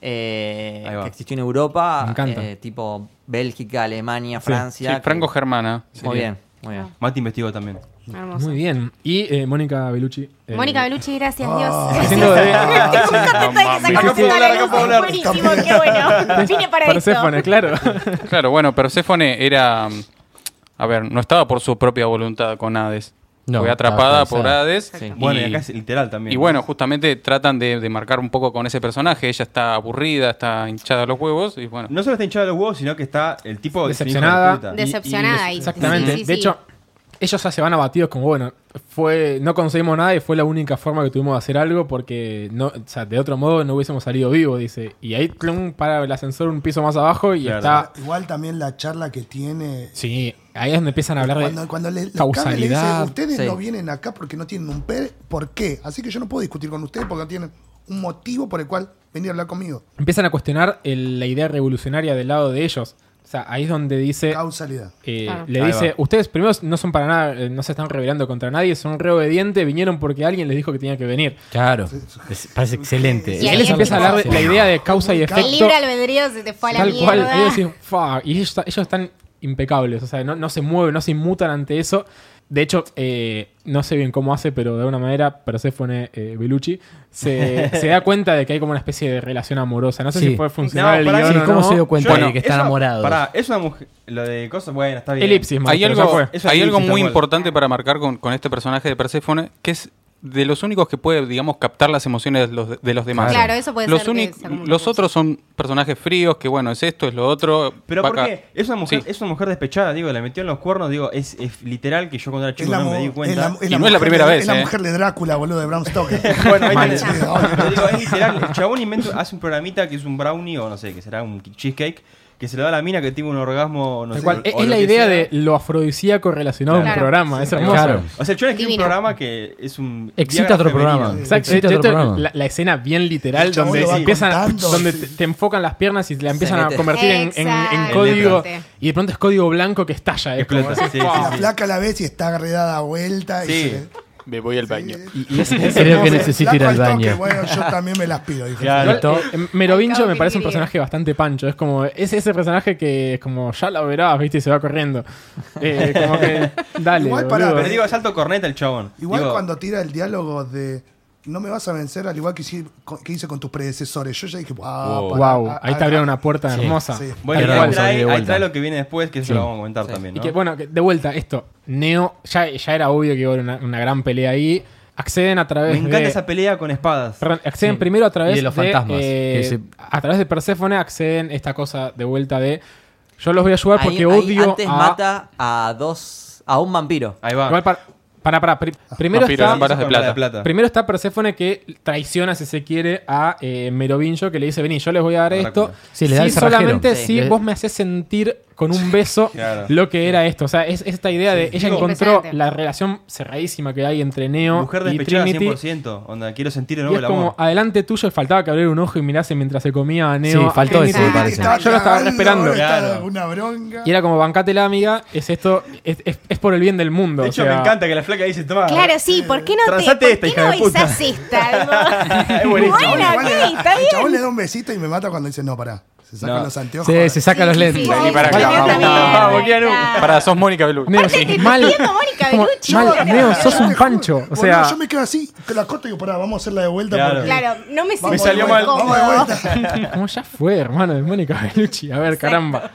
Speaker 8: eh,
Speaker 3: Ahí va.
Speaker 8: que existió en Europa,
Speaker 2: Me encanta.
Speaker 8: eh, tipo Bélgica, Alemania,
Speaker 2: Sí, Ah,
Speaker 7: Sí,
Speaker 8: Francia. que-
Speaker 7: Franco Germana.
Speaker 8: Muy bien, muy bien.
Speaker 3: Mati investigó también.
Speaker 6: Hermoso.
Speaker 2: Muy bien. Y eh, Mónica Bellucci. eh,
Speaker 6: Mónica Bellucci, gracias
Speaker 5: Ah.
Speaker 6: Dios.
Speaker 2: Haciendo de
Speaker 6: Estoy
Speaker 3: Ah,
Speaker 6: muy contenta de que
Speaker 3: Acá
Speaker 6: sacamos
Speaker 3: puedo hablar, acá puedo hablar.
Speaker 6: Buenísimo, qué bueno. Vine para
Speaker 2: Perséfone,
Speaker 6: esto.
Speaker 2: claro.
Speaker 7: Claro, bueno, Perséfone era. mm, A ver, no estaba por su propia voluntad con Hades.
Speaker 4: No,
Speaker 7: Fue
Speaker 4: estaba
Speaker 7: atrapada por
Speaker 4: esclavizada.
Speaker 7: Hades.
Speaker 8: Sí.
Speaker 3: Bueno, y acá es literal también.
Speaker 7: Y bueno, justamente tratan de, de marcar un poco con ese personaje. Ella está aburrida, está hinchada a los huevos. Y bueno,
Speaker 3: No solo está hinchada de los huevos, sino que está el tipo es un hijo de
Speaker 2: Decepcionada.
Speaker 3: puta.
Speaker 6: Decepcionada y-
Speaker 2: Exactamente.
Speaker 6: sí, sí,
Speaker 2: de
Speaker 6: sí.
Speaker 2: hecho, ellos ya se van abatidos como, bueno, fue no conseguimos nada y fue la única forma que tuvimos de hacer algo porque no, o sea, de otro modo no hubiésemos salido vivos, dice. Y ahí tlum, para el ascensor un piso más abajo y
Speaker 3: Claro.
Speaker 2: está...
Speaker 5: Igual también la charla que tiene.
Speaker 2: Sí, ahí es donde empiezan a hablar de...
Speaker 5: Cuando, cuando le, la
Speaker 2: causalidad.
Speaker 5: cámara le dice, ustedes
Speaker 8: Sí.
Speaker 5: no vienen acá porque no tienen un PED, ¿por qué? Así que yo no puedo discutir con ustedes porque no tienen un motivo por el cual venir a hablar conmigo.
Speaker 2: Empiezan a cuestionar el- la idea revolucionaria del lado de ellos. O sea, ahí es donde dice.
Speaker 5: Causalidad.
Speaker 2: eh,
Speaker 6: Claro.
Speaker 2: Le
Speaker 3: Ahí
Speaker 2: dice,
Speaker 3: va.
Speaker 2: ustedes primero no son para nada, eh, no se están rebelando contra nadie, son reobedientes, vinieron porque alguien les dijo que tenían que venir.
Speaker 4: Claro. Es- parece excelente.
Speaker 6: Y
Speaker 2: Y
Speaker 6: ahí
Speaker 2: él les empieza a hablar de
Speaker 4: Sí.
Speaker 2: la idea de causa y
Speaker 6: El
Speaker 2: efecto.
Speaker 6: libre albedrío se te fue a la
Speaker 2: Tal
Speaker 6: mierda.
Speaker 2: cual, ellos dicen, "Fa", y ellos, ellos están impecables, o sea, no, no se mueven, no se inmutan ante eso. De hecho, eh, no sé bien cómo hace, pero de alguna manera Persephone eh, Bellucci se, se da cuenta de que hay como una especie de relación amorosa. No sé
Speaker 4: Sí.
Speaker 2: si fue funcional
Speaker 3: No,
Speaker 2: el
Speaker 3: pará,
Speaker 2: guión
Speaker 4: sí,
Speaker 2: o
Speaker 4: ¿cómo
Speaker 2: no.
Speaker 4: se dio cuenta
Speaker 7: Bueno,
Speaker 4: de que está
Speaker 3: eso-
Speaker 4: enamorado?
Speaker 3: Pará, es una mujer. Lo de cosas, bueno, está bien.
Speaker 2: Elipsis,
Speaker 7: Hay
Speaker 2: maestro, ya
Speaker 7: algo,
Speaker 2: fue.
Speaker 3: Eso
Speaker 7: hay
Speaker 3: sí,
Speaker 7: algo
Speaker 3: sí, tal
Speaker 7: muy
Speaker 3: cual.
Speaker 7: importante para marcar con, con este personaje de Perséfone, que es de los únicos que puede, digamos, captar las emociones de los, de los demás.
Speaker 6: Claro, eso puede
Speaker 7: los
Speaker 6: ser que
Speaker 7: únic-
Speaker 6: sea como una
Speaker 7: Los
Speaker 6: cosa.
Speaker 7: otros son personajes fríos, que bueno, es esto, es lo otro.
Speaker 3: Pero
Speaker 7: va
Speaker 3: ¿por
Speaker 7: acá.
Speaker 3: qué? Es una mujer,
Speaker 7: Sí.
Speaker 3: es una mujer despechada, digo, la metió en los cuernos, digo, es, es literal que yo cuando era
Speaker 5: Es
Speaker 3: chico
Speaker 5: la
Speaker 3: no
Speaker 5: mu-
Speaker 3: me di
Speaker 5: es la-
Speaker 3: cuenta.
Speaker 7: Y no es la
Speaker 5: mujer
Speaker 7: primera
Speaker 5: de-
Speaker 7: vez,
Speaker 5: Es la
Speaker 7: eh.
Speaker 5: mujer de Drácula, boludo, de Bram Stoker.
Speaker 3: Bueno, ahí
Speaker 5: Mal.
Speaker 3: tenés-
Speaker 5: Sí,
Speaker 3: Yo
Speaker 5: obvio.
Speaker 3: digo, es literal, el chabón inventa, hace un programita que es un brownie o no sé, que será un cheesecake, que se lo da a la mina que tiene un orgasmo, no
Speaker 2: Tal
Speaker 3: sé.
Speaker 2: cual. E-,
Speaker 3: o-
Speaker 2: Es,
Speaker 3: o
Speaker 2: es
Speaker 3: lo
Speaker 2: la
Speaker 3: que
Speaker 2: idea
Speaker 3: sea.
Speaker 2: de lo afrodisíaco relacionado a un
Speaker 6: Claro.
Speaker 2: programa, es hermoso.
Speaker 4: Claro.
Speaker 3: O sea, yo escribí un
Speaker 6: Divino.
Speaker 3: programa que es un.
Speaker 4: Excita
Speaker 3: Viagra
Speaker 4: otro
Speaker 3: femenino.
Speaker 4: programa.
Speaker 2: Exacto, de
Speaker 4: Existe
Speaker 2: hecho,
Speaker 4: otro programa.
Speaker 2: la, la escena bien literal
Speaker 5: El chabón
Speaker 2: donde
Speaker 5: lo va
Speaker 2: empiezan
Speaker 5: contando,
Speaker 2: donde
Speaker 5: sí.
Speaker 2: te, te enfocan las piernas y la empiezan
Speaker 8: Se
Speaker 2: a
Speaker 8: mete.
Speaker 2: convertir en, en- en
Speaker 6: Exactamente.
Speaker 2: código y
Speaker 6: Exactamente.
Speaker 2: de pronto es código blanco que estalla, es como
Speaker 3: Explota,
Speaker 2: así,
Speaker 3: sí, sí,
Speaker 5: La
Speaker 3: sí.
Speaker 5: flaca la ves y está redada a vuelta. y
Speaker 3: Sí.
Speaker 5: se le-
Speaker 7: Me voy al baño.
Speaker 4: Creo que necesita ir
Speaker 5: Flaco
Speaker 4: al
Speaker 5: toque,
Speaker 4: baño.
Speaker 5: Bueno, yo también me las pido, dijo.
Speaker 3: Claro.
Speaker 2: Igual,
Speaker 4: Claro.
Speaker 2: eh, Merovincio
Speaker 6: Acabo
Speaker 2: me
Speaker 6: que
Speaker 2: parece un
Speaker 6: diría.
Speaker 2: personaje bastante pancho. Es como, es ese personaje que es como, ya lo verás, viste, y se va corriendo. Eh, como que, dale.
Speaker 5: Igual pará,
Speaker 2: boludo.
Speaker 3: Pero digo, es alto corneta el chabón.
Speaker 5: Igual
Speaker 3: Digo,
Speaker 5: cuando tira el diálogo de no me vas a vencer, al igual que hice, que hice con tus predecesores, yo ya dije, wow. pará,
Speaker 2: Wow,
Speaker 5: a-
Speaker 2: Oh. ahí te
Speaker 5: a-
Speaker 2: abrieron una puerta
Speaker 4: Sí,
Speaker 2: hermosa.
Speaker 5: sí.
Speaker 3: Bueno,
Speaker 4: Ahí
Speaker 3: ahí
Speaker 4: vamos a
Speaker 3: trae,
Speaker 4: venir de
Speaker 3: ahí
Speaker 4: vuelta.
Speaker 3: traey lo que viene después, que eso
Speaker 4: Sí.
Speaker 3: lo vamos a comentar también, ¿no?
Speaker 2: Y que, bueno, que- de vuelta, esto. Neo, ya, ya era obvio que iba a haber una, una gran pelea ahí. Acceden a través
Speaker 3: Me encanta
Speaker 2: de.
Speaker 3: esa pelea con espadas.
Speaker 2: Perdón, acceden
Speaker 4: Sí.
Speaker 2: primero a través
Speaker 4: Y de los fantasmas,
Speaker 2: eh,
Speaker 4: que se-
Speaker 2: A través de Perséfone acceden esta cosa de vuelta de. Yo los voy a ayudar porque
Speaker 8: Ahí- ahí
Speaker 2: odio.
Speaker 8: antes
Speaker 2: a...
Speaker 8: mata a dos. a un vampiro.
Speaker 3: Ahí va.
Speaker 2: Igual para. Para, para, primero
Speaker 7: Vampiro,
Speaker 2: está.
Speaker 7: ¿no? Varas de
Speaker 3: Con
Speaker 7: plata.
Speaker 3: la plata.
Speaker 2: Primero está Perséfone que traiciona, si se quiere, a eh, Merovingio, que le dice, vení, yo les voy a dar
Speaker 3: A
Speaker 2: esto.
Speaker 3: Drácula.
Speaker 4: Sí, le da el cerrajero.
Speaker 2: solamente
Speaker 8: Sí.
Speaker 2: si
Speaker 4: Le-
Speaker 2: vos me haces sentir con un beso
Speaker 3: Claro.
Speaker 2: lo que era esto. O sea, es esta idea de ella
Speaker 6: Digo-
Speaker 2: encontró
Speaker 6: Impresionante.
Speaker 2: la relación cerradísima que hay entre Neo
Speaker 3: Mujer
Speaker 2: y
Speaker 3: despechada
Speaker 2: Trinity.
Speaker 3: 100%. Onda, quiero sentir
Speaker 2: Y
Speaker 3: el nuevo
Speaker 2: es
Speaker 3: el
Speaker 2: como,
Speaker 3: amor.
Speaker 2: adelante tuyo, y faltaba que abriera un ojo y mirase mientras se comía a Neo.
Speaker 4: Sí, faltó
Speaker 2: a
Speaker 4: eso,
Speaker 2: Trinity.
Speaker 4: me parece.
Speaker 5: Estaba
Speaker 2: Yo lo estaba
Speaker 5: cagando,
Speaker 2: esperando.
Speaker 5: ahora está
Speaker 3: Claro.
Speaker 5: Una bronca.
Speaker 2: Y era como, bancate la amiga, es esto, es, es- es por el bien del mundo.
Speaker 3: De
Speaker 2: o
Speaker 3: hecho,
Speaker 2: sea,
Speaker 3: me encanta que la flaca dice, toma.
Speaker 6: Claro, sí, ¿por qué no te
Speaker 3: Transate
Speaker 6: ¿por
Speaker 3: esta,
Speaker 6: qué
Speaker 3: hija
Speaker 6: no
Speaker 3: de puta.
Speaker 6: besás esta? Digo,
Speaker 3: Es buenísimo.
Speaker 5: El
Speaker 6: bueno,
Speaker 5: chabón
Speaker 6: ok,
Speaker 5: le da-
Speaker 6: está
Speaker 5: El chabón
Speaker 6: bien.
Speaker 5: le da un besito y me mata cuando dice, no, pará. Se saca
Speaker 3: No.
Speaker 5: los anteojos.
Speaker 4: Sí, se saca los
Speaker 6: Sí,
Speaker 4: lentes.
Speaker 6: sí,
Speaker 7: Vení
Speaker 6: sí,
Speaker 7: para acá,
Speaker 6: sí,
Speaker 7: vamos,
Speaker 6: también,
Speaker 3: vamos,
Speaker 6: está.
Speaker 7: Para, sos Mónica Bellucci.
Speaker 2: Neo, sí, mal.
Speaker 6: pidiendo Mónica
Speaker 2: Como,
Speaker 6: Bellucci,
Speaker 2: mal,
Speaker 6: boludo.
Speaker 2: Neo,
Speaker 5: Yo
Speaker 2: sos
Speaker 5: te
Speaker 2: un
Speaker 5: juro,
Speaker 2: pancho. O
Speaker 5: boludo,
Speaker 2: sea,
Speaker 5: yo me quedo así, que la corto y digo, pará, vamos a hacerla de vuelta.
Speaker 3: Claro.
Speaker 5: porque-
Speaker 6: Claro, no me
Speaker 5: Vamos
Speaker 6: sentí
Speaker 5: de
Speaker 3: salió
Speaker 5: vuelta,
Speaker 3: mal.
Speaker 5: Vamos de vuelta.
Speaker 2: Como ya fue, hermano, de Mónica Bellucci. A ver, caramba.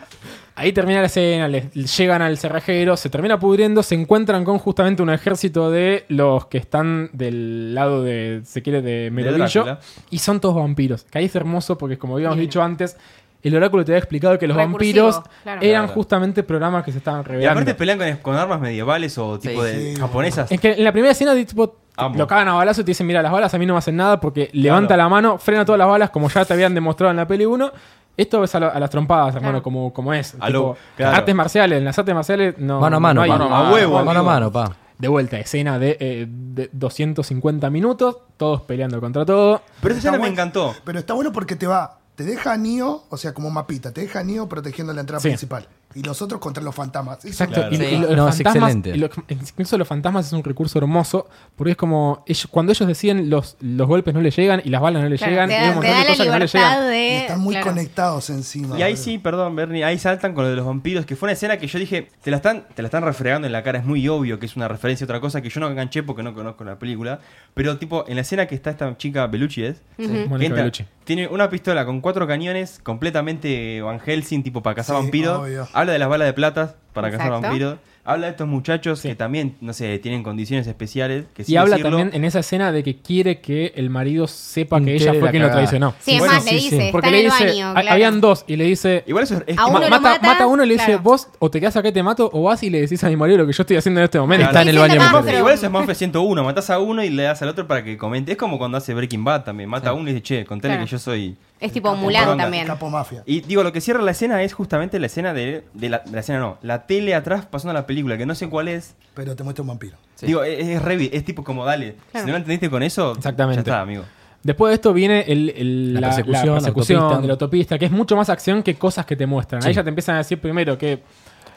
Speaker 2: Ahí termina la escena, les- llegan al cerrajero, se termina pudriendo, se encuentran con justamente un ejército de los que están del lado de, se quiere, de Merovillo.
Speaker 3: Drácula.
Speaker 2: Y son todos vampiros. Que ahí es hermoso porque, como habíamos dicho antes, el oráculo te había explicado que los
Speaker 6: Recursivo,
Speaker 2: vampiros
Speaker 6: claro.
Speaker 2: eran
Speaker 3: Claro.
Speaker 2: justamente programas que se estaban
Speaker 3: Y aparte
Speaker 2: revelando.
Speaker 3: pelean con, con armas medievales o tipo
Speaker 8: Sí,
Speaker 3: de
Speaker 5: sí.
Speaker 3: japonesas.
Speaker 2: Es que en la primera escena tipo,
Speaker 3: Amo.
Speaker 2: lo cagan a balazo y te dicen, mira, las balas a mí no me hacen nada porque levanta la mano, frena todas las balas como ya te habían demostrado en la peli 1. Esto es a, lo- a las trompadas, hermano,
Speaker 6: Claro.
Speaker 2: como, como es.
Speaker 3: A lo-
Speaker 2: Tipo,
Speaker 3: claro.
Speaker 2: Artes marciales, en las artes marciales no...
Speaker 4: Mano a mano,
Speaker 2: no hay-
Speaker 4: pa.
Speaker 3: mano a mano. A huevo,
Speaker 4: Mano a
Speaker 3: amigo.
Speaker 4: mano, pa.
Speaker 2: De vuelta, escena de, eh, de 250 minutos, todos peleando contra todo.
Speaker 3: Pero esa
Speaker 5: Está
Speaker 3: escena me
Speaker 5: bueno.
Speaker 3: encantó.
Speaker 5: Pero está bueno porque te va, te deja a Neo, o sea, como mapita, te deja a Neo protegiendo la entrada
Speaker 2: Sí.
Speaker 5: principal. Y los otros contra los fantasmas. Eso
Speaker 2: Exacto.
Speaker 3: Claro.
Speaker 2: Y,
Speaker 8: Sí.
Speaker 2: y los
Speaker 4: No, es
Speaker 2: fantasmas,
Speaker 4: excelente.
Speaker 2: y los- incluso los fantasmas es un recurso hermoso, porque es como ellos- cuando ellos deciden los, los golpes no les llegan y las balas no les
Speaker 6: Claro,
Speaker 2: llegan,
Speaker 6: te
Speaker 2: y hay un
Speaker 6: da, te
Speaker 2: montón
Speaker 6: da
Speaker 2: de
Speaker 6: la
Speaker 2: cosas que no les
Speaker 6: libertad
Speaker 2: llegan.
Speaker 5: Y
Speaker 6: de...
Speaker 5: están muy
Speaker 6: Eh, claro.
Speaker 5: conectados encima.
Speaker 3: Y ahí
Speaker 5: boludo.
Speaker 3: sí, perdón, Bernie, ahí saltan con lo de los vampiros, que fue una escena que yo dije, te la están, te la están refregando en la cara, es muy obvio que es una referencia a otra cosa que yo no enganché porque no conozco la película. Pero tipo, en la escena que está esta chica Bellucci es, que
Speaker 2: Mónica
Speaker 3: entra,
Speaker 2: Bellucci.
Speaker 3: tiene una pistola con cuatro cañones, completamente Van Helsing, tipo para cazar
Speaker 5: Sí,
Speaker 3: vampiros.
Speaker 5: obvio.
Speaker 3: Habla de las balas de plata para cazar
Speaker 6: Exacto.
Speaker 3: vampiros. Habla de estos muchachos que también, no sé, tienen condiciones especiales. Que sin
Speaker 2: Y habla
Speaker 3: decirlo-
Speaker 2: también en esa escena de que quiere que el marido sepa que
Speaker 4: Entere
Speaker 2: ella fue
Speaker 4: la
Speaker 2: quien lo
Speaker 4: cagada.
Speaker 2: traicionó.
Speaker 6: Sí, es
Speaker 4: Bueno,
Speaker 6: más,
Speaker 4: sí,
Speaker 6: le
Speaker 4: sí.
Speaker 6: dice,
Speaker 2: Porque
Speaker 6: está
Speaker 2: le
Speaker 6: en el
Speaker 2: dice,
Speaker 6: baño,
Speaker 2: ha-
Speaker 6: claro.
Speaker 2: habían dos, y le dice,
Speaker 3: Igual eso es- es
Speaker 6: A
Speaker 2: "Ma-
Speaker 6: uno lo
Speaker 2: mata,
Speaker 6: mata,
Speaker 2: mata a uno y le dice,
Speaker 6: claro.
Speaker 2: vos o te quedás acá y te mato, o vas y le decís a mi marido lo que yo estoy haciendo en este momento.
Speaker 3: Claro. Está
Speaker 4: en el baño
Speaker 6: Diciendo,
Speaker 4: de
Speaker 6: "Vamos,
Speaker 4: mujeres".
Speaker 6: pero-
Speaker 3: Igual eso es Mafia 101, matás a uno y le das al otro para que comente. Es como cuando hace Breaking Bad también, mata a uno y dice, che, contale
Speaker 6: Claro.
Speaker 3: que yo soy...
Speaker 6: Es tipo
Speaker 3: Perdón,
Speaker 6: Mulan
Speaker 3: la-
Speaker 6: también.
Speaker 5: Capo mafia.
Speaker 3: Y digo, lo que cierra la escena es justamente la escena de, de la, de la escena, no, la tele atrás pasando la película, que no sé cuál es. e,
Speaker 5: Pero te muestra un vampiro.
Speaker 8: Sí.
Speaker 3: Digo, es, es, re- es tipo como, dale, si no lo entendiste con eso,
Speaker 2: Exactamente.
Speaker 3: ya está, amigo.
Speaker 2: Después de esto viene el- el-
Speaker 4: La
Speaker 2: la, la persecución,
Speaker 4: persecución, la autopista.
Speaker 2: de la autopista, que es mucho más acción que cosas que te muestran.
Speaker 4: Sí.
Speaker 2: Ahí ya te empiezan a decir primero que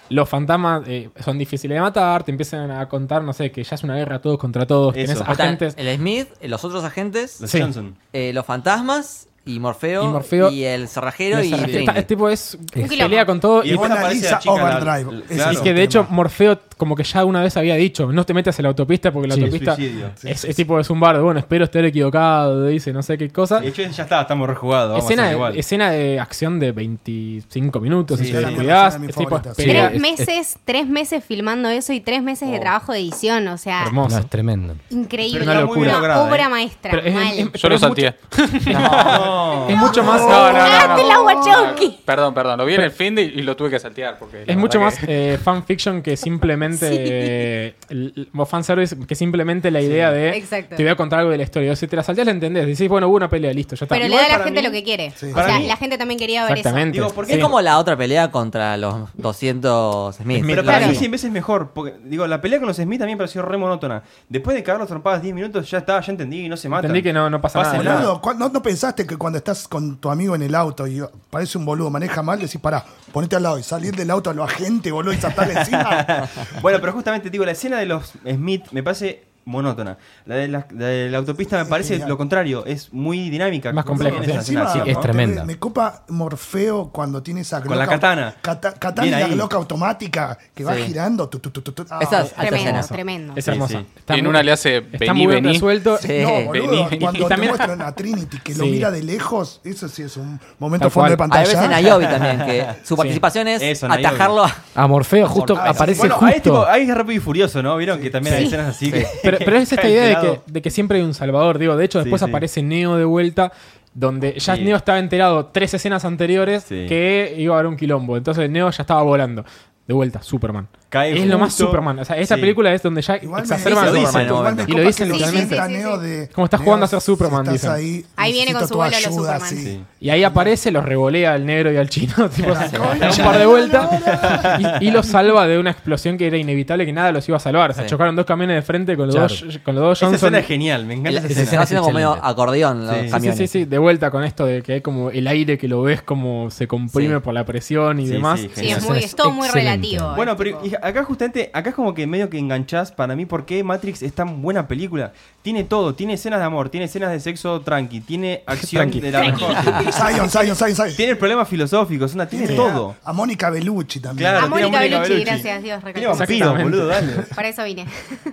Speaker 2: los fantasmas eh, son difíciles de matar, te empiezan a contar, no sé, que ya es una guerra todos contra todos,
Speaker 3: Eso.
Speaker 2: tenés
Speaker 8: Están
Speaker 2: agentes.
Speaker 8: el Smith, los otros agentes,
Speaker 3: Los
Speaker 2: Sí.
Speaker 3: Johnson.
Speaker 8: eh, los fantasmas y Morfeo,
Speaker 2: Y Morfeo.
Speaker 8: y el cerrajero y,
Speaker 2: Está-
Speaker 8: Trinity.
Speaker 2: este tipo es
Speaker 6: Un
Speaker 2: pelea con todo
Speaker 3: Y
Speaker 2: y,
Speaker 3: después
Speaker 5: Mona
Speaker 3: aparece
Speaker 5: Lisa
Speaker 3: la chica, la-
Speaker 5: Overdrive.
Speaker 3: la-
Speaker 5: Ese
Speaker 3: claro.
Speaker 5: es
Speaker 2: que
Speaker 5: el
Speaker 2: de hecho
Speaker 5: tema.
Speaker 2: Morfeo como que ya una vez había dicho, no te metas en la autopista porque la
Speaker 4: Sí.
Speaker 2: autopista
Speaker 3: Suicidio. Sí,
Speaker 2: es, es tipo es un bardo, bueno, espero estar equivocado, dice, no sé qué cosa.
Speaker 3: De hecho, ya está, estamos rejugados. vamos a
Speaker 2: escena,
Speaker 3: hacer
Speaker 2: de,
Speaker 3: igual.
Speaker 2: escena de acción de 25 minutos,
Speaker 3: Sí,
Speaker 2: si te
Speaker 3: sí, sí.
Speaker 2: cuidás,
Speaker 5: Es una de mis
Speaker 2: es tipo
Speaker 5: favoritas.
Speaker 2: pelea-
Speaker 4: Sí,
Speaker 6: Tres
Speaker 4: es-
Speaker 6: meses, tres meses filmando eso y tres meses de trabajo de edición, o sea,
Speaker 2: Hermoso.
Speaker 4: No, es tremendo.
Speaker 6: increíble,
Speaker 2: Pero una locura.
Speaker 3: lograda,
Speaker 6: obra
Speaker 3: eh.
Speaker 6: maestra.
Speaker 2: Pero es-
Speaker 6: mal.
Speaker 2: es-
Speaker 7: Yo
Speaker 2: pero
Speaker 7: lo
Speaker 2: es mucho-
Speaker 7: salteé.
Speaker 3: No.
Speaker 2: Es mucho más.
Speaker 7: No, no, no,
Speaker 6: ¡Ah,
Speaker 7: no.
Speaker 6: te la guachoqui!
Speaker 7: Perdón, perdón. Lo vi en el fin de- y lo tuve que saltear. Porque la
Speaker 2: Es mucho
Speaker 7: verdad
Speaker 2: más
Speaker 7: que-
Speaker 2: eh, fanfiction que simplemente. eh, el- o fanservice que simplemente la idea de.
Speaker 6: Exacto.
Speaker 2: Te voy a contar algo de la historia. O si te la salteas, la entendés. Decís, bueno, hubo una pelea, listo, ya está.
Speaker 6: Pero le
Speaker 3: Igual
Speaker 6: da a la
Speaker 3: para
Speaker 6: gente
Speaker 3: mí-
Speaker 6: lo que quiere.
Speaker 5: Sí.
Speaker 6: O
Speaker 3: Para
Speaker 6: sea,
Speaker 3: mí-
Speaker 6: la gente también quería ver eso.
Speaker 2: Exactamente.
Speaker 3: Digo, ¿por qué?
Speaker 8: Es como la otra pelea contra los 200 Smith.
Speaker 3: Pero
Speaker 8: Claro.
Speaker 3: para mí
Speaker 2: Claro.
Speaker 3: 100 veces mejor. Porque, digo, la pelea con los Smith también me pareció re monótona. Después de cagarlos trompadas 10 minutos, ya está, ya entendí, no se matan.
Speaker 2: Entendí que no, no pasa
Speaker 3: Pasa
Speaker 2: nada.
Speaker 3: nada.
Speaker 5: Boludo, ¿cu- ¿no, no pensaste que cuando estás con tu amigo en el auto y parece un boludo, maneja mal, decís, pará, ponete al lado y salir del auto a los agentes, boludo, y saltarle encima?
Speaker 3: Bueno, pero justamente, digo, la escena de los Smith me parece monótona. La de la, la de la autopista me
Speaker 5: Es
Speaker 3: parece
Speaker 5: genial.
Speaker 3: lo contrario, es muy dinámica.
Speaker 2: Más compleja,
Speaker 3: Tiene esa
Speaker 2: sí.
Speaker 5: Encima,
Speaker 3: sensación,
Speaker 4: Sí, es
Speaker 3: ¿no?
Speaker 4: tremendo. tremenda.
Speaker 5: Me copa Morfeo cuando tiene esa
Speaker 3: Con la
Speaker 5: Glock au-
Speaker 3: katana.
Speaker 5: Cata- katana y
Speaker 3: Bien
Speaker 5: la
Speaker 3: ahí.
Speaker 5: Glock automática que va
Speaker 8: Sí.
Speaker 5: girando. tu, tu, tu, tu, tu. Ah,
Speaker 8: Esas-
Speaker 5: eh,
Speaker 6: Tremendo,
Speaker 8: hermoso.
Speaker 6: tremendo.
Speaker 2: Es
Speaker 3: Sí,
Speaker 2: hermosa.
Speaker 3: sí.
Speaker 2: Está
Speaker 7: Y en
Speaker 2: muy-
Speaker 7: una le hace,
Speaker 2: Está
Speaker 7: "Vení,
Speaker 2: muy bien
Speaker 7: vení".
Speaker 2: resuelto.
Speaker 8: Sí.
Speaker 5: No, boludo,
Speaker 7: vení, vení.
Speaker 5: cuando
Speaker 2: Y
Speaker 5: te
Speaker 2: también-
Speaker 5: muestran a Trinity que lo
Speaker 2: Sí.
Speaker 5: mira de lejos, eso sí es un momento
Speaker 2: Tal
Speaker 5: fondo de
Speaker 2: cual.
Speaker 8: Hay
Speaker 5: pantalla.
Speaker 8: veces en Ayobi también, que su participación es
Speaker 3: Eso, en Ayobi.
Speaker 8: atajarlo a...
Speaker 4: A Morfeo justo
Speaker 5: Ah,
Speaker 4: aparece
Speaker 3: Bueno, ahí, es tipo,
Speaker 4: justo.
Speaker 3: ahí es rápido y furioso, ¿no? Vieron que también hay
Speaker 6: Sí.
Speaker 3: escenas así. que-
Speaker 2: Pero, pero es esta idea de que,
Speaker 3: pelado.
Speaker 2: de que siempre hay un salvador. Digo, de hecho,
Speaker 3: Sí,
Speaker 2: después
Speaker 3: sí.
Speaker 2: aparece Neo de vuelta, donde ya
Speaker 3: Sí.
Speaker 2: Neo estaba enterado tres escenas anteriores
Speaker 3: Sí.
Speaker 2: que iba a haber un quilombo. Entonces Neo ya estaba volando. De vuelta, Superman.
Speaker 3: Cae
Speaker 2: es lo más
Speaker 3: justo.
Speaker 2: Superman. O sea, esta
Speaker 3: Sí.
Speaker 2: película es donde ya
Speaker 5: Igual me,
Speaker 2: exacerban a
Speaker 8: dice lo
Speaker 2: Superman.
Speaker 8: dice. Superman.
Speaker 5: me
Speaker 2: Y lo
Speaker 5: copa
Speaker 2: dice
Speaker 5: que
Speaker 2: literalmente.
Speaker 5: sienta
Speaker 6: Sí, sí, sí,
Speaker 5: Neo
Speaker 6: sí.
Speaker 5: de,
Speaker 2: Como estás jugando a
Speaker 5: Neo,
Speaker 2: ser Superman,
Speaker 5: si estás
Speaker 2: dicen.
Speaker 5: ahí,
Speaker 6: Ahí viene
Speaker 5: necesito
Speaker 6: con su
Speaker 5: tu
Speaker 6: vuelo lo
Speaker 5: ayuda,
Speaker 6: Superman.
Speaker 5: sí.
Speaker 3: Sí.
Speaker 2: Y ahí aparece, los revolea al negro y al chino, tipo, un
Speaker 5: Coño,
Speaker 2: par de
Speaker 5: no,
Speaker 2: vueltas, y, y los salva de una explosión que era inevitable, que nada los iba a salvar. Se
Speaker 8: Sí.
Speaker 2: chocaron dos camiones de frente con los,
Speaker 4: Claro.
Speaker 2: dos, con los dos
Speaker 3: Esa
Speaker 2: Johnson.
Speaker 3: escena es genial, me encanta esa
Speaker 8: Se
Speaker 3: escena.
Speaker 8: está haciendo como medio
Speaker 4: excelente.
Speaker 8: acordeón
Speaker 3: Sí,
Speaker 8: los
Speaker 3: sí, sí,
Speaker 2: Sí,
Speaker 8: camiones.
Speaker 2: sí, sí, de vuelta con esto de que hay como el aire que lo ves como se comprime
Speaker 8: Sí.
Speaker 2: por la presión y
Speaker 3: Sí,
Speaker 2: demás.
Speaker 3: sí,
Speaker 6: Sí,
Speaker 3: genial.
Speaker 6: es muy, es todo muy
Speaker 4: Excelente.
Speaker 6: relativo.
Speaker 3: Bueno,
Speaker 6: es
Speaker 3: pero
Speaker 6: tipo-
Speaker 3: y acá justamente, acá es como que medio que enganchás para mí por qué Matrix es tan buena película. Tiene todo, tiene escenas de amor, tiene escenas de sexo tranqui, tiene acción
Speaker 2: Tranqui.
Speaker 3: de la mejor.
Speaker 5: Zion, Zion, Zion, Zion.
Speaker 3: tiene problemas filosóficos, una, tiene todo.
Speaker 5: A Mónica Bellucci también.
Speaker 3: Claro,
Speaker 6: A
Speaker 3: tiene
Speaker 6: Mónica
Speaker 3: Mónica
Speaker 6: Bellucci,
Speaker 3: Bellucci.
Speaker 6: gracias Dios,
Speaker 3: Tiene
Speaker 6: recalcó.
Speaker 3: vampiros, boludo, dale.
Speaker 6: Para eso vine.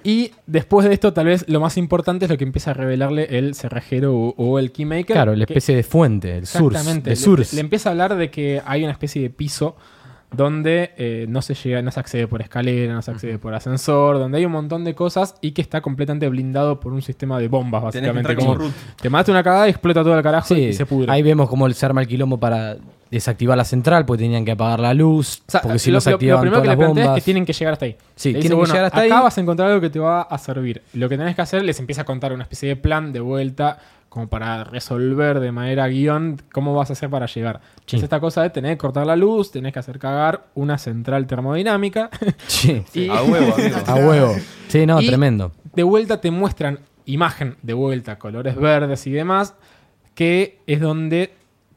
Speaker 2: Y después de esto, tal vez lo más importante es lo que empieza a revelarle el cerrajero o, o el keymaker.
Speaker 4: Claro, la
Speaker 2: que-
Speaker 4: especie de fuente, el source.
Speaker 2: Exactamente.
Speaker 4: De
Speaker 2: Le-
Speaker 4: source.
Speaker 2: Le, empieza a hablar de que hay una especie de piso donde eh, no se llega, no se accede por escalera, no se accede por ascensor, donde hay un montón de cosas y que está completamente blindado por un sistema de bombas,
Speaker 3: Tenés que
Speaker 2: básicamente.
Speaker 3: entrar como
Speaker 2: Como
Speaker 3: root.
Speaker 2: te mata una cagada y explota todo el carajo
Speaker 4: Sí,
Speaker 2: y se pudre.
Speaker 4: ahí vemos cómo se arma el quilombo para desactivar la central, porque tenían que apagar la luz,
Speaker 2: O sea,
Speaker 4: porque si
Speaker 2: lo,
Speaker 4: no se
Speaker 2: lo- lo
Speaker 4: activaban
Speaker 2: primero
Speaker 4: todas
Speaker 2: que
Speaker 4: las
Speaker 2: le plantea
Speaker 4: bombas.
Speaker 2: es que tienen que llegar hasta ahí.
Speaker 4: Sí,
Speaker 2: Le
Speaker 4: tienen que llegar hasta
Speaker 2: acá
Speaker 4: ahí".
Speaker 2: vas a encontrar algo que te va a servir. Lo que tenés que hacer, les empieza a contar una especie de plan de vuelta, como para resolver de manera guión cómo vas a hacer para llegar.
Speaker 4: Sí.
Speaker 2: Es esta cosa de tener que cortar la luz, tenés que hacer cagar una central termodinámica.
Speaker 4: Sí,
Speaker 2: y
Speaker 3: A huevo, amigo.
Speaker 4: a huevo. Sí, no,
Speaker 2: Y-
Speaker 4: tremendo.
Speaker 2: de vuelta te muestran imagen de vuelta, colores verdes y demás, que es donde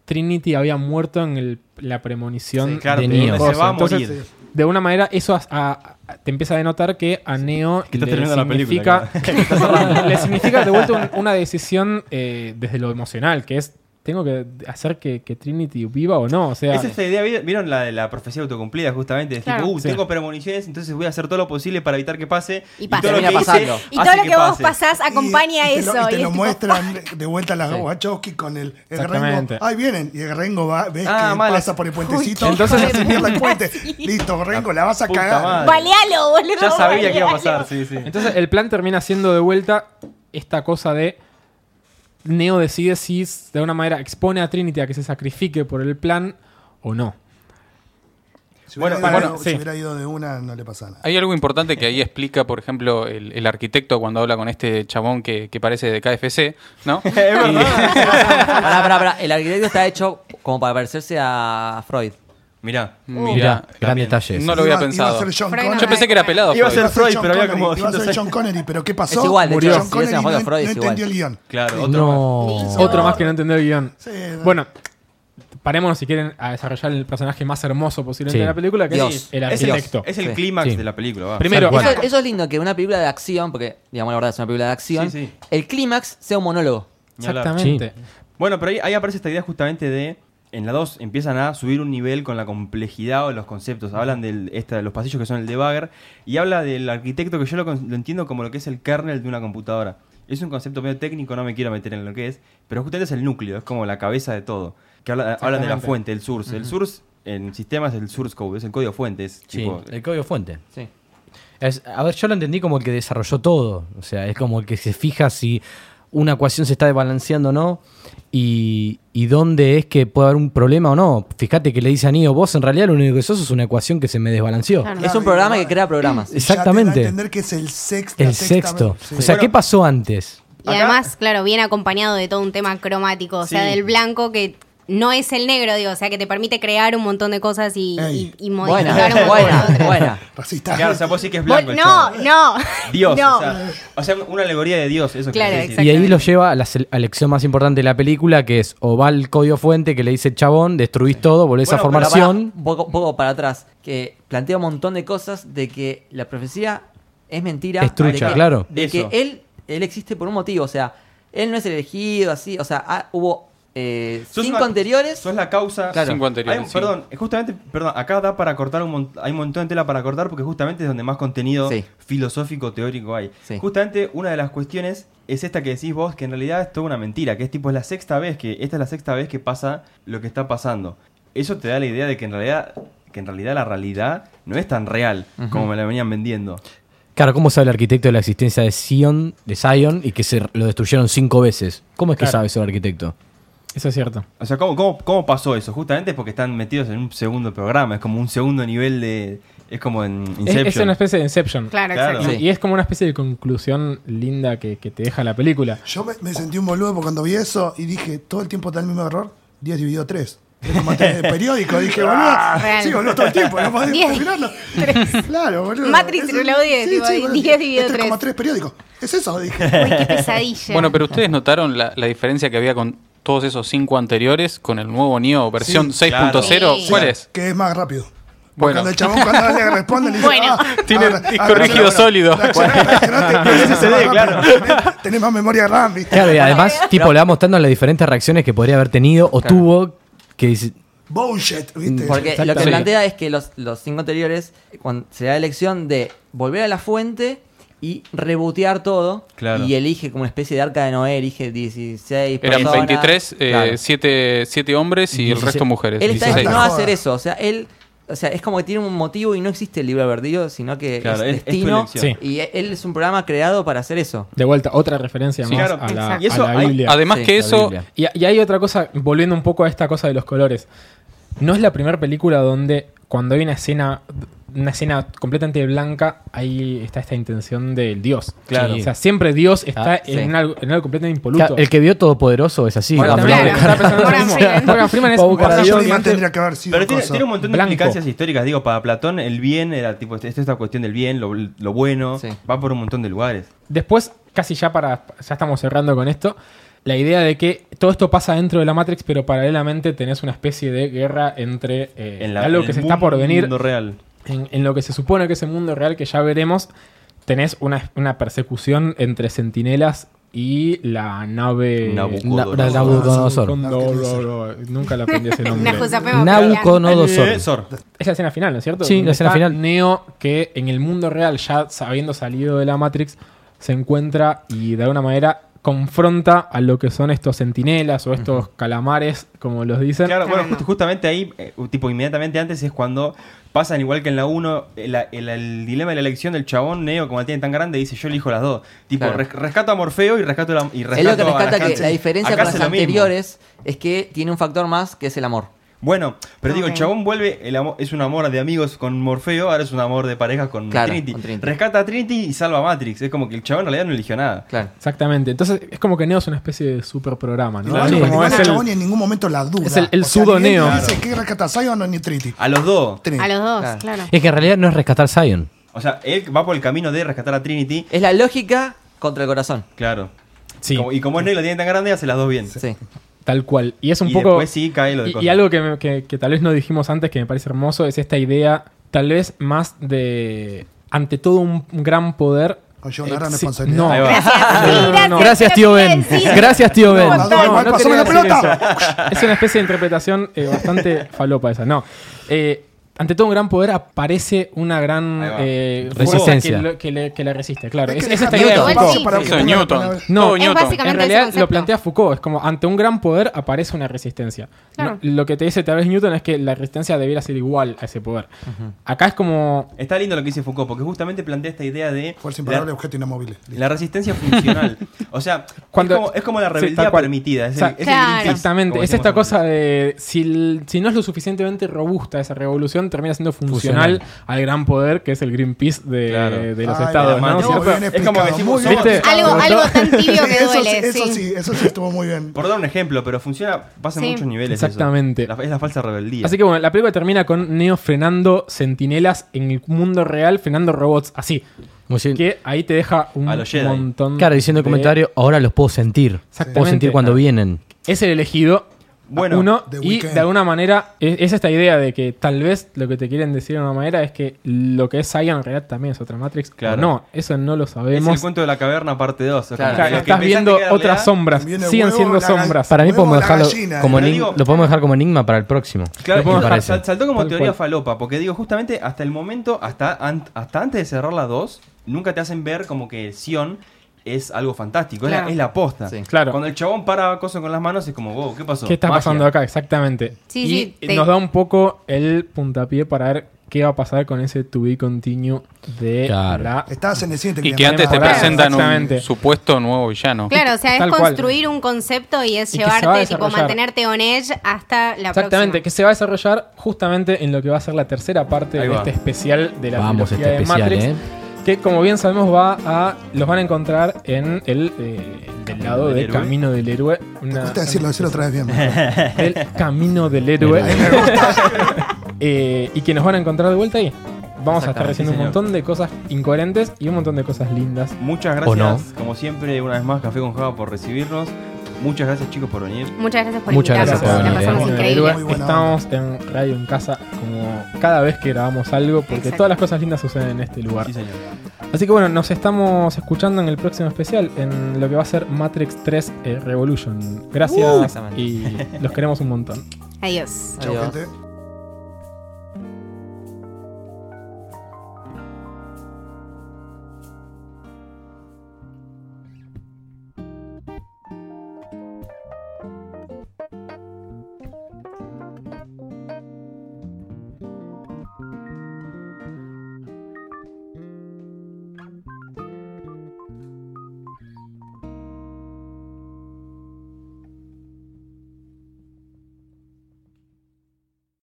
Speaker 2: Trinity había muerto en el- la premonición
Speaker 3: Sí, claro,
Speaker 4: de
Speaker 3: te-
Speaker 4: Neo.
Speaker 3: se va a
Speaker 2: Entonces,
Speaker 3: morir.
Speaker 2: De una manera, eso as- a- a- te empieza a denotar que a Neo
Speaker 3: Que está
Speaker 2: le,
Speaker 3: terminando la película,
Speaker 2: significa, le significa de vuelta un- una decisión eh, desde lo emocional, que es, tengo que hacer que, que Trinity viva o no. O sea,
Speaker 3: Es esta idea, ¿vi- ¿vieron la de la profecía autocumplida justamente? Es
Speaker 6: Claro.
Speaker 3: tipo, uh,
Speaker 2: Sí.
Speaker 3: tengo premoniciones, entonces voy a hacer todo lo posible para evitar que pase.
Speaker 6: Y pasa.
Speaker 3: todo lo que
Speaker 8: Termina
Speaker 3: hice
Speaker 8: pasando.
Speaker 6: Y
Speaker 3: hace
Speaker 6: todo lo que vos
Speaker 3: pase.
Speaker 6: pasás acompaña
Speaker 5: Y- y te
Speaker 6: eso.
Speaker 5: lo- Y te
Speaker 6: es
Speaker 5: lo
Speaker 6: tipo,
Speaker 5: muestran de vuelta a las Wachowski con el, el
Speaker 2: Exactamente.
Speaker 5: Rengo. Ahí vienen. Y el Rengo va, ves
Speaker 3: Ah,
Speaker 5: que
Speaker 3: mal.
Speaker 5: pasa por el puentecito.
Speaker 2: Uy, entonces-
Speaker 5: hace mierda el puente.
Speaker 6: Sí.
Speaker 5: Listo, Rengo, la vas a
Speaker 3: Puta
Speaker 5: cagar.
Speaker 3: madre.
Speaker 6: Balealo, boludo.
Speaker 3: Ya sabía que iba a
Speaker 6: balealo".
Speaker 3: pasar, sí, sí.
Speaker 2: Entonces el plan termina siendo de vuelta esta cosa de Neo decide si s- de alguna manera expone a Trinity a que se sacrifique por el plan o no.
Speaker 5: Si hubiera,
Speaker 2: Bueno,
Speaker 5: ido,
Speaker 2: bueno,
Speaker 5: si
Speaker 2: sí.
Speaker 5: hubiera ido de una, no le pasa nada.
Speaker 7: Hay algo importante que ahí explica, por ejemplo, el, el arquitecto cuando habla con este chabón que, que parece de KFC, ¿no?
Speaker 3: Es verdad.
Speaker 8: Pará, pará, pará. El arquitecto está hecho como para parecerse a Freud.
Speaker 3: Mirá.
Speaker 7: Mirá,
Speaker 4: Gran detalle. ese.
Speaker 7: no lo había
Speaker 5: Iba- iba a
Speaker 7: pensado.
Speaker 5: ser John
Speaker 6: Frank
Speaker 5: Connery.
Speaker 7: Yo pensé que era pelado.
Speaker 3: Iba a
Speaker 7: Freud.
Speaker 3: ser Freud,
Speaker 5: John
Speaker 3: pero había
Speaker 5: Connery,
Speaker 3: como
Speaker 5: iba a
Speaker 3: 200
Speaker 5: ser John
Speaker 3: años.
Speaker 5: Connery, pero ¿qué pasó?
Speaker 8: Es igual, de hecho,
Speaker 5: John
Speaker 8: si hubiese
Speaker 5: Connery
Speaker 8: una foto
Speaker 5: no,
Speaker 8: de Freud,
Speaker 5: no
Speaker 8: es igual.
Speaker 5: entendió el guión.
Speaker 3: Claro, otro más.
Speaker 4: No.
Speaker 2: Otro más que no entendió el guión.
Speaker 5: Sí, no.
Speaker 2: Bueno, parémonos si quieren a desarrollar el personaje más hermoso posiblemente
Speaker 4: Sí.
Speaker 2: de la película, que
Speaker 8: Dios.
Speaker 2: es el
Speaker 3: Es el,
Speaker 2: arquitecto.
Speaker 3: es el
Speaker 8: Sí.
Speaker 3: clímax
Speaker 4: Sí.
Speaker 3: de la película, va.
Speaker 2: Primero,
Speaker 4: Tal cual.
Speaker 8: Eso, eso es lindo, que una película de acción, porque digamos la verdad es una película de acción,
Speaker 3: Sí, sí.
Speaker 8: el clímax sea un monólogo.
Speaker 3: Ni hablar.
Speaker 2: exactamente.
Speaker 3: Bueno, pero ahí, ahí aparece esta idea justamente de. En la 2 empiezan a subir un nivel con la complejidad o los conceptos. Hablan del, esta, de los pasillos que son el debugger y habla del arquitecto que yo lo, con- lo entiendo como lo que es el kernel de una computadora. Es un concepto medio técnico, no me quiero meter en lo que es, pero justamente es el núcleo, es como la cabeza de todo. Que habla, hablan de la
Speaker 2: Exactamente.
Speaker 3: fuente, el source. El source en sistemas es el source code, es el código fuente. Es
Speaker 4: Sí,
Speaker 3: tipo,
Speaker 4: el código fuente.
Speaker 8: Sí.
Speaker 4: Es- a ver, yo lo entendí como el que desarrolló todo. O sea, es como el que se fija si una ecuación se está desbalanceando o no y, y dónde es que puede haber un problema o no. Fíjate que le dice a Neo, vos en realidad lo único que sos es una ecuación que se me desbalanceó.
Speaker 6: Claro.
Speaker 8: Es un programa que crea programas.
Speaker 5: Ya te da a
Speaker 4: Exactamente.
Speaker 5: entender que es el sexto.
Speaker 4: El sexto. O sea,
Speaker 3: Bueno.
Speaker 4: ¿qué pasó antes?
Speaker 6: Y
Speaker 3: Acá-
Speaker 6: además, claro, viene acompañado de todo un tema cromático, o sea,
Speaker 3: Sí.
Speaker 6: del blanco que no es el negro, digo, o sea, que te permite crear un montón de cosas y,
Speaker 5: Ey.
Speaker 6: y- y
Speaker 8: Buena,
Speaker 6: modificar un montón de
Speaker 8: buena,
Speaker 6: otras.
Speaker 8: buena.
Speaker 5: Racista.
Speaker 3: claro, o sea, vos sí que es
Speaker 6: Vos-
Speaker 3: blanco. el
Speaker 6: No,
Speaker 3: chabón.
Speaker 6: no.
Speaker 3: Dios.
Speaker 6: no.
Speaker 3: O, sea, o sea, una alegoría de Dios, eso
Speaker 6: Claro,
Speaker 3: que
Speaker 6: exacto.
Speaker 4: Y ahí
Speaker 6: Exactamente.
Speaker 4: lo lleva a la se- a la lección más importante de la película, que es o va al código fuente que le dice chabón, destruís todo, volvés
Speaker 3: Bueno,
Speaker 4: a
Speaker 3: pero
Speaker 4: formación.
Speaker 8: Un poco, poco para atrás, que plantea un montón de cosas de que la profecía es mentira.
Speaker 4: Es trucha,
Speaker 8: de que-
Speaker 4: claro.
Speaker 8: De que
Speaker 3: Eso.
Speaker 8: él, él existe por un motivo, o sea, él no es el elegido, así, o sea, ah, hubo eh,
Speaker 3: Sos
Speaker 8: cinco
Speaker 3: una-
Speaker 8: anteriores.
Speaker 3: Sos la causa.
Speaker 8: Claro.
Speaker 7: Cinco anteriores,
Speaker 3: Hay-
Speaker 7: sí.
Speaker 3: Perdón, justamente, perdón, acá da para cortar un montón. Hay un montón de tela para cortar porque justamente es donde más contenido
Speaker 8: Sí.
Speaker 3: filosófico, teórico hay.
Speaker 8: Sí.
Speaker 3: Justamente una de las cuestiones es esta que decís vos, que en realidad es toda una mentira, que es tipo es la sexta vez que. Esta es la sexta vez que pasa lo que está pasando. Eso te da la idea de que en realidad. Que en realidad la realidad no es tan real como me la venían vendiendo.
Speaker 4: Claro, ¿cómo sabe el arquitecto de la existencia de Zion, de Zion y que se lo destruyeron cinco veces? ¿Cómo es que
Speaker 2: Claro.
Speaker 4: sabe eso el arquitecto?
Speaker 2: Eso es cierto.
Speaker 3: O sea, ¿cómo, cómo, cómo pasó eso? Justamente porque están metidos en un segundo programa. Es como un segundo nivel de. Es como en
Speaker 2: Es,
Speaker 3: Inception.
Speaker 2: es una especie de Inception.
Speaker 6: Claro,
Speaker 3: Claro.
Speaker 6: exacto.
Speaker 2: Y,
Speaker 8: Sí.
Speaker 2: y es como una especie de conclusión linda que, que te deja la película.
Speaker 5: Yo me, me sentí un boludo porque cuando vi eso y dije, todo el tiempo está el mismo error, 10 dividido 3. de periódico, dije, boludo.
Speaker 6: Real.
Speaker 3: Ah.
Speaker 5: sí, boludo, todo el tiempo, no podés
Speaker 6: Diez,
Speaker 5: mirarlo. Claro, boludo.
Speaker 6: Matrix
Speaker 5: Es-
Speaker 6: Reloaded, tipo,
Speaker 5: boludo,
Speaker 6: 10 dividido
Speaker 5: esto es
Speaker 6: tres.
Speaker 5: como tres periódicos. Es eso, dije.
Speaker 6: Uy, qué pesadilla.
Speaker 7: Bueno, pero ustedes notaron la, la diferencia que había con todos esos cinco anteriores con el nuevo Neo versión
Speaker 5: Sí,
Speaker 7: 6.0.
Speaker 6: claro. Sí.
Speaker 7: ¿Cuál es?
Speaker 5: Que es más rápido.
Speaker 7: Bueno.
Speaker 5: Cuando el chabón cuando le responde, le dice,
Speaker 6: Bueno.
Speaker 5: ah,
Speaker 7: Tiene
Speaker 5: ah,
Speaker 7: disco
Speaker 5: ah, no,
Speaker 7: rígido
Speaker 5: no, no,
Speaker 7: sólido.
Speaker 5: no, no,
Speaker 3: Tiene
Speaker 5: no, no,
Speaker 3: SSD,
Speaker 5: no,
Speaker 3: claro.
Speaker 5: tenés- Tenés más memoria RAM, ¿viste?
Speaker 4: Claro, y además, tipo, le va mostrando las diferentes reacciones que podría haber tenido o tuvo, que dice,
Speaker 5: Bullshit,
Speaker 4: Mm,
Speaker 5: ¿viste?
Speaker 8: Porque lo que
Speaker 4: Exactamente.
Speaker 8: plantea es que los, los cinco anteriores, cuando se da la elección de volver a la fuente y rebotear todo,
Speaker 3: Claro.
Speaker 8: y elige como una especie de arca de Noé, elige 16
Speaker 7: Eran
Speaker 8: personas.
Speaker 7: 23,
Speaker 4: eh,
Speaker 8: Claro.
Speaker 7: 7 hombres y el
Speaker 4: 16.
Speaker 7: resto mujeres.
Speaker 8: Él está
Speaker 7: 16.
Speaker 8: destinado a hacer
Speaker 5: Joda.
Speaker 8: eso, o sea, él... O sea, es como que tiene un motivo y no existe el libro albedrío, sino que
Speaker 3: Claro, es-
Speaker 8: es
Speaker 3: es tu
Speaker 8: destino.
Speaker 3: elección.
Speaker 8: y él es un programa creado para hacer eso.
Speaker 2: De vuelta, otra referencia
Speaker 3: Sí,
Speaker 2: más
Speaker 3: claro.
Speaker 2: a, la,
Speaker 3: Y eso
Speaker 2: a la
Speaker 3: hay-
Speaker 2: Biblia.
Speaker 7: Además
Speaker 8: Sí,
Speaker 7: que
Speaker 4: la
Speaker 7: eso,
Speaker 4: Biblia.
Speaker 2: Y, y hay otra cosa, volviendo un poco a esta cosa de los colores. No es la primera película donde cuando hay una escena, una escena completamente blanca, ahí está esta intención del Dios.
Speaker 3: Claro.
Speaker 2: O sea, siempre Dios está
Speaker 4: Ah,
Speaker 2: en,
Speaker 8: sí.
Speaker 2: algo, en algo completamente impoluto.
Speaker 4: Claro, el que vio Todopoderoso es así.
Speaker 2: Bueno,
Speaker 4: vamos,
Speaker 2: también,
Speaker 4: vamos.
Speaker 2: estaba pensando lo
Speaker 6: Morgan
Speaker 2: mismo.
Speaker 6: Freeman.
Speaker 2: Morgan Freeman es
Speaker 4: Para
Speaker 2: un
Speaker 4: buscar a
Speaker 5: Para
Speaker 2: dios
Speaker 5: Dios
Speaker 2: gigante.
Speaker 5: tendría que haber sido
Speaker 3: Pero tiene,
Speaker 5: coso.
Speaker 3: tiene un montón de
Speaker 2: Blanco.
Speaker 3: implicancias históricas. Digo, para Platón, el bien era tipo, esto es esta cuestión del bien, lo, lo bueno.
Speaker 8: Sí.
Speaker 3: Va por un montón de lugares.
Speaker 2: Después, casi ya para. Ya estamos cerrando con esto. La idea de que todo esto pasa dentro de la Matrix, pero paralelamente tenés una especie de guerra entre eh,
Speaker 3: En la,
Speaker 2: algo
Speaker 3: en
Speaker 2: que
Speaker 3: el
Speaker 2: se está por venir,
Speaker 3: mundo real.
Speaker 2: en, en lo que se supone que es el mundo real, que ya veremos. Tenés una, una persecución entre centinelas y la nave.
Speaker 4: Na-
Speaker 3: Nabucodonosor.
Speaker 4: na- Nabucodonosor.
Speaker 2: Nabucodonosor. Nunca la aprendí ese nombre.
Speaker 6: Najosapemo,
Speaker 4: Nauconodoso.
Speaker 3: Eh, Sor.
Speaker 2: Es la escena final, ¿no es cierto?
Speaker 4: Sí, la
Speaker 2: Donde
Speaker 4: escena
Speaker 2: está
Speaker 4: final.
Speaker 2: Neo, que en el mundo real, ya habiendo salido de la Matrix, se encuentra y de alguna manera confronta a lo que son estos centinelas o estos calamares, como los dicen.
Speaker 3: Claro, bueno,
Speaker 6: Tremendo.
Speaker 3: just- justamente ahí, eh, tipo inmediatamente antes, es cuando pasan igual que en la 1, el, el- el dilema de la elección del chabón Neo, como la tiene tan grande, dice yo elijo las dos. Tipo,
Speaker 8: Claro.
Speaker 3: res- rescato a Morfeo y rescato, la, y
Speaker 8: Es lo que
Speaker 3: rescato a
Speaker 8: rescata que
Speaker 3: Anakin.
Speaker 8: la diferencia
Speaker 3: Acá
Speaker 8: con las
Speaker 3: hace lo mismo.
Speaker 8: anteriores es que tiene un factor más que es el amor.
Speaker 3: Bueno, pero digo,
Speaker 6: Ok.
Speaker 3: el chabón vuelve, el amo- es un amor de amigos con Morfeo, ahora es un amor de pareja con,
Speaker 8: Claro,
Speaker 3: Trinity.
Speaker 8: con Trinity.
Speaker 3: Rescata a Trinity y salva a Matrix. Es como que el chabón en realidad no eligió nada.
Speaker 8: Claro.
Speaker 2: Exactamente. Entonces es como que Neo es una especie de super programa, ¿no?
Speaker 5: Igual
Speaker 2: Es
Speaker 5: porque
Speaker 2: como
Speaker 5: igual
Speaker 2: es
Speaker 5: el
Speaker 2: el-
Speaker 5: chabón y en ningún momento la duda.
Speaker 2: es el- el
Speaker 5: O sea,
Speaker 2: psudoneo.
Speaker 5: ni él ni
Speaker 2: Claro.
Speaker 5: Dice que rescata Zion o ni Trinity.
Speaker 3: A los dos.
Speaker 5: Trinity.
Speaker 6: A los dos,
Speaker 8: Claro.
Speaker 6: claro.
Speaker 4: Es que en realidad no es rescatar Zion.
Speaker 3: O sea, él va por el camino de rescatar a Trinity.
Speaker 8: Es la lógica contra el corazón.
Speaker 3: Claro.
Speaker 2: Sí,
Speaker 3: Como- y como es negro y la tiene tan grande, hace las dos bien.
Speaker 8: Sí.
Speaker 2: tal cual. Y es un
Speaker 3: y
Speaker 2: poco.
Speaker 3: después sí cae lo de
Speaker 2: Y- Y,
Speaker 3: Cosmo.
Speaker 2: algo que, me- que- que tal vez no dijimos antes, que me parece hermoso, es esta idea, tal vez más de. Ante todo, un un gran poder.
Speaker 5: Conlleva una gran
Speaker 2: exi-
Speaker 5: responsabilidad.
Speaker 2: No,
Speaker 3: Ahí va.
Speaker 2: No, no,
Speaker 4: Gracias, tío Ben.
Speaker 2: Gracias, tío Ben.
Speaker 5: Maradona, igual, pasame la
Speaker 2: quería decir
Speaker 5: pelota.
Speaker 2: eso. Es una especie de interpretación eh, bastante falopa esa. No. Eh, ante todo un gran poder aparece una gran
Speaker 3: Ahí va.
Speaker 2: eh, fuerza
Speaker 4: Resistencia.
Speaker 2: Que, lo- que le, que la resiste, claro.
Speaker 5: Es
Speaker 2: Es,
Speaker 5: que
Speaker 2: es esta
Speaker 5: deja
Speaker 2: idea de
Speaker 5: todo
Speaker 6: Newton.
Speaker 2: Foucault.
Speaker 5: espacio para
Speaker 6: Sí.
Speaker 7: Eso
Speaker 5: que ponga
Speaker 7: es
Speaker 5: la
Speaker 7: Newton.
Speaker 5: primera vez.
Speaker 2: No,
Speaker 7: Todo
Speaker 6: Es básicamente-
Speaker 7: Newton.
Speaker 2: en
Speaker 6: Exactamente
Speaker 2: realidad
Speaker 6: ese
Speaker 2: lo
Speaker 6: concepto.
Speaker 2: plantea Foucault, es como ante un gran poder aparece una resistencia.
Speaker 6: Claro.
Speaker 2: No, lo que te dice tal vez Newton es que la resistencia debiera ser igual a ese poder. Acá es como
Speaker 3: Está lindo lo que dice Foucault, porque justamente plantea esta idea de
Speaker 5: Fuerza imparable,
Speaker 3: la,
Speaker 5: objeto inamovible. Listo.
Speaker 3: la resistencia funcional. O sea,
Speaker 2: Cuando-
Speaker 3: es, como, es como la
Speaker 2: sí,
Speaker 3: rebeldía
Speaker 2: tal cual.
Speaker 3: permitida. Es el-
Speaker 2: Sa-
Speaker 3: es el
Speaker 6: Claro.
Speaker 3: Greenpeace,
Speaker 2: Exactamente,
Speaker 3: como
Speaker 2: es esta
Speaker 3: decimos antes.
Speaker 2: cosa de si, el- si no es lo suficientemente robusta esa revolución, termina siendo funcional, al gran poder que es el Greenpeace de,
Speaker 3: Claro.
Speaker 2: de los
Speaker 5: Ay,
Speaker 2: estados.
Speaker 3: la
Speaker 2: ¿no?
Speaker 3: mano.
Speaker 5: muy
Speaker 2: ¿Cierto?
Speaker 5: bien
Speaker 3: Es como
Speaker 5: explicado,
Speaker 3: decimos,
Speaker 5: muy bien
Speaker 2: ¿viste?
Speaker 5: explicado.
Speaker 6: Algo, algo tan tibio que
Speaker 5: Sí, eso
Speaker 6: duele,
Speaker 5: sí, Eso sí, eso sí estuvo muy bien.
Speaker 3: Por dar un ejemplo, pero funciona, pasa en
Speaker 6: Sí.
Speaker 3: muchos niveles. eso.
Speaker 2: Exactamente.
Speaker 3: La- es la falsa rebeldía.
Speaker 2: Así que bueno, la película termina con Neo frenando sentinelas en el mundo real, frenando robots así.
Speaker 4: Como si-
Speaker 2: Que ahí te deja un
Speaker 3: A los Jedi.
Speaker 2: montón.
Speaker 4: claro, diciendo el
Speaker 2: de-
Speaker 4: comentario, ahora los puedo sentir. Puedo
Speaker 2: Exactamente.
Speaker 4: sentir cuando vienen.
Speaker 2: Es el elegido.
Speaker 3: Bueno,
Speaker 2: uno,
Speaker 5: The
Speaker 2: y
Speaker 5: Weeknd.
Speaker 2: de alguna manera es, es esta idea de que tal vez lo que te quieren decir de una manera es que lo que es Zion en realidad también es otra Matrix. O
Speaker 3: Claro.
Speaker 2: no, eso no lo
Speaker 3: es
Speaker 2: sabemos.
Speaker 3: el cuento de la caverna parte 2.
Speaker 8: Claro.
Speaker 2: Claro,
Speaker 8: Lo que
Speaker 2: estás viendo otras sombras,
Speaker 5: Viene el
Speaker 2: siguen
Speaker 5: huevo,
Speaker 2: siendo
Speaker 5: la
Speaker 2: sombras.
Speaker 5: gall-
Speaker 4: Para mí
Speaker 5: Huevo
Speaker 4: podemos
Speaker 5: la
Speaker 4: dejarlo
Speaker 5: gallina,
Speaker 4: como
Speaker 3: pero
Speaker 4: enig-
Speaker 3: digo-
Speaker 4: lo podemos dejar como enigma para el próximo.
Speaker 3: Claro,
Speaker 2: Lo podemos
Speaker 4: Me
Speaker 3: sal-
Speaker 2: dejar,
Speaker 4: parece.
Speaker 3: sal- saltó como
Speaker 2: Tal
Speaker 3: teoría
Speaker 2: cual.
Speaker 3: falopa, porque digo, justamente hasta el momento, hasta, an- hasta antes de cerrar la 2, nunca te hacen ver como que Sion es algo fantástico, es la-
Speaker 6: Claro.
Speaker 3: es la aposta.
Speaker 8: Sí.
Speaker 2: Claro.
Speaker 3: Cuando el chabón para cosas con las manos es como, wow, ¿qué pasó?
Speaker 2: ¿Qué está
Speaker 3: Magia.
Speaker 2: pasando acá? Exactamente.
Speaker 6: Sí,
Speaker 2: y
Speaker 6: sí,
Speaker 2: eh,
Speaker 6: te-
Speaker 2: nos da un poco el puntapié para ver qué va a pasar con ese to be continue de
Speaker 4: Claro.
Speaker 2: la.
Speaker 5: Estabas en el siguiente
Speaker 7: Y que antes te
Speaker 2: Claro,
Speaker 7: presentan
Speaker 2: exactamente.
Speaker 7: un supuesto nuevo villano.
Speaker 6: Claro, o sea,
Speaker 2: Tal
Speaker 6: es
Speaker 2: cual.
Speaker 6: construir un concepto y es
Speaker 2: Y que se va a
Speaker 6: llevarte, tipo,
Speaker 2: desarrollar.
Speaker 6: mantenerte on edge hasta la
Speaker 2: Exactamente, que
Speaker 6: próxima.
Speaker 2: se va a desarrollar justamente en lo que va a ser la tercera parte
Speaker 3: Ahí
Speaker 2: de
Speaker 3: va.
Speaker 2: este especial de la
Speaker 4: Vamos,
Speaker 2: trilogía
Speaker 4: este
Speaker 2: de
Speaker 4: especial,
Speaker 2: Matrix.
Speaker 4: ¿eh?
Speaker 2: Que como bien sabemos va a. los van a encontrar en el eh, del lado
Speaker 3: del
Speaker 2: de
Speaker 3: héroe.
Speaker 2: Camino del Héroe.
Speaker 5: Te
Speaker 2: Una,
Speaker 5: cuesta decirlo, decirlo otra vez bien.
Speaker 2: El Camino del Héroe. Eh, y que nos van a encontrar de vuelta ahí. Vamos a estar
Speaker 3: Exactamente,
Speaker 2: haciendo un
Speaker 3: señor.
Speaker 2: montón de cosas incoherentes y un montón de cosas lindas.
Speaker 3: Muchas
Speaker 4: ¿O
Speaker 3: gracias, como siempre, una vez más, Café con Java por recibirnos. Muchas gracias, chicos, por venir.
Speaker 6: Muchas gracias por
Speaker 4: Muchas
Speaker 6: invitarnos.
Speaker 4: gracias por
Speaker 6: la
Speaker 4: venir,
Speaker 6: pasamos
Speaker 5: eh.
Speaker 6: increíble.
Speaker 5: Muy buena
Speaker 2: Estamos en Radio en Casa como cada vez que grabamos algo, porque
Speaker 6: Exacto.
Speaker 2: todas las cosas lindas suceden en este lugar.
Speaker 3: Sí, señor.
Speaker 2: Así que bueno, nos estamos escuchando en el próximo especial, en lo que va a ser Matrix 3 eh, Revolution. Gracias
Speaker 8: Exactamente.
Speaker 2: y los queremos un montón.
Speaker 6: Adiós.
Speaker 5: Chau,
Speaker 8: Adiós.
Speaker 5: gente.